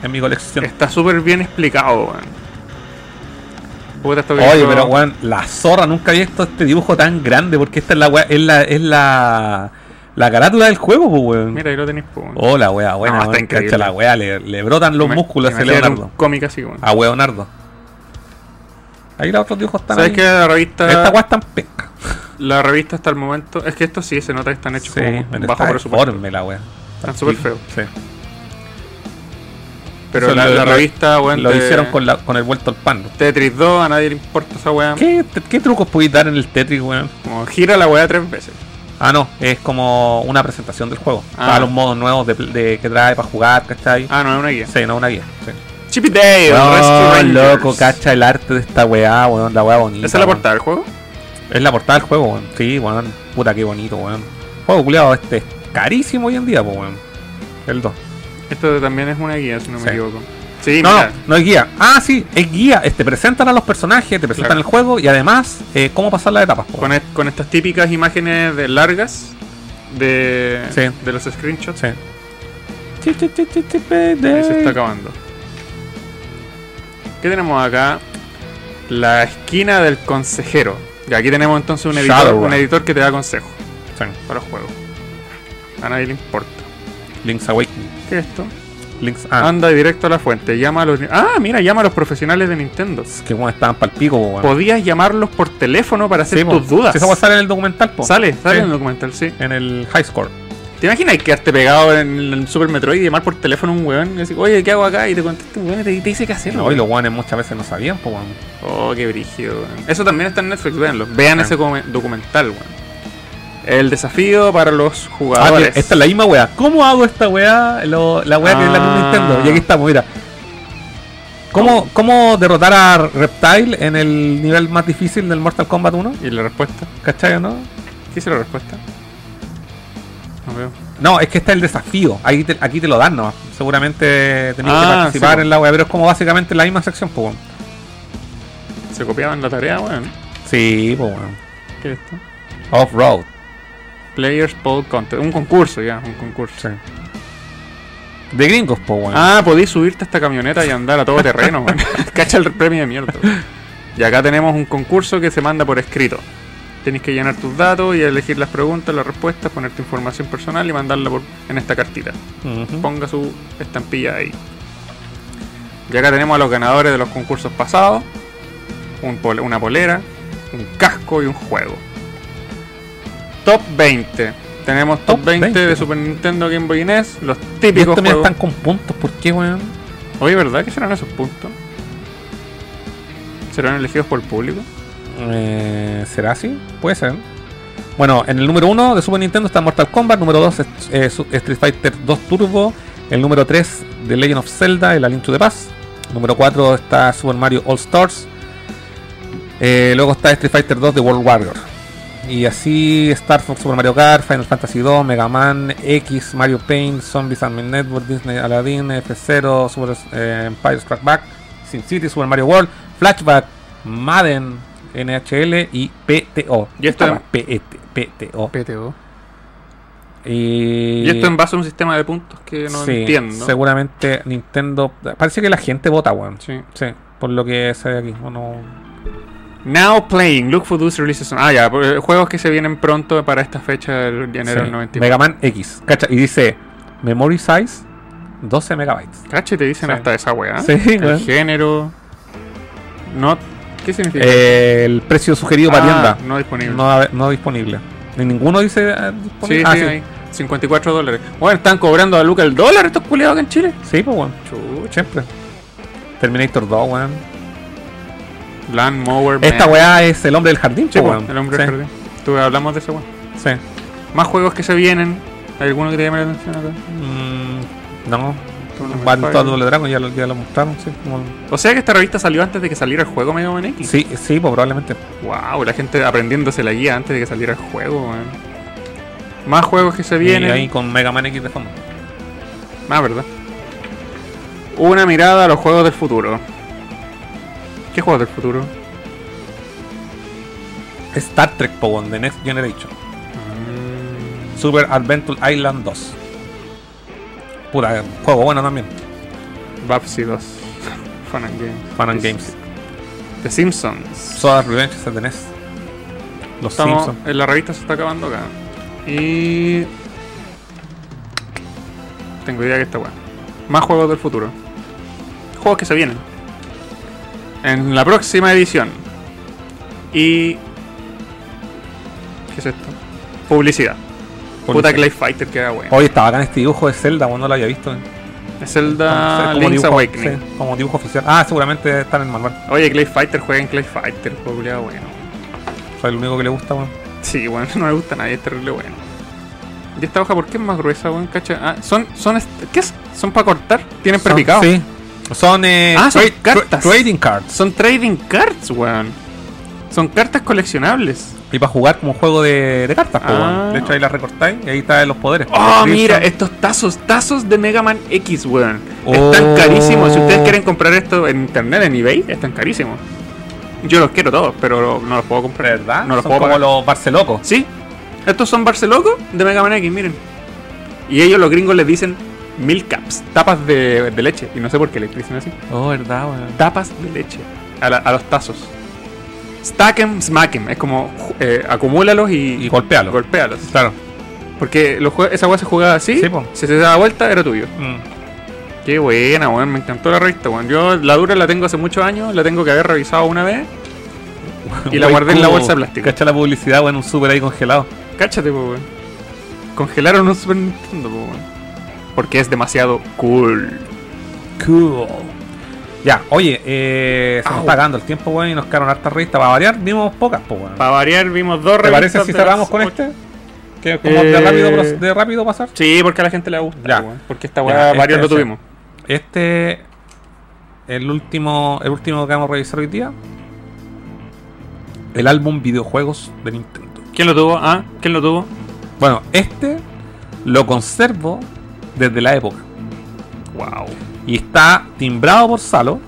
B: en mi colección.
C: Está súper bien explicado, weón. Puta, esto que
B: Oye,
C: hizo-
B: pero weón, la zorra nunca había visto este dibujo tan grande porque esta es la weá, es la, es la, la carátula del juego, pues weón.
C: Mira, ahí lo tenéis, po, weón.
B: Oh, la weá, buena,
C: No, está
B: weón,
C: increíble.
B: cacha la weá, le, le brotan los
C: Ima-
B: músculos Ah, a ese
C: imagínate
B: Leonardo.
C: un cómic así, weón.
B: A Leonardo. Ahí los otros dibujos están.
C: ¿Sabes
B: ahí.
C: que la revista.
B: Esta weá está en pesca.
C: La revista hasta el momento. Es que esto sí se nota que están hechos como
B: pero
C: bajo
B: está
C: presupuesto.
B: deforme la weá.
C: Están súper
B: Sí,
C: feos.
B: Sí.
C: Pero
B: Eso
C: la,
B: lo-
C: la
B: lo-
C: revista, weón.
B: Lo
C: de
B: hicieron con, la, con el vuelto al pan.
C: Tetris 2, a nadie le importa esa weá.
B: ¿Qué, ¿Qué trucos podéis dar en el Tetris, weón?
C: Como gira la weá tres veces.
B: Ah, no, es como una presentación del juego.
C: Ah.
B: Para los modos nuevos de, de- que trae para jugar, ¿cachday?
C: Ah, no, es una guía.
B: Sí, no, una guía. Sí.
C: Chippy Day, el Rescue
B: No,
C: Rangers.
B: Oh, loco, cacha el arte de esta weá, weón, la weá bonita.
C: ¿Esa es la
B: weón.
C: portada del juego?
B: Es la portada del juego, weón. Sí, weón. Puta, qué bonito, weón. Juego culiado este es carísimo hoy en día, pues, weón. El 2.
C: Esto también es una guía, si no me
B: Sí.
C: equivoco. Sí,
B: No, no,
C: mira.
B: no es guía. Ah, sí, es guía. Este, presentan a los personajes, te presentan
C: Claro.
B: el juego y además eh, cómo pasar las etapas, po,
C: Con,
B: weón.
C: est- con estas típicas imágenes de largas de,
B: Sí.
C: de los screenshots.
B: Sí. Chi, chi, chi, chi, chi,
C: Ahí se está
B: payday.
C: acabando. ¿Qué tenemos acá? La esquina del consejero. Y aquí tenemos entonces un editor,
B: Shadowrun.
C: un editor que te da consejos
B: Sí.
C: para los juegos. A nadie le importa.
B: Link's Awakening.
C: ¿Qué es esto?
B: Link's ah.
C: Anda directo a la fuente. Llama a los. Ah, mira, llama a los profesionales de Nintendo.
B: Que bueno, estaban pa'l pico, po, weón.
C: Podías llamarlos por teléfono para hacer
B: Sí, po.
C: tus dudas.
B: Si esa weá sale en el documental, po.
C: Sale, sale
B: Sí,
C: en el documental, sí.
B: en el High Score.
C: ¿Te imaginas quedarte pegado en el Super Metroid y llamar por teléfono a un weón y decir, oye, ¿qué hago acá? Y te contesta un weón y te, te dice qué hacer.
B: No,
C: weón.
B: y los guanes muchas veces no sabían, po, weón.
C: Oh, qué brígido, weón. Eso también está en Netflix, véanlo. Vean
B: Ah.
C: ese come- documental, weón. El desafío para los
B: Ah, mira,
C: jugadores.
B: esta es la misma weá. ¿Cómo hago esta weá? Lo- la weá que es la
C: Ah.
B: misma Nintendo. Y aquí estamos, mira. ¿Cómo, ¿Cómo derrotar a Reptile en el nivel más difícil del Mortal Kombat 1?
C: ¿Y la respuesta?
B: ¿Cachai, o no?
C: ¿Qué hice la respuesta? No veo.
B: No, es que este es el desafío. Ahí te- aquí te lo dan nomás. Seguramente tenías que
C: Ah,
B: participar
C: sí, po.
B: en la weá, pero es como básicamente la misma sección, po, weón.
C: ¿Se copiaban la tarea, weón?
B: Sí, po, weón.
C: ¿Qué es esto?
B: Off-road.
C: Players Poll Contest. Un concurso, ya, un concurso.
B: Sí. De gringos, po, weón.
C: Ah, podéis subirte a esta camioneta y andar a todo terreno, weón. Cacha el premio de mierda. weón. Y acá tenemos un concurso que se manda por escrito. Tenéis que llenar tus datos y elegir las preguntas, las respuestas, poner tu información personal y mandarla por- en esta cartita.
B: Ujú.
C: Ponga su estampilla ahí. Y acá tenemos a los ganadores de los concursos pasados. Un pol- una polera, un casco y un juego. Top 20. Tenemos top,
B: Top
C: 20,
B: 20.
C: de Super Nintendo, Game Boy y NES. Los
B: Y
C: típicos
B: estos mira,
C: juegos.
B: están con puntos, ¿por qué, weón?
C: Oye, ¿verdad que serán esos puntos? ¿Serán elegidos por el público?
B: Eh, ¿Será así? Puede ser. Bueno, en el número 1 de Super Nintendo está Mortal Kombat, número 2 es- eh, su- Street Fighter 2 Turbo, el número 3 The Legend of Zelda, el A Link to the Past, número 4 está Super Mario All Stars, eh, luego está Street Fighter 2 The World Warrior. Y así Star Fox, Super Mario Kart, Final Fantasy 2, Mega Man, X, Mario Paint, Zombies Admin Network, Disney Aladdin, F0, Super eh, Empire Strike Back, Sin City, Super Mario World, Flashback, Madden, NHL y PTO.
C: Y esto en-
B: Ah, PET, PTO.
C: PTO.
B: Y,
C: E Y esto en base a un sistema de puntos que no
B: Sí,
C: entiendo.
B: Seguramente Nintendo. Parece que la gente vota, weón.
C: Sí.
B: Sí, por lo que se ve aquí. No, no-
C: Now playing, look for those releases. on- Ah, ya, eh, juegos que se vienen pronto para esta fecha del de enero
B: sí.
C: del 91.
B: Mega Man X. Cacha, y dice: Memory size 12 megabytes.
C: Cache, te dicen
B: Sí.
C: hasta esa weá.
B: Sí,
C: El
B: weón.
C: género. No. ¿Qué significa?
B: El precio sugerido Eh, para
C: Ah,
B: tienda.
C: No disponible.
B: No, hab- no disponible. Ni ninguno dice eh,
C: sí,
B: disponible.
C: sí,
B: ah,
C: ahí. 54 dólares. Bueno, están cobrando a Luca el dólar estos culiados acá en Chile.
B: Sí, pues, weón. Siempre. Terminator 2, weón.
C: Land Mower.
B: Esta
C: Man.
B: weá es el hombre del jardín,
C: Sí,
B: po,
C: po,
B: weón.
C: el hombre
B: Sí,
C: del jardín. Tú hablamos de ese weón.
B: Sí.
C: Más juegos que se vienen. ¿Hay alguno que te llame la atención acá?
B: Mm, no.
C: Tournament
B: Battle
C: Fighter.
B: Double Dragon ya lo, ya lo mostraron, sí. como-
C: O sea que esta revista salió antes de que saliera el juego Mega Man X.
B: Sí, sí, pues probablemente.
C: Wow, la gente aprendiéndose la guía antes de que saliera el juego, weón. Más juegos que se
B: Viene
C: vienen.
B: ahí con Mega Man X de fondo.
C: Ah, verdad. Una mirada a los juegos del futuro. ¿Qué juegos del futuro?
B: Star Trek Pogon, The Next Generation. Super Adventure Island 2. Pura, juego bueno también.
C: Babsy 2. Fun and Games.
B: Fun and
C: The-
B: Games.
C: The Simpsons.
B: Soda Revenge es The Next. Los
C: Estamos,
B: Simpsons.
C: en la revista se está acabando acá. Y. Tengo idea que está bueno. Más juegos del futuro. Juegos que se vienen. En la próxima edición. Y. ¿Qué es esto? Publicidad. Puta Clay Fighter que era bueno.
B: Hoy estaba acá en este dibujo de Zelda, cuando no lo había visto.
C: Es Zelda
B: Como
C: Link's
B: dibujo-
C: Awakening.
B: sí, como dibujo oficial. Ah, seguramente está en el manual.
C: Oye, Clay Fighter juega en Clay Fighter, juego culiao bueno.
B: Soy el único que le gusta, weón.
C: Sí, bueno, no me gusta a nadie, es terrible bueno. ¿Y esta hoja por qué es más gruesa, weón? Cacha. Ah, son, son, est- ¿qué es? ¿Son para cortar? ¿Tienen
B: Son-
C: prepicado?
B: Sí. Son, eh,
C: Ah, son
B: tra- tra-
C: cartas.
B: trading cards.
C: Son trading cards, weón. Son cartas coleccionables.
B: Y para jugar como juego de, de cartas, po,
C: Ah.
B: weón. De hecho, ahí las recortáis y ahí están los poderes.
C: Oh,
B: Description.
C: mira, estos tazos, tazos de Mega Man X, weón.
B: Oh.
C: Están carísimos. Si ustedes quieren comprar esto en internet, en eBay, están carísimos. Yo los quiero todos, pero no los puedo comprar,
B: ¿Verdad?
C: No los
B: Son
C: puedo
B: como
C: pagar.
B: los Barcelocos.
C: Sí, estos son Barcelocos de Mega Man X, miren. Y ellos, los gringos, les dicen mil caps, tapas de, de leche. Y no sé por qué les dicen así.
B: Oh, verdad, weón.
C: Tapas de leche a, la- a los tazos. Stack 'em, smack 'em. Es como eh, acumúlalos y,
B: Y golpéalos.
C: golpéalos.
B: Claro.
C: Porque los jue- esa weá se jugaba así.
B: Sí, po.
C: si se daba vuelta, era tuyo.
B: Mm.
C: Qué buena, weón. Me encantó la revista, weón. Yo la dura la tengo hace muchos años. La tengo que haber revisado una vez. Y la
B: Güey,
C: guardé en la
B: como-
C: bolsa de plástico.
B: Cacha la publicidad, weón, un super ahí congelado.
C: Cáchate, po, weón. Congelaron un Super Nintendo, po, weón. Porque es demasiado cool.
B: Cool. Ya, oye, eh, se nos
C: Au.
B: está acabando el tiempo, weón, y nos quedaron hartas revistas. Para variar, vimos pocas, po, weón.
C: Para variar, vimos dos
B: ¿Te parece
C: revistas
B: si
C: de las
B: cerramos con
C: ocho.
B: este? Que como de,
C: Eh,
B: rápido, de rápido pasar.
C: Sí, porque a la gente le gusta,
B: Ya.
C: weón. Porque esta
B: Ya,
C: weá
B: este
C: varios lo
B: es el-
C: tuvimos.
B: Este el último el último que vamos a revisar hoy día. El álbum videojuegos de Nintendo.
C: ¿Quién lo tuvo? ¿Ah? ¿Quién lo tuvo?
B: Bueno, este lo conservo desde la época.
C: Wow.
B: Y está timbrado por Salo.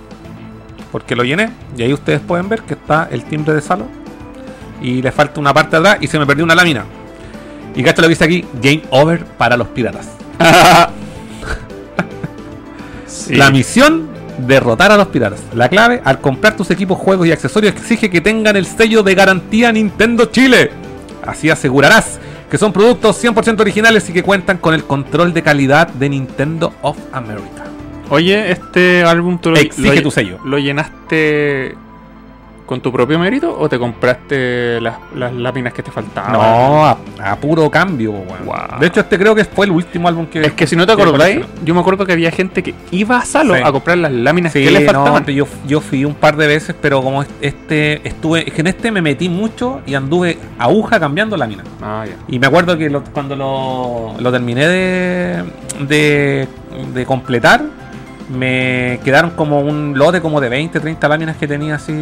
B: Porque lo llené. Y ahí ustedes pueden ver que está el timbre de Salo. Y le falta una parte atrás y se me perdió una lámina. Y cacha lo que dice aquí, Game Over para los piratas. La misión, derrotar a los piratas. La clave, al comprar tus equipos, juegos y accesorios, exige que tengan el sello de garantía Nintendo Chile. Así asegurarás que son productos 100% originales y que cuentan con el control de calidad de Nintendo of America.
C: Oye, este álbum tú lo,
B: Exige
C: lo-
B: tu sello.
C: ¿Lo llenaste con tu propio mérito o te compraste las, las láminas que te faltaban?
B: No, a, a puro cambio. weón.
C: Wow.
B: De hecho, este creo que fue el último álbum que...
C: Es que si no te
B: que
C: acordáis,
B: coleccioné.
C: yo me acuerdo que había gente que iba a Salo
B: Sí.
C: a comprar las láminas
B: Sí,
C: que le
B: no,
C: faltaban.
B: pero yo, yo fui un par de veces, pero como este estuve, es que en este me metí mucho y anduve aguja cambiando láminas.
C: Ah, ya.
B: Y me acuerdo que lo- cuando lo, lo terminé de, de, de completar, me quedaron como un lote como de 20, 30 láminas que tenía así.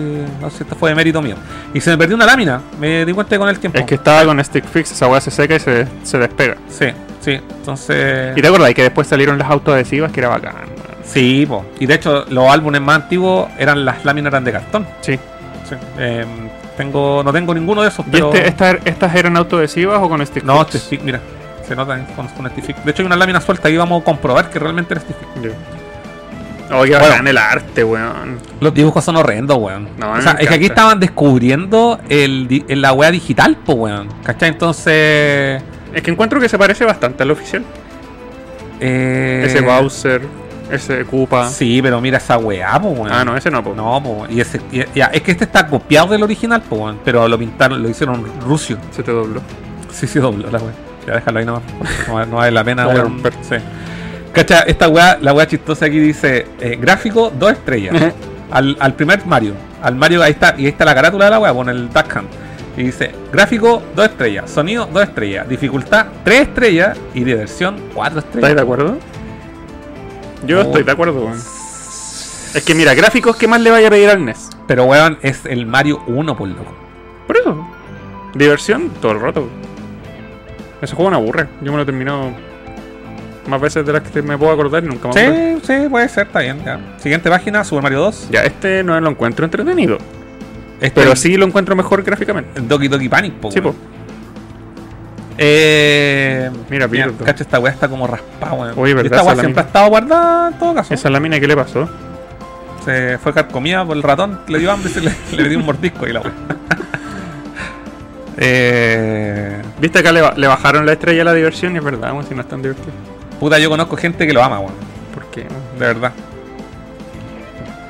B: No sé, esto fue de mérito mío. Y se me perdió una lámina, me di cuenta con el tiempo.
C: Es que estaba con Stick Fix, esa weá se seca y se, se despega.
B: Sí, sí. Entonces.
C: ¿Y te acordáis que después salieron las autoadhesivas que era bacán? weón?
B: Sí, po. y de hecho los álbumes más antiguos eran las láminas eran de cartón.
C: Sí.
B: Sí. Eh, tengo, no tengo ninguno de esos,
C: ¿Y
B: pero.
C: este- esta- estas eran autoadhesivas o con Stick
B: No,
C: Fix?
B: este sí, mira. Se nota con, con este fic. De hecho hay una lámina suelta y vamos a comprobar que realmente era este fic.
C: Ya. Oh, qué bacán el arte, weón.
B: Los dibujos son horrendos, weón.
C: No,
B: o sea,
C: me
B: es que aquí
C: encanta.
B: estaban descubriendo el, di- el- la wea digital, po, weón. ¿Cachai? Entonces.
C: Es que encuentro que se parece bastante al oficial.
B: eh,
C: Ese Bowser, ese Koopa.
B: Sí, pero mira esa weá, po, weón.
C: Ah, no, ese no, po.
B: No, po, y ese, y- ya, es que este está copiado del original, po, weón, pero lo pintaron, lo hicieron rucio.
C: Se te dobló.
B: Sí, sí, dobló la weá. Ya déjalo ahí nomás. porque No, va- no vale la pena,
C: La voy a
B: weón.
C: romper.
B: Sí. Cacha, esta weá, la weá chistosa aquí dice: eh, gráfico, dos estrellas. al, al primer Mario. Al Mario, ahí está, y ahí está la carátula de la weá, pone el Duck Hunt. Y dice: gráfico, dos estrellas. Sonido, dos estrellas. Dificultad, tres estrellas. Y diversión, cuatro
C: ¿Estáis de
B: estrellas.
C: acuerdo? Yo
B: Oh.
C: estoy de acuerdo, weón. Es que mira, gráficos, ¿qué más le vaya a pedir al E NES?
B: Pero weón, es el Mario 1, por loco.
C: Por eso. Diversión todo el rato. Ese juego me aburre. Yo me lo he terminado más veces de las que me puedo acordar y nunca me acuerdo.
B: Sí, sí, puede ser, está bien. ya. Siguiente página, Super Mario 2.
C: pues. Ya, este no lo encuentro entretenido.
B: Este
C: Pero
B: es
C: sí lo encuentro mejor gráficamente.
B: Doki Doki Panic, po,
C: Sí,
B: weón.
C: po.
B: Eh,
C: Mira, Pilot.
B: cacho, esta weá está como raspada, weón.
C: Oye,
B: Y
C: ¿verdad?
B: Esta weá
C: Salamina.
B: siempre ha estado guardada en todo caso.
C: Esa es la mina que le pasó.
B: Se fue carcomida por el ratón, le dio hambre y se le, le dio un mordisco y la weá. eh,
C: Viste acá le, ba- le bajaron la estrella a la diversión y es verdad, weón, si no es tan divertido.
B: puta, yo conozco gente que lo ama, weón.
C: ¿Por qué? weón?
B: De verdad.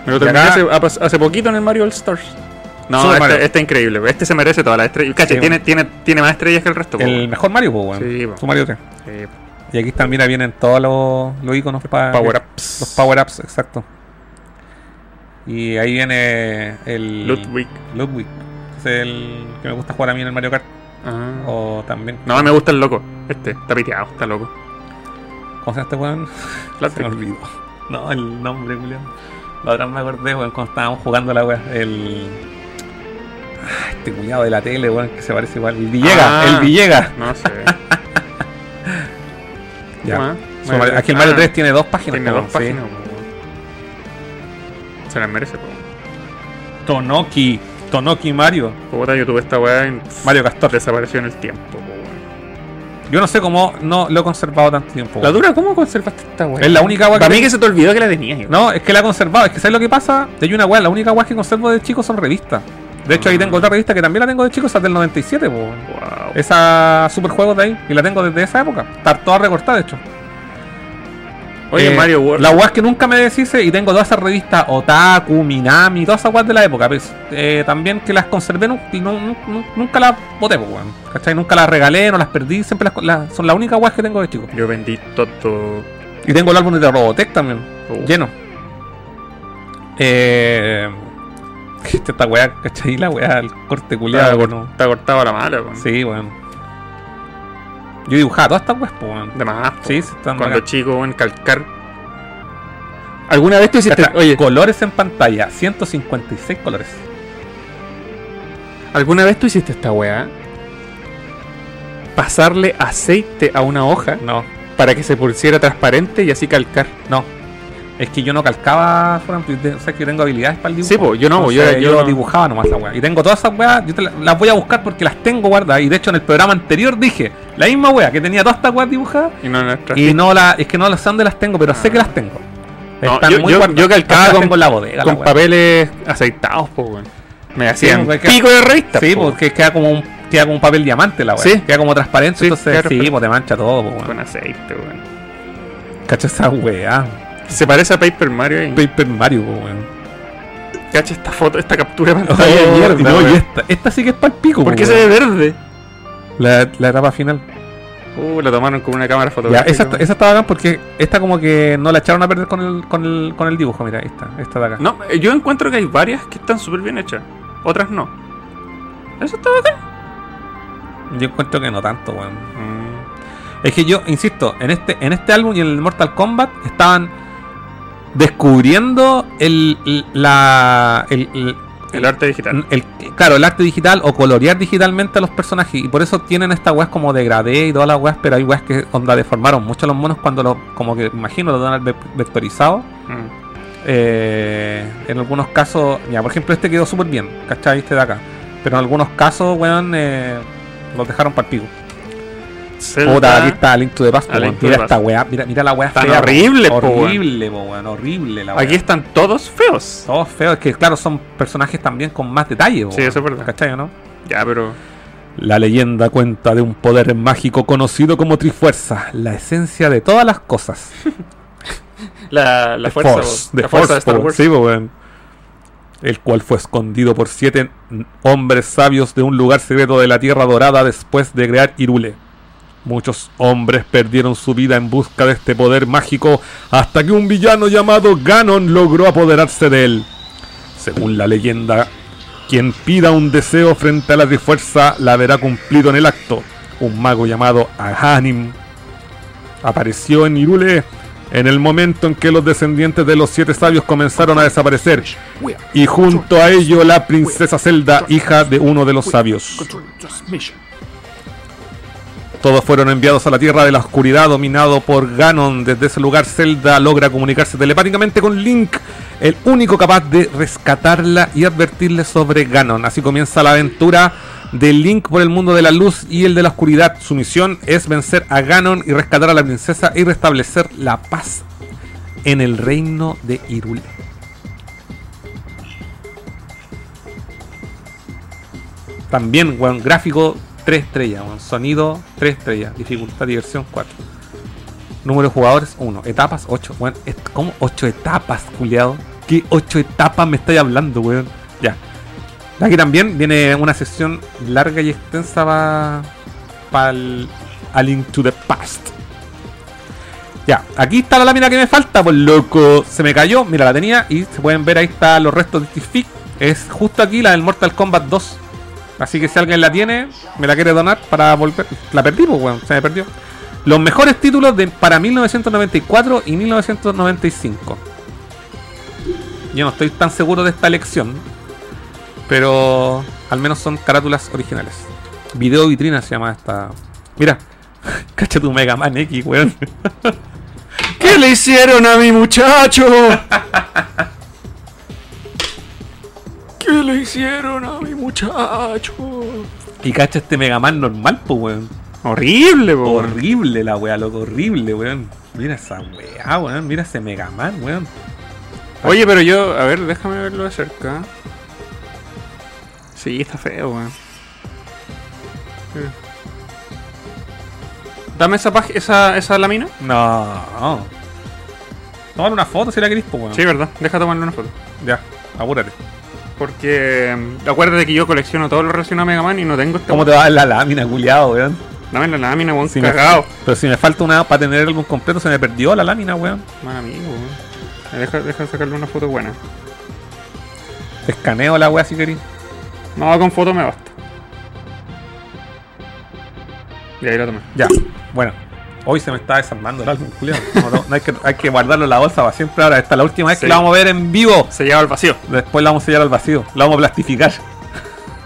C: Me lo
B: Y
C: terminé
B: acá-
C: hace, apas- hace poquito en el Mario All Stars. No,
B: Super Mario.
C: este, este es increíble. weón. Este se merece todas las estrellas. Cache,
B: Sí,
C: tiene, tiene, tiene más estrellas que el resto.
B: El eh,
C: weón.
B: mejor Mario, po, weón.
C: Sí, po.
B: Su Mario 3.
C: Sí.
B: Y aquí están, mira, vienen todos los, los iconos para.
C: Power-ups.
B: eh, Los power-ups, exacto. Y ahí viene el.
C: Ludwig.
B: Ludwig. que Es el que me gusta jugar a mí en el Mario Kart.
C: Ah.
B: O también.
C: No, me gusta el loco. Este, está piteado, está loco.
B: ¿Cómo se llama este weón? Se me
C: Flatrick.
B: olvidó. No, el nombre, Julián. La otra vez me acordé, weón, cuando estábamos jugando la weá. El. Ah, Este cuñado de la tele, weón, que se parece igual. El Villegas,
C: Ah.
B: el Villegas.
C: No sé.
B: Ya.
C: Ah,
B: Su Mario- Aquí el Mario
C: ah,
B: 3 tiene dos páginas.
C: Tiene
B: weón,
C: dos
B: sí.
C: páginas. weón. Se las merece, po.
B: Tonoki. Tonoki Mario.
C: Puta, yo tuve esta weá y pff,
B: Mario Castor.
C: desapareció en el tiempo, po, weón.
B: Yo no sé cómo no lo he conservado tanto tiempo.
C: Oh. La dura, ¿cómo conservaste esta weá?
B: Es la única weá que.
C: Para mí que se te olvidó que la tenías. yo.
B: No, es que la he conservado. Es que ¿sabes lo que pasa? Hay una weá, la única weá que conservo de chico son revistas. De hecho, ahí
C: Ah.
B: tengo otra revista que también la tengo de chico, esa es del 97, po.
C: Wow.
B: Esa super juegos de ahí. Y la tengo desde esa época. Está toda recortada, de hecho.
C: Oye,
B: Eh,
C: Mario World.
B: La weá que nunca me deshice y tengo todas esas revistas, Otaku, Minami, todas esas weas de la época. pues, eh, también que las conservé nu- y nu- nu- nu- nunca las boté, pues, weón. ¿Cachai? Nunca las regalé, no las perdí, siempre las, las- son las únicas weas que tengo de chico.
C: Yo vendí todo.
B: Y tengo el álbum de Robotech también,
C: Oh.
B: lleno. Eh, este, esta weá, ¿cachai? La weá, el corte
C: Uh, Está,
B: culiado.
C: cor- está cortado a la mala, weón.
B: Sí, weón. Yo dibujaba todas estas weas, pues, weón.
C: De más. po.
B: Sí, sí, están
C: Cuando
B: bacán.
C: chico, weón, calcar. ¿Alguna vez tú hiciste.
B: Cacha,
C: Oye,
B: Colores en pantalla, 156 colores.
C: ¿alguna vez tú hiciste esta weá? Pasarle aceite a una hoja
B: No,
C: para que se pusiera transparente y así calcar.
B: No. Es que yo no calcaba, por ejemplo, yo te- o sea, que yo tengo habilidades para el dibujo.
C: Sí, po, yo no, yo-
B: Entonces,
C: yo no.
B: dibujaba nomás la weá. Y tengo todas esas weas, yo te la- las voy a buscar porque las tengo guardadas. Y de hecho en el programa anterior dije, la misma wea, que tenía todas estas weas dibujadas.
C: Y no nuestra.
B: Y no la, es que no las dónde las tengo, pero sé que las tengo.
C: Ah. No,
B: Están
C: yo-
B: muy
C: yo-
B: guardadas.
C: yo calcaba
B: Las
C: con-
B: tengo en la bodega,
C: con
B: la wea.
C: papeles aceitados, po, weón. Me hacían
B: porque-
C: pico de revista.
B: Sí,
C: po, weón.
B: porque queda como un, queda como un papel diamante la wea.
C: Sí.
B: Queda como transparente,
C: Sí,
B: entonces
C: claro,
B: sí,
C: pero-
B: pues te mancha todo, pues,
C: Con aceite, weón.
B: Cacha esa wea.
C: Se parece a Paper Mario. Y...
B: Paper Mario, pues, weón.
C: Cacha esta foto, esta captura de
B: Oye,
C: pantalla de mierda.
B: y no, y
C: weón.
B: esta, esta sí que es para el pico,
C: ¿Por
B: po,
C: qué se
B: weón.
C: ve verde?
B: La, la etapa final.
C: Uh, la tomaron con una cámara
B: Ya,
C: fotográfica.
B: esa, está-
C: weón.
B: esa está bacán porque esta como que no la echaron a perder con el, con el, con el dibujo, mira, esta, esta de acá.
C: No, eh, yo encuentro que hay varias que están súper bien hechas. Otras no. Eso está bacán.
B: Yo encuentro que no tanto, weón.
C: Mm.
B: Es que yo, insisto, en este, en este álbum y en el Mortal Kombat estaban descubriendo el, el- la, el, el-
C: El arte digital.
B: el- claro, el arte digital o colorear digitalmente a los personajes. Y por eso tienen estas weas como degradé y todas las weas, pero hay weas que onda deformaron mucho a los monos cuando los, como que imagino, los dan vectorizados.
C: Mm.
B: Eh, en algunos casos, ya, por ejemplo, este quedó súper bien, ¿cachai? Este de acá. Pero en algunos casos, weón, eh, los dejaron para el pico.
C: Zelda-
B: Puta, aquí está Link to the Past,
C: A
B: weón.
C: Link to
B: Mira
C: the
B: esta
C: Past.
B: weá, mira, mira la weá
C: Tan
B: fea. weón.
C: horrible, po, weón.
B: horrible, po, weón, horrible la weá.
C: Aquí están todos feos.
B: Todos feos, es que claro, son personajes también con más detalle, po,
C: Sí, eso es verdad.
B: ¿cachai o no?
C: Ya, pero.
B: La leyenda cuenta de un poder mágico conocido como Trifuerza, la esencia de todas las cosas.
C: La, la
B: The
C: fuerza.
B: Force,
C: weón.
B: The
C: la fuerza
B: Force,
C: de Star
B: po,
C: Wars.
B: sí, po, weón. El cual fue escondido por siete n- hombres sabios de un lugar secreto de la Tierra Dorada después de crear Irule. Muchos hombres perdieron su vida en busca de este poder mágico hasta que un villano llamado Ganon logró apoderarse de él. Según la leyenda, quien pida un deseo frente a la Trifuerza la verá cumplido en el acto. Un mago llamado Ahanim apareció en Irule en el momento en que los descendientes de los siete sabios comenzaron a desaparecer, y junto a ello la princesa Zelda, hija de uno de los sabios. Todos fueron enviados a la Tierra de la Oscuridad, dominado por Ganon. Desde ese lugar, Zelda logra comunicarse telepáticamente con Link, el único capaz de rescatarla y advertirle sobre Ganon. Así comienza la aventura de Link por el mundo de la luz y el de la oscuridad. Su misión es vencer a Ganon y rescatar a la princesa y restablecer la paz en el reino de Hyrule. También, weón, gráfico 3 estrellas, weón. Sonido 3 estrellas. Dificultad, diversión 4. Número de jugadores 1. Etapas 8. Weón, es- ¿cómo 8 etapas, culiado? ¿Qué 8 etapas me estáis hablando, weón? Ya. Aquí también viene una sesión larga y extensa para el A Link to the Past. Ya, aquí está la lámina que me falta, por loco. Se me cayó, mira, la tenía y se pueden ver ahí está los restos de Tific. Es justo aquí la del Mortal Kombat 2. Así que si alguien la tiene, me la quiere donar para volver. La perdí, pues, weón, se me perdió. Los mejores títulos de, para 1994 y 1995. Yo no estoy tan seguro de esta elección, pero al menos son carátulas originales. Video vitrina se llama esta. Mira, cacha tu Mega Man X, weón.
C: ¿Qué le hicieron a mi muchacho? ¿Qué le hicieron a mi muchacho?
B: Y cacha este Mega Man normal, pues, weón.
C: Horrible, po.
B: Horrible la weá, loco, horrible, weón. Mira esa weá, weón. Mira ese Mega Man, weón.
C: Oye, pero yo, a ver, déjame verlo de cerca. Sí, está feo, weón. Dame esa, pag- esa, esa lámina.
B: No. Tomar una foto si la querís, pues, weón.
C: Sí, verdad. Deja tomarle una foto.
B: Ya, apúrate.
C: Porque mm, acuérdate que yo colecciono todo lo relacionado a Mega Man y no tengo esta.
B: ¿Cómo te va la lámina, culiado, weón?
C: Dame la lámina, weón.
B: Si me-
C: cagado.
B: Pero si me falta una para tener el álbum completo, se me perdió la lámina, weón.
C: Mal amigo, weón. Eh, Deja, deja sacarle una foto buena.
B: Te escaneo la weá si querís.
C: No, con foto me basta. Y ahí la tomé.
B: Ya, bueno. Hoy se me está desarmando el álbum, culiado. No, no, no hay, que, hay que guardarlo en la bolsa para siempre ahora. Esta es la última vez que
C: Sí.
B: la vamos a ver en vivo.
C: Se lleva al vacío.
B: Después la vamos a sellar al vacío. La vamos a plastificar.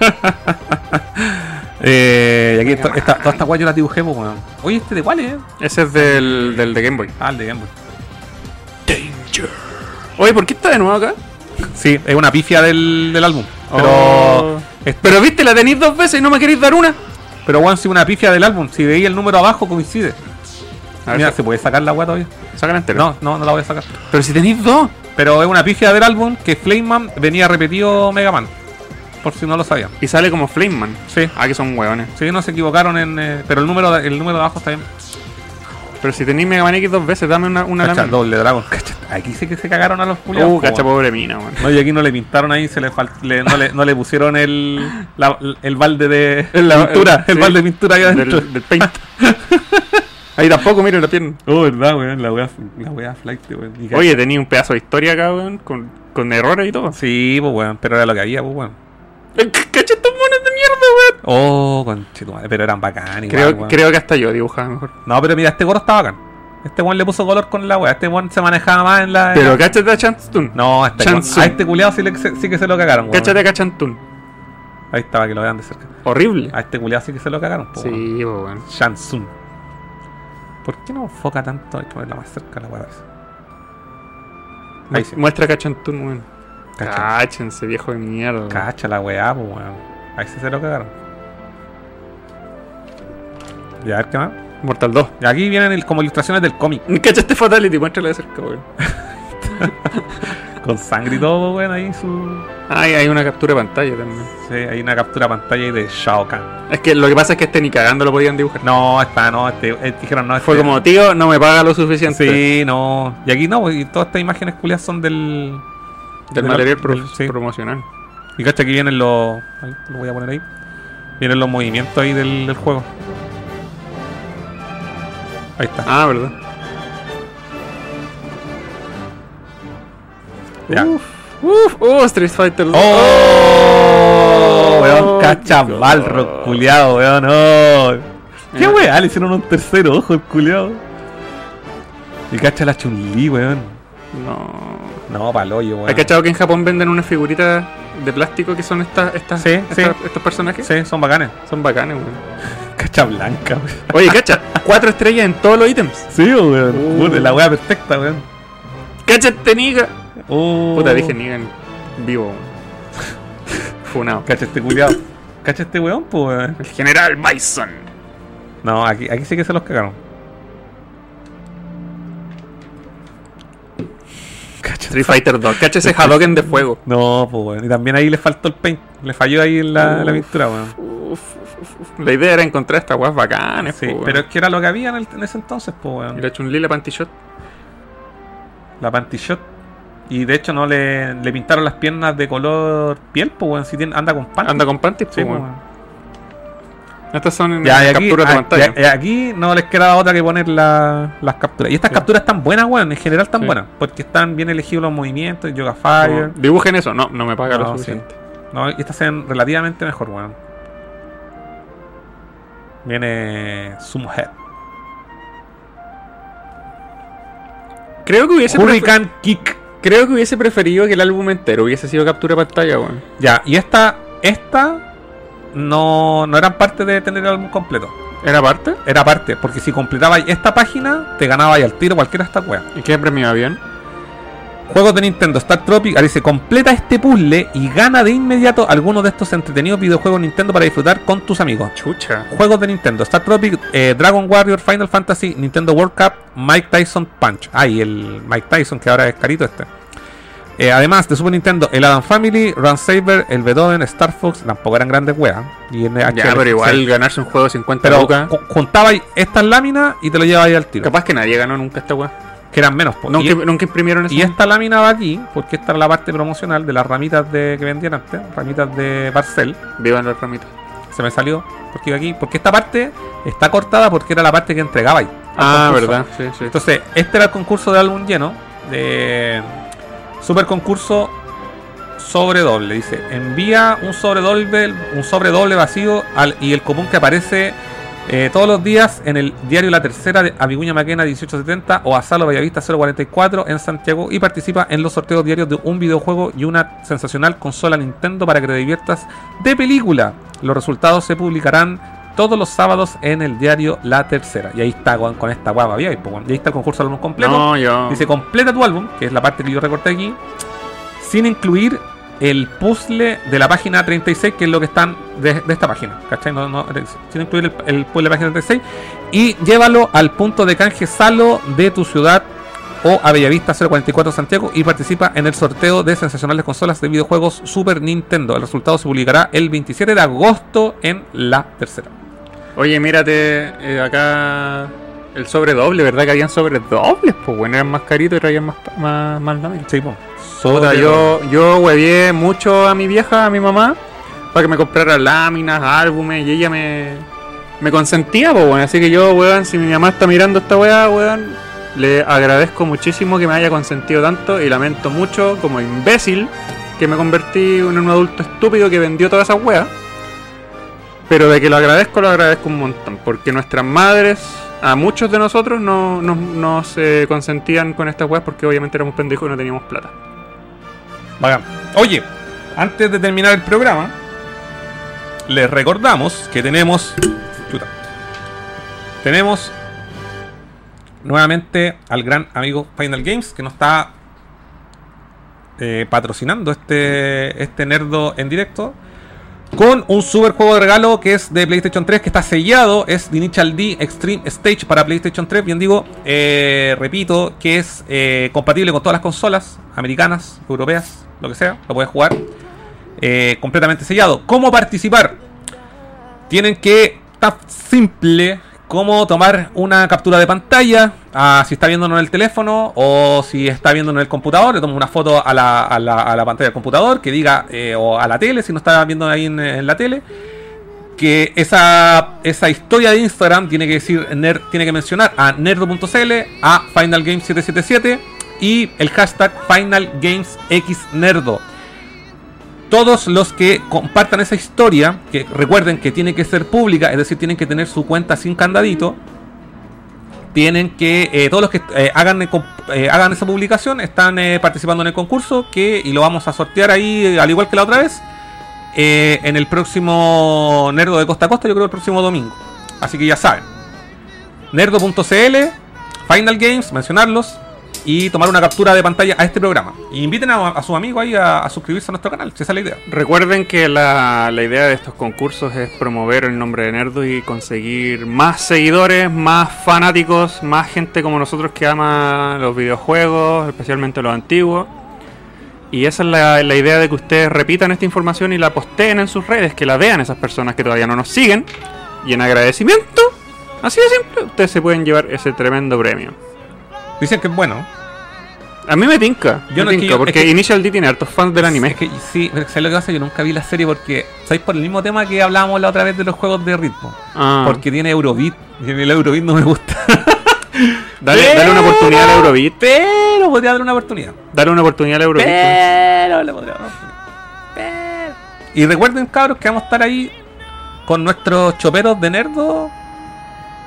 B: eh, y aquí esto- esta, toda esta guay yo la dibujé, pues, weón. Oye, ¿este de cuál es?
C: Ese es del, del de Game Boy.
B: Ah, el de Game Boy.
C: Oye, ¿por qué está de nuevo acá?
B: Sí, es una pifia del, del álbum. Pero,
C: Oh.
B: es-
C: Pero viste, la tenéis dos veces y no me queréis dar una.
B: pero weón, si una pifia del álbum. Si veis el número abajo, coincide.
C: A ver,
B: Mira,
C: sa-
B: ¿se puede sacar la guay todavía?
C: sácala entera.
B: No, no, no la voy a sacar.
C: Pero si tenéis dos.
B: Pero es una pifia del álbum que Flameman venía repetido Mega Man. Por si no lo sabían.
C: Y sale como Flameman.
B: Sí.
C: Ah, que son hueones.
B: Sí, no se equivocaron en. eh, pero el número, de- el número de abajo está bien.
C: Pero si tenéis Mega Man X dos veces, dame una, una
B: Cacha,
C: lámina.
B: doble dragon. Cacha, aquí sí que se cagaron a los culiados.
C: Uh,
B: po,
C: cacha,
B: weón.
C: pobre mina, weón.
B: No, y aquí no le pintaron ahí, se le, fal- le- no, le, no le pusieron el, la- el balde de
C: La-
B: pintura,
C: el-
B: el
C: sí.
B: balde de pintura ahí adentro.
C: Del, del paint. ahí tampoco, miren la pierna.
B: Oh, verdad, weón, la weá, la weá flight, weón. Y cacha.
C: Oye, tenía un pedazo de historia acá, weón, con, con errores y todo.
B: Sí, pues weón, pero era lo que había, pues weón.
C: ¡Cacha estos monos de mierda, weón!
B: Oh, conche tu madre, pero eran bacanes,
C: Creo,
B: weón.
C: creo que hasta yo dibujaba mejor.
B: No, pero mira, este gorro está bacán. Este weón le puso color con la weá, este weón se manejaba más en la. en
C: Pero
B: la-
C: cáchate a Chantun.
B: No, este weón-
C: Chansu.
B: a este culiado sí, le- sí que se lo cagaron, weón.
C: Cáchate a Chantun.
B: Ahí estaba, que lo vean de cerca.
C: Horrible.
B: A este culiado sí que se lo cagaron, pues. weón.
C: Sí, po, weón.
B: Shansun. ¿Por qué no enfoca tanto? Hay que ponerla más cerca la weá. Ahí sí.
C: Muestra Cachantún, weón.
B: Cacha,
C: Cáchense, viejo de mierda.
B: cacha la weá, pues weón. Ahí sí se lo cagaron. Ya, a ver qué más.
C: Mortal 2.
B: Y aquí vienen el- como ilustraciones del cómic.
C: Cachaste Fatality, muéstrala de cerca, weón.
B: Con sangre y todo, weón. Ahí su.
C: Ay, hay una captura de pantalla también.
B: Sí, hay una captura pantalla ahí de Shao Kahn.
C: Es que lo que pasa es que este ni cagando lo podían dibujar.
B: No, está, no. Este, eh, dijeron, no.
C: Fue
B: este-
C: como, tío, no me paga lo suficiente.
B: Sí, no. Y aquí no, y todas estas imágenes culias son del. de
C: Del
B: la-
C: material pro-
B: del- sí.
C: promocional.
B: Y cacha, aquí vienen los. ahí, lo voy a poner ahí. Vienen los movimientos ahí del, del juego. Ahí está.
C: Ah, verdad. Uh.
B: ya.
C: Uf, oh, Street Fighter 2.
B: ¡Oh!
C: Oh,
B: Weón, cacha
C: God.
B: Balrog, culiao, weón. no. ¿Qué
C: Eh.
B: weá? Le hicieron un tercer ojo, el culiao. Y cacha la chun weón.
C: No.
B: No, paloyo,
C: ¿Has
B: weón.
C: cachado que en Japón venden unas figuritas de plástico que son estas, estas,
B: Sí,
C: estas-
B: sí.
C: estos personajes?
B: Sí, son bacanes.
C: Son bacanes, weón.
B: Mancha blanca, weón.
C: Oye, cacha, cuatro estrellas en todos los ítems.
B: Sí, weón. Puta, la weá perfecta, weón.
C: Cacha, te niga.
B: Oh.
C: Puta, dije niga en vivo. Funado.
B: Cacha este culiao. Cacha este weón, pues, weón.
C: El general Bison.
B: No, aquí, aquí sí que se los cagaron. Cacha. este
C: Street Fighter 2. Cacha ese Hadoken de fuego.
B: No, pues, weón. Y también ahí le faltó el paint. Le falló ahí en la, la pintura, weón.
C: Uf, uf, uf. La idea era encontrar estas weas bacanas,
B: Sí,
C: po, pues, weón.
B: pero es que era lo que había en, el- en ese entonces, pues,
C: Y
B: weón.
C: la Chun-Li, la Panty Shot.
B: La panty shot. Y de hecho no le, le pintaron las piernas de color piel, pues, weón. Si tiene, anda con panty.
C: Anda con panties, po,
B: Sí, po,
C: weón.
B: weón.
C: Estas son
B: Ya, y aquí,
C: capturas de
B: ah,
C: pantalla.
B: ya, y aquí no les queda otra que poner la- las capturas. Y estas
C: Sí.
B: capturas están buenas, weón. En general están
C: Sí.
B: buenas. Porque están bien elegidos los movimientos, el Yoga Fire.
C: Como, Dibujen eso. No, no me paga
B: No,
C: lo
B: sí.
C: suficiente.
B: No, y estas se ven relativamente mejor, weón. Viene Sumo Head.
C: Creo que hubiese prefer-
B: Hurricane Kick.
C: Creo que hubiese preferido que el álbum entero hubiese sido captura de pantalla, weón.
B: Ya, y esta, esta no, no eran parte de tener el álbum completo.
C: ¿Era parte?
B: Era parte, porque si completabas esta página, te ganabas al tiro cualquiera de estas weas.
C: ¿Y qué premio bien?
B: Juegos de Nintendo Star Tropic dice completa este puzzle y gana de inmediato alguno de estos entretenidos videojuegos Nintendo para disfrutar con tus amigos.
C: Chucha.
B: Juegos de Nintendo, Star Tropic, eh, Dragon Warrior, Final Fantasy, Nintendo World Cup, Mike Tyson Punch. Ay, el Mike Tyson que ahora es carito este. Eh, además de Super Nintendo, el Adam Family, Run Saber, el Beethoven, Star Fox, tampoco eran grandes weas. Y en
C: Ya,
B: HL,
C: pero igual
B: sí.
C: ganarse un juego de 50
B: Pero
C: lucas.
B: ju- juntabais estas láminas y te lo llevabais al tiro.
C: Capaz que nadie ganó nunca esta weá.
B: Que eran menos. po. Y-
C: Nunca, nunca imprimieron eso.
B: Y esta lámina va aquí, porque esta era la parte promocional de las ramitas de, que vendían antes, ramitas de Barcel.
C: Vivan los ramitas.
B: Se me salió, porque iba aquí, porque esta parte está cortada porque era la parte que entregabais. al
C: Ah,
B: concurso.
C: verdad. Sí, sí.
B: Entonces, este era el concurso de álbum lleno, de super concurso sobre doble. Dice, envía un sobre doble, un sobre doble vacío al, y el común que aparece eh, todos los días en el diario La Tercera de Aviguña Maquena 1870 o Asalo Bellavista 044 en Santiago y participa en los sorteos diarios de un videojuego y una sensacional consola Nintendo para que te diviertas de película. Los resultados se publicarán todos los sábados en el diario La Tercera. Y ahí está con, con esta guapa, y ahí está el concurso de álbum completo.
C: no, yo.
B: Dice, completa tu álbum, que es la parte que yo recorté aquí, sin incluir el puzzle de la página 36, que es lo que están de, de esta página, ¿cachai? No, no, sin incluir el, el puzzle de la página 36, y llévalo al punto de canje Salo de tu ciudad o a Bellavista 044 Santiago y participa en el sorteo de sensacionales consolas de videojuegos Super Nintendo. El resultado se publicará el 27 de agosto en la tercera.
C: Oye, mírate eh, acá el sobre doble, ¿verdad? Que habían sobre dobles, pues bueno, eran más caritos y traían más, más, más láminas.
B: Sí, po.
C: Puta, yo, yo huevié mucho a mi vieja, a mi mamá, para que me comprara láminas, álbumes, y ella me, me consentía, pues bueno. Así que yo, weón, si mi mamá está mirando esta weá, weón, le agradezco muchísimo que me haya consentido tanto y lamento mucho como imbécil que me convertí en un adulto estúpido que vendió todas esas weas. Pero de que lo agradezco, lo agradezco un montón, porque nuestras madres, a muchos de nosotros, no, no- nos eh, consentían con estas weas porque obviamente éramos pendejos y no teníamos plata.
B: Vaya. Oye, antes de terminar el programa, les recordamos que tenemos. chuta. tenemos nuevamente al gran amigo Final Games que nos está eh, patrocinando este, este nerdo en directo. Con un super juego de regalo que es de PlayStation 3, que está sellado, es The Initial D Extreme Stage para PlayStation 3. Bien digo, eh, repito, que es eh, compatible con todas las consolas americanas, europeas, lo que sea, lo puedes jugar eh, completamente sellado. ¿Cómo participar? Tienen que, tan simple como tomar una captura de pantalla, ah, si está viéndonos en el teléfono o si está viéndonos en el computador, le tomo una foto a la, a la- a la pantalla del computador que diga, eh, o a la tele, si no está viendo ahí en, en la tele, que esa, esa historia de Instagram tiene que decir ner- tiene que mencionar a nerdo.cl, a FinalGames777 y el hashtag FinalGamesXNerdo. Todos los que compartan esa historia, que recuerden que tiene que ser pública, es decir, tienen que tener su cuenta sin candadito, tienen que eh, todos los que eh, hagan el comp- eh, hagan esa publicación están eh, participando en el concurso que y lo vamos a sortear ahí eh, al igual que la otra vez eh, en el próximo Nerdo de Costa a Costa yo creo el próximo domingo Así que ya saben. Nerdo.cl, Final Games, mencionarlos. Y tomar una captura de pantalla a este programa. Y inviten a, a sus amigos ahí a, a suscribirse a nuestro canal, si esa es la idea.
C: Recuerden que la, la idea de estos concursos es promover el nombre de Nerdo y conseguir más seguidores, más fanáticos, más gente como nosotros que ama los videojuegos, especialmente los antiguos. Y esa es la, la idea de que ustedes repitan esta información y la posteen en sus redes, que la vean esas personas que todavía no nos siguen. Y en agradecimiento, así de simple, ustedes se pueden llevar ese tremendo premio.
B: Dicen que es bueno.
C: A mí me tinca,
B: Yo no-
C: yo no
B: es que
C: tinca,
B: yo- es
C: porque
B: que-
C: Initial D tiene hartos fans del anime.
B: Es que sí, pero ¿sabes lo que pasa? Yo nunca vi la serie porque, ¿sabéis? Por el mismo tema que hablábamos la otra vez de los juegos de ritmo.
C: Ah.
B: Porque tiene Eurobeat y a mí el Eurobeat no me gusta.
C: Dale, dale una oportunidad al Eurobeat.
B: Pero podría darle una oportunidad.
C: Dale una oportunidad al Eurobeat.
B: pues. Pero le podría dar una oportunidad. Y recuerden, cabros, que vamos a estar ahí con nuestros choperos de nerdo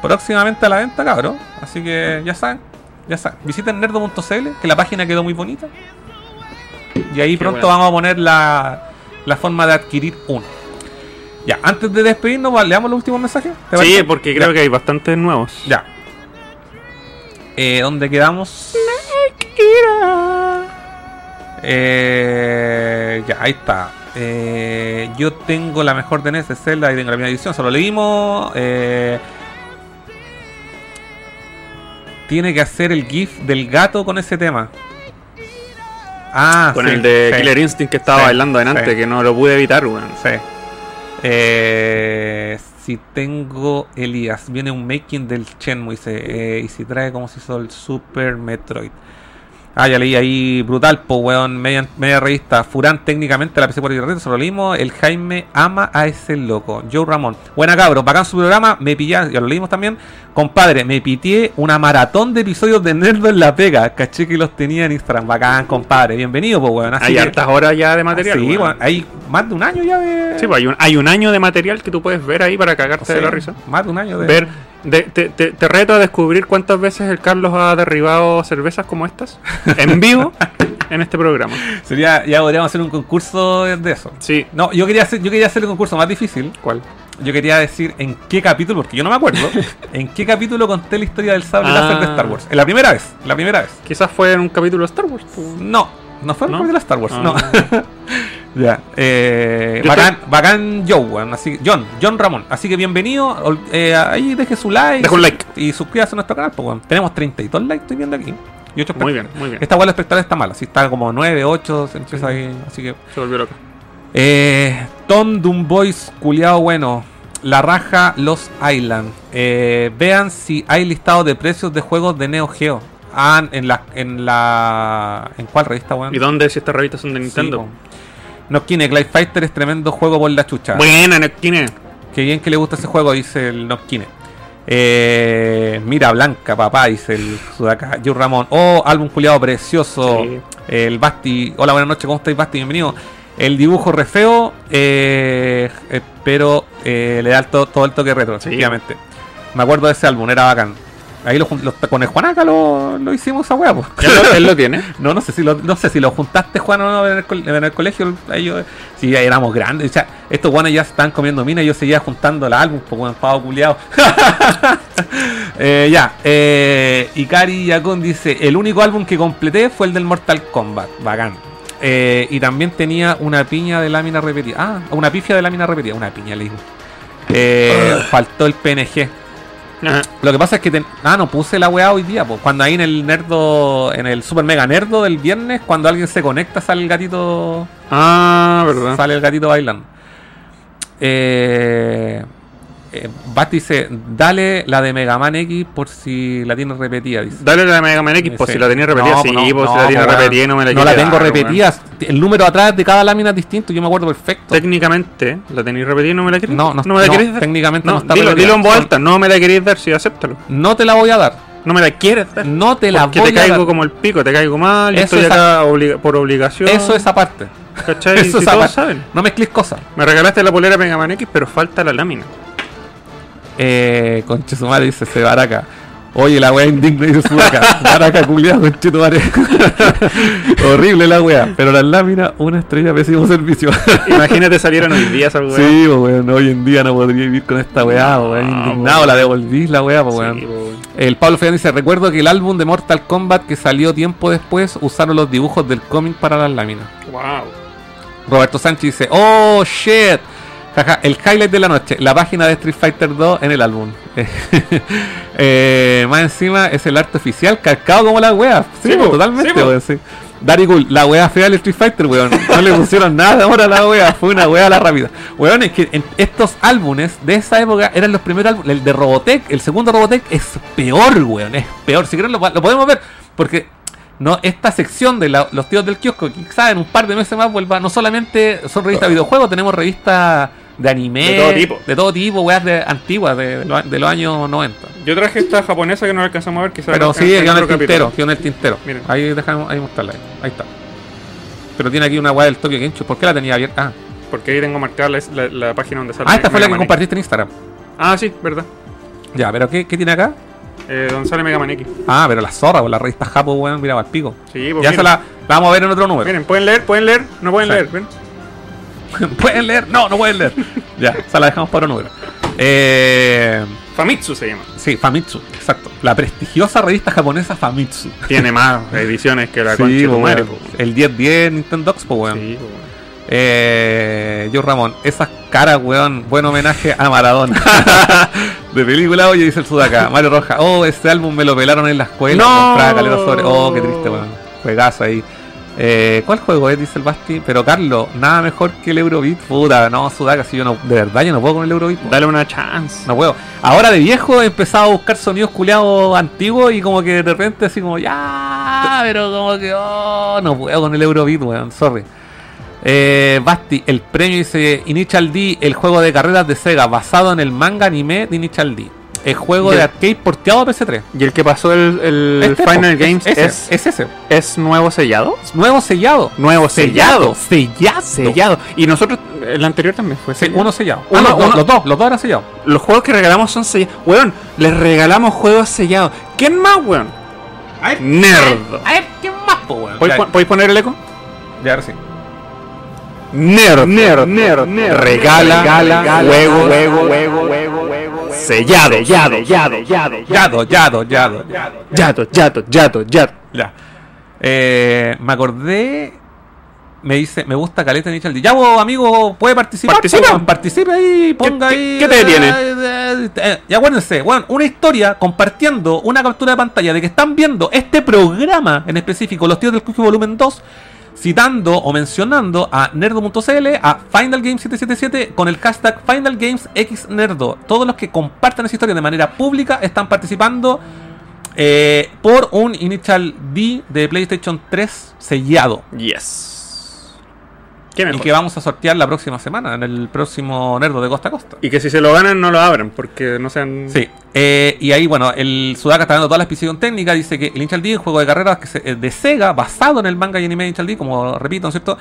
B: próximamente a la venta, cabros. Así que ya saben, ya saben. Visiten nerdo.cl, que la página quedó muy bonita. Y ahí pronto
C: bueno.
B: vamos a poner la, la forma de adquirir uno. Ya, antes de despedirnos, ¿va- leamos los últimos mensajes. ¿Te
C: Sí,
B: parece?
C: porque
B: Ya.
C: creo que hay bastantes nuevos.
B: Ya. Eh, ¿Dónde quedamos? Eh, ya, ahí está. Eh, yo tengo la mejor de NES de Zelda y tengo la primera edición, solo leímos. Eh, tiene que hacer el GIF del gato con ese tema. Ah,
C: Con
B: sí,
C: el de
B: sí,
C: Killer Instinct que estaba
B: Sí,
C: bailando adelante,
B: sí.
C: que no lo pude evitar, weón.
B: Sí. Eh, si tengo Elías, viene un making del Shenmue dice, eh, y si trae como si hizo el Super Metroid. Ah, ya leí ahí brutal, po weón, media, media revista. Furán técnicamente la PC por internet, se lo leímos. El Jaime ama a ese loco. Joe Ramón. Buena cabros, bacán su programa, me pillaron, ya lo leímos también. Compadre, me pitié una maratón de episodios de Nerdo en la pega. Caché que los tenía en Instagram. Bacán, compadre. Bienvenido, po weón. Así
C: Hay
B: que- ah,
C: hartas horas ya de material.
B: Sí,
C: weón.
B: bueno, hay más de un año ya de.
C: Sí, pues, hay, un, hay un año de material que tú puedes ver ahí para cagarte
B: Sí,
C: de la risa.
B: Más de un año de.
C: Ver, de- te, te- te reto a descubrir cuántas veces el Carlos ha derribado cervezas como estas en vivo en este programa.
B: Sería, ya podríamos hacer un concurso de eso.
C: Sí.
B: No, yo quería hacer, yo quería hacer el concurso más difícil.
C: ¿Cuál?
B: Yo quería decir en qué capítulo, porque yo no me acuerdo, en qué capítulo conté la historia del sable
C: Ah.
B: láser de Star Wars. En la primera vez, la primera vez.
C: Quizás fue en un capítulo de Star Wars. pues. weón.
B: No, no fue en el
C: ¿No?
B: capítulo de Star Wars,
C: Ah.
B: no. ya. Eh,
C: Yo
B: bacán, bacán Joe, weón, así que- John, John Ramón. Así que bienvenido. ol- eh, ahí deje su like.
C: Deja un like.
B: Y suscríbase a nuestro canal, pues, weón. Tenemos 32 likes, estoy viendo aquí. Y ocho
C: Muy bien, muy bien.
B: Esta bola espectral está mala, si está como 9, 8, se empieza ahí, así que...
C: Se volvió loca.
B: Eh, Tom Dumbois, culiado bueno. La raja Los Island. Eh, vean si hay listado de precios de juegos de Neo Geo. Ah, en la... ¿En la... ¿En cuál revista, weón?
C: ¿Y dónde si estas revistas son de Nintendo?
B: pues, No Noctine, Glide Fighter es tremendo juego por la chucha.
C: Buena, Neptune.
B: Qué bien que le gusta ese juego, dice el Noctine. Eh, mira, Blanca, papá, dice el Sudaka. Joe Ramón. Oh, álbum culiado precioso.
C: Sí.
B: El Basti. Hola, buenas noches, ¿cómo estáis, Basti? Bienvenido. El dibujo re feo, eh, eh, pero eh, le da el to- todo el toque retro,
C: Sí.
B: efectivamente. Me acuerdo de ese álbum, era bacán. Ahí lo, jun- lo- con el Juanaca lo, lo hicimos esa hueá, pues. po.
C: ¿Ya lo- él lo tiene?
B: No, no sé si lo, no sé si lo juntaste, Juan, o no en el, col- en el colegio. ahí yo- si ya éramos grandes. O sea, estos guanes ya se estaban comiendo mina y yo seguía juntando el álbum, pues buen pavo culiado. eh, ya. Eh, Ikari Yakun dice: El único álbum que completé fue el del Mortal Kombat. Bacán. Eh, y también tenía una piña de lámina repetida. Ah, una pifia de lámina repetida. Una piña, le digo. Eh, faltó el PNG.
C: Ajá.
B: Lo que pasa es que ten- ah, no puse la weá hoy día, pues. Cuando ahí en el nerdo, en el super mega nerdo del viernes, cuando alguien se conecta, sale el gatito.
C: Ah, verdad.
B: Sale el gatito bailando. Eh, eh, Basti dice, dale la de Mega Man X por si la tienes repetida, dice.
C: Dale la de Mega Man X, por
B: Sí.
C: si la tenía repetida.
B: No,
C: sí,
B: no,
C: por si
B: no,
C: la tenía
B: pues, weón.
C: repetida y no me la
B: No la
C: quiere
B: tengo
C: dar,
B: repetida.
C: weón.
B: El número atrás de cada lámina es distinto, yo me acuerdo perfecto.
C: Técnicamente, la tenéis repetida y no me la querés
B: No, no,
C: no me la
B: no,
C: querés dar.
B: técnicamente no
C: no,
B: está
C: dilo,
B: repetida.
C: dilo en voz alta, no me la querés dar, sí, acéptalo.
B: No te la voy a dar.
C: No me la quieres dar.
B: No te la
C: porque
B: voy
C: te
B: a
C: caigo
B: dar.
C: como el pico, te caigo mal, yo
B: Eso
C: estoy
B: es
C: acá obli- por obligación.
B: Eso es aparte.
C: ¿Cachai?
B: Eso es
C: Si todos
B: aparte.
C: saben.
B: No mezcles cosas.
C: Me regalaste la polera Mega Man X, pero falta la lámina.
B: Eh, Conchesumare dice, se baraca. Oye, la wea indigna dice Sudaca. Baraca culiado, conchito madre. Horrible la wea. Pero las láminas, una estrella, pésimo servicio.
C: Imagínate salieron hoy día esas weas.
B: sí, pues weón, hoy en día no podría vivir con esta weá, pues, weón.
C: No,
B: Indignado,
C: Ah, weón.
B: la devolvís la weá, pues weón.
C: Sí, weón.
B: El Pablo Fernández dice, recuerdo que el álbum de Mortal Kombat que salió tiempo después usaron los dibujos del cómic para las láminas.
C: Wow.
B: Roberto Sánchez dice, oh shit. Jaja, el highlight de la noche, la página de Street Fighter 2 en el álbum. Eh, más encima es el arte oficial, calcado como la wea. Sí, pues,
C: Sí, po,
B: totalmente,
C: sí, po.
B: weón, sí. Dari Gul, la wea fea del Street Fighter, weón. No le pusieron nada ahora a la wea, fue una wea a la rápida. Weón, es que en estos álbumes de esa época eran los primeros álbumes. El de Robotech, el segundo Robotech es peor, weón, es peor. Si quieren lo, lo podemos ver, porque no esta sección de la- los tíos del kiosco, quizás en un par de meses más vuelva, no solamente son revistas de videojuegos, tenemos revistas de anime,
C: De todo tipo.
B: de todo tipo, weas de, antiguas, de, de lo- de los años 90.
C: Yo traje esta japonesa que no la alcanzamos a ver, quizás.
B: Pero
C: en-
B: sí,
C: en
B: quedó en el
C: otro
B: tintero,
C: capítulo.
B: quedó en el tintero.
C: Miren.
B: Ahí dejamos, ahí mostrarla, ahí, ahí está. Pero tiene aquí una wea del Tokyo Genshin, ¿por qué la tenía abierta? Ah,
C: Porque ahí tengo marcada la, la- la página donde sale.
B: ah esta fue la
C: Mega
B: que
C: Man X.
B: compartiste en Instagram.
C: Ah, sí, verdad.
B: Ya, pero ¿qué, qué tiene acá?
C: Eh, donde sale Mega Man X.
B: Ah, pero la zorra, o la revista Japo, weón, mira, al pico.
C: Sí, pues
B: ya
C: miren.
B: se la, la vamos a ver en otro número.
C: Miren, pueden leer, pueden leer, no pueden
B: Sí.
C: leer. ¿ven?
B: ¿Pueden leer? No, no pueden leer. ya, se la dejamos para un número. Eh,
C: Famitsu se llama.
B: sí, Famitsu, exacto. La prestigiosa revista japonesa Famitsu.
C: Tiene más ediciones que la concha de tu
B: po,
C: madre,
B: weón.
C: po.
B: el 1010 Nintendo Docs, pues, weón.
C: Sí, po, weón.
B: Eh, yo, Ramón, esas caras, weón. Buen homenaje a Maradona. de película, oye, dice el Sudaca. Mario Roja. Oh, ese álbum me lo pelaron en la escuela.
C: No.
B: Compraba caleta sobre. Oh, qué triste, weón. Juegazo ahí. Eh, ¿Cuál juego es? Dice el Basti. Pero, Carlos, nada mejor que el Eurobeat. Puta, no, Sudaca, si yo no. De verdad, yo no puedo con el Eurobeat. po.
C: Dale una chance.
B: No puedo. Ahora de viejo he empezado a buscar sonidos culeados antiguos y como que de repente así como ya, pero como que oh, no puedo con el Eurobeat, weón, sorry. Eh, Basti, el premio dice Initial D, el juego de carreras de Sega basado en el manga anime de Initial D. El juego de
C: Ya.
B: arcade porteado a PC3.
C: Y el que pasó el, el
B: Este,
C: Final
B: po,
C: Games
B: es,
C: pues, es,
B: ese,
C: es,
B: es ese.
C: nuevo sellado.
B: Nuevo sellado.
C: Nuevo sellado.
B: Sellado.
C: Sellado. Y nosotros, el anterior también fue
B: Sí,
C: sellado.
B: uno sellado. Ah,
C: Uno-
B: no, no,
C: uno-
B: los dos, los dos eran sellados.
C: Los juegos que regalamos son sellados. Weón, les regalamos juegos sellados. ¿Quién más, weón? Nerdo.
B: A ver, ¿qué más, po, weón?
C: ¿Podéis
B: Ya,
C: pon- podéis poner el eco?
B: ya, ahora sí.
C: Nerd, nerd, nerd, Regala, juego, juego, sellado, sellado, sellado, sellado,
B: Yado, yado, yado.
C: yato, yato, yato, yato.
B: Ya. Eh, me acordé. Me dice, me gusta Caleta Initial D. Ya, vos, amigo, puede participar.
C: Participa.
B: po, weón, participe ahí, ponga
C: qué-
B: ahí.
C: qué te detiene?
B: Eh, Y acuérdense, weón, una historia compartiendo una captura de pantalla de que están viendo este programa en específico, Los Tíos del Cookie Volumen 2, citando o mencionando a nerdo.cl, a Final Games 777 con el hashtag Final Games X Nerdo. Todos los que compartan esa historia de manera pública están participando eh, por un Initial D de PlayStation 3 sellado.
C: Yes. ¿Qué
B: Y
C: mejor?
B: que vamos a sortear la próxima semana, en el próximo Nerdo de Costa a Costa.
C: Y que si se lo ganan, no lo abren, porque no sean.
B: Sí, eh, y ahí, bueno, el Sudaka está dando toda la explicación técnica. Dice que el Inchal D es un juego de carreras que se- eh, de Sega basado en el manga y anime de Inchal D, como repito, ¿no es cierto?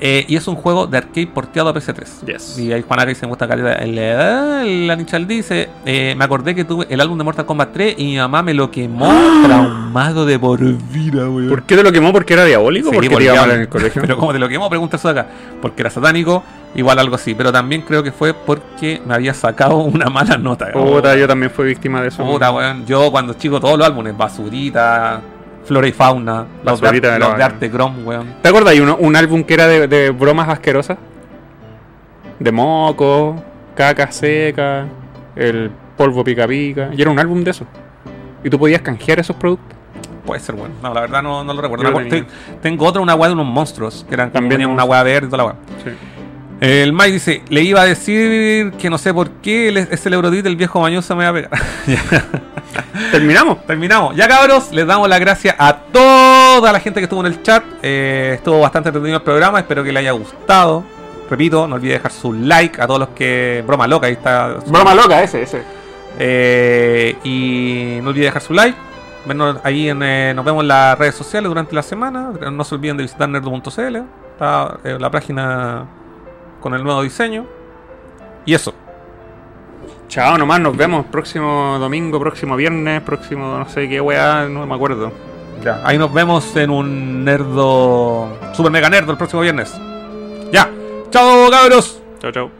B: Eh, y es un juego de arcade porteado a PC3.
C: Yes.
B: Y ahí Juanaca dice: Me gusta caleta el, eh, el, Inchal D. Dice: eh, Me acordé que tuve el álbum de Mortal Kombat 3 y mi mamá me lo quemó traumado de por vida, weón.
C: ¡Ah! ¿Por qué te lo quemó? ¿Porque era diabólico?
B: Sí,
C: porque
B: por
C: te iba mal
B: diablo.
C: en el colegio.
B: Pero como te lo quemó, pregunta acá Porque era satánico, igual algo así. Pero también creo que fue porque me había sacado una mala nota.
C: Puta, yo también fui víctima de eso.
B: Puta, weón. Yo cuando chico todos los álbumes, Basurita, Flora y Fauna, los, de,
C: Basurita
B: ar-
C: era
B: los de
C: bacán.
B: Arte Chrome, weón.
C: ¿Te acuerdas? Hay uno- un álbum que era de, de bromas asquerosas. De moco, caca seca, el polvo pica pica. Y era un álbum de eso. Y tú podías canjear esos productos.
B: Puede ser, weón. No, la verdad no, no lo recuerdo.
C: Yo
B: Me
C: lo
B: acuerdo-
C: tenía.
B: ten- tengo otra, una weá de unos monstruos, que eran
C: También
B: también una
C: monstruos.
B: weá verde y toda la weá. El Mike dice, le iba a decir que no sé por qué el- es el Eurodit del viejo mañoso me va a pegar.
C: Terminamos.
B: Terminamos. Ya cabros, les damos las gracias a toda la gente que estuvo en el chat. Eh, estuvo bastante entretenido el programa, espero que les haya gustado. Repito, no olvide dejar su like a todos los que... Broma loca, ahí está. su-
C: loca ese, ese.
B: Eh, y no olviden dejar su like. Vernos ahí en, eh, nos vemos en las redes sociales durante la semana. No se olviden de visitar nerdo.cl. Está eh, la página con el nuevo diseño. Y eso.
C: Chao nomás, nos vemos próximo domingo, próximo viernes, próximo no sé qué weá, no me acuerdo.
B: Ya, ahí nos vemos en un nerdo. Super mega nerdo el próximo viernes. Ya. Chao, cabros.
C: Chao, chao.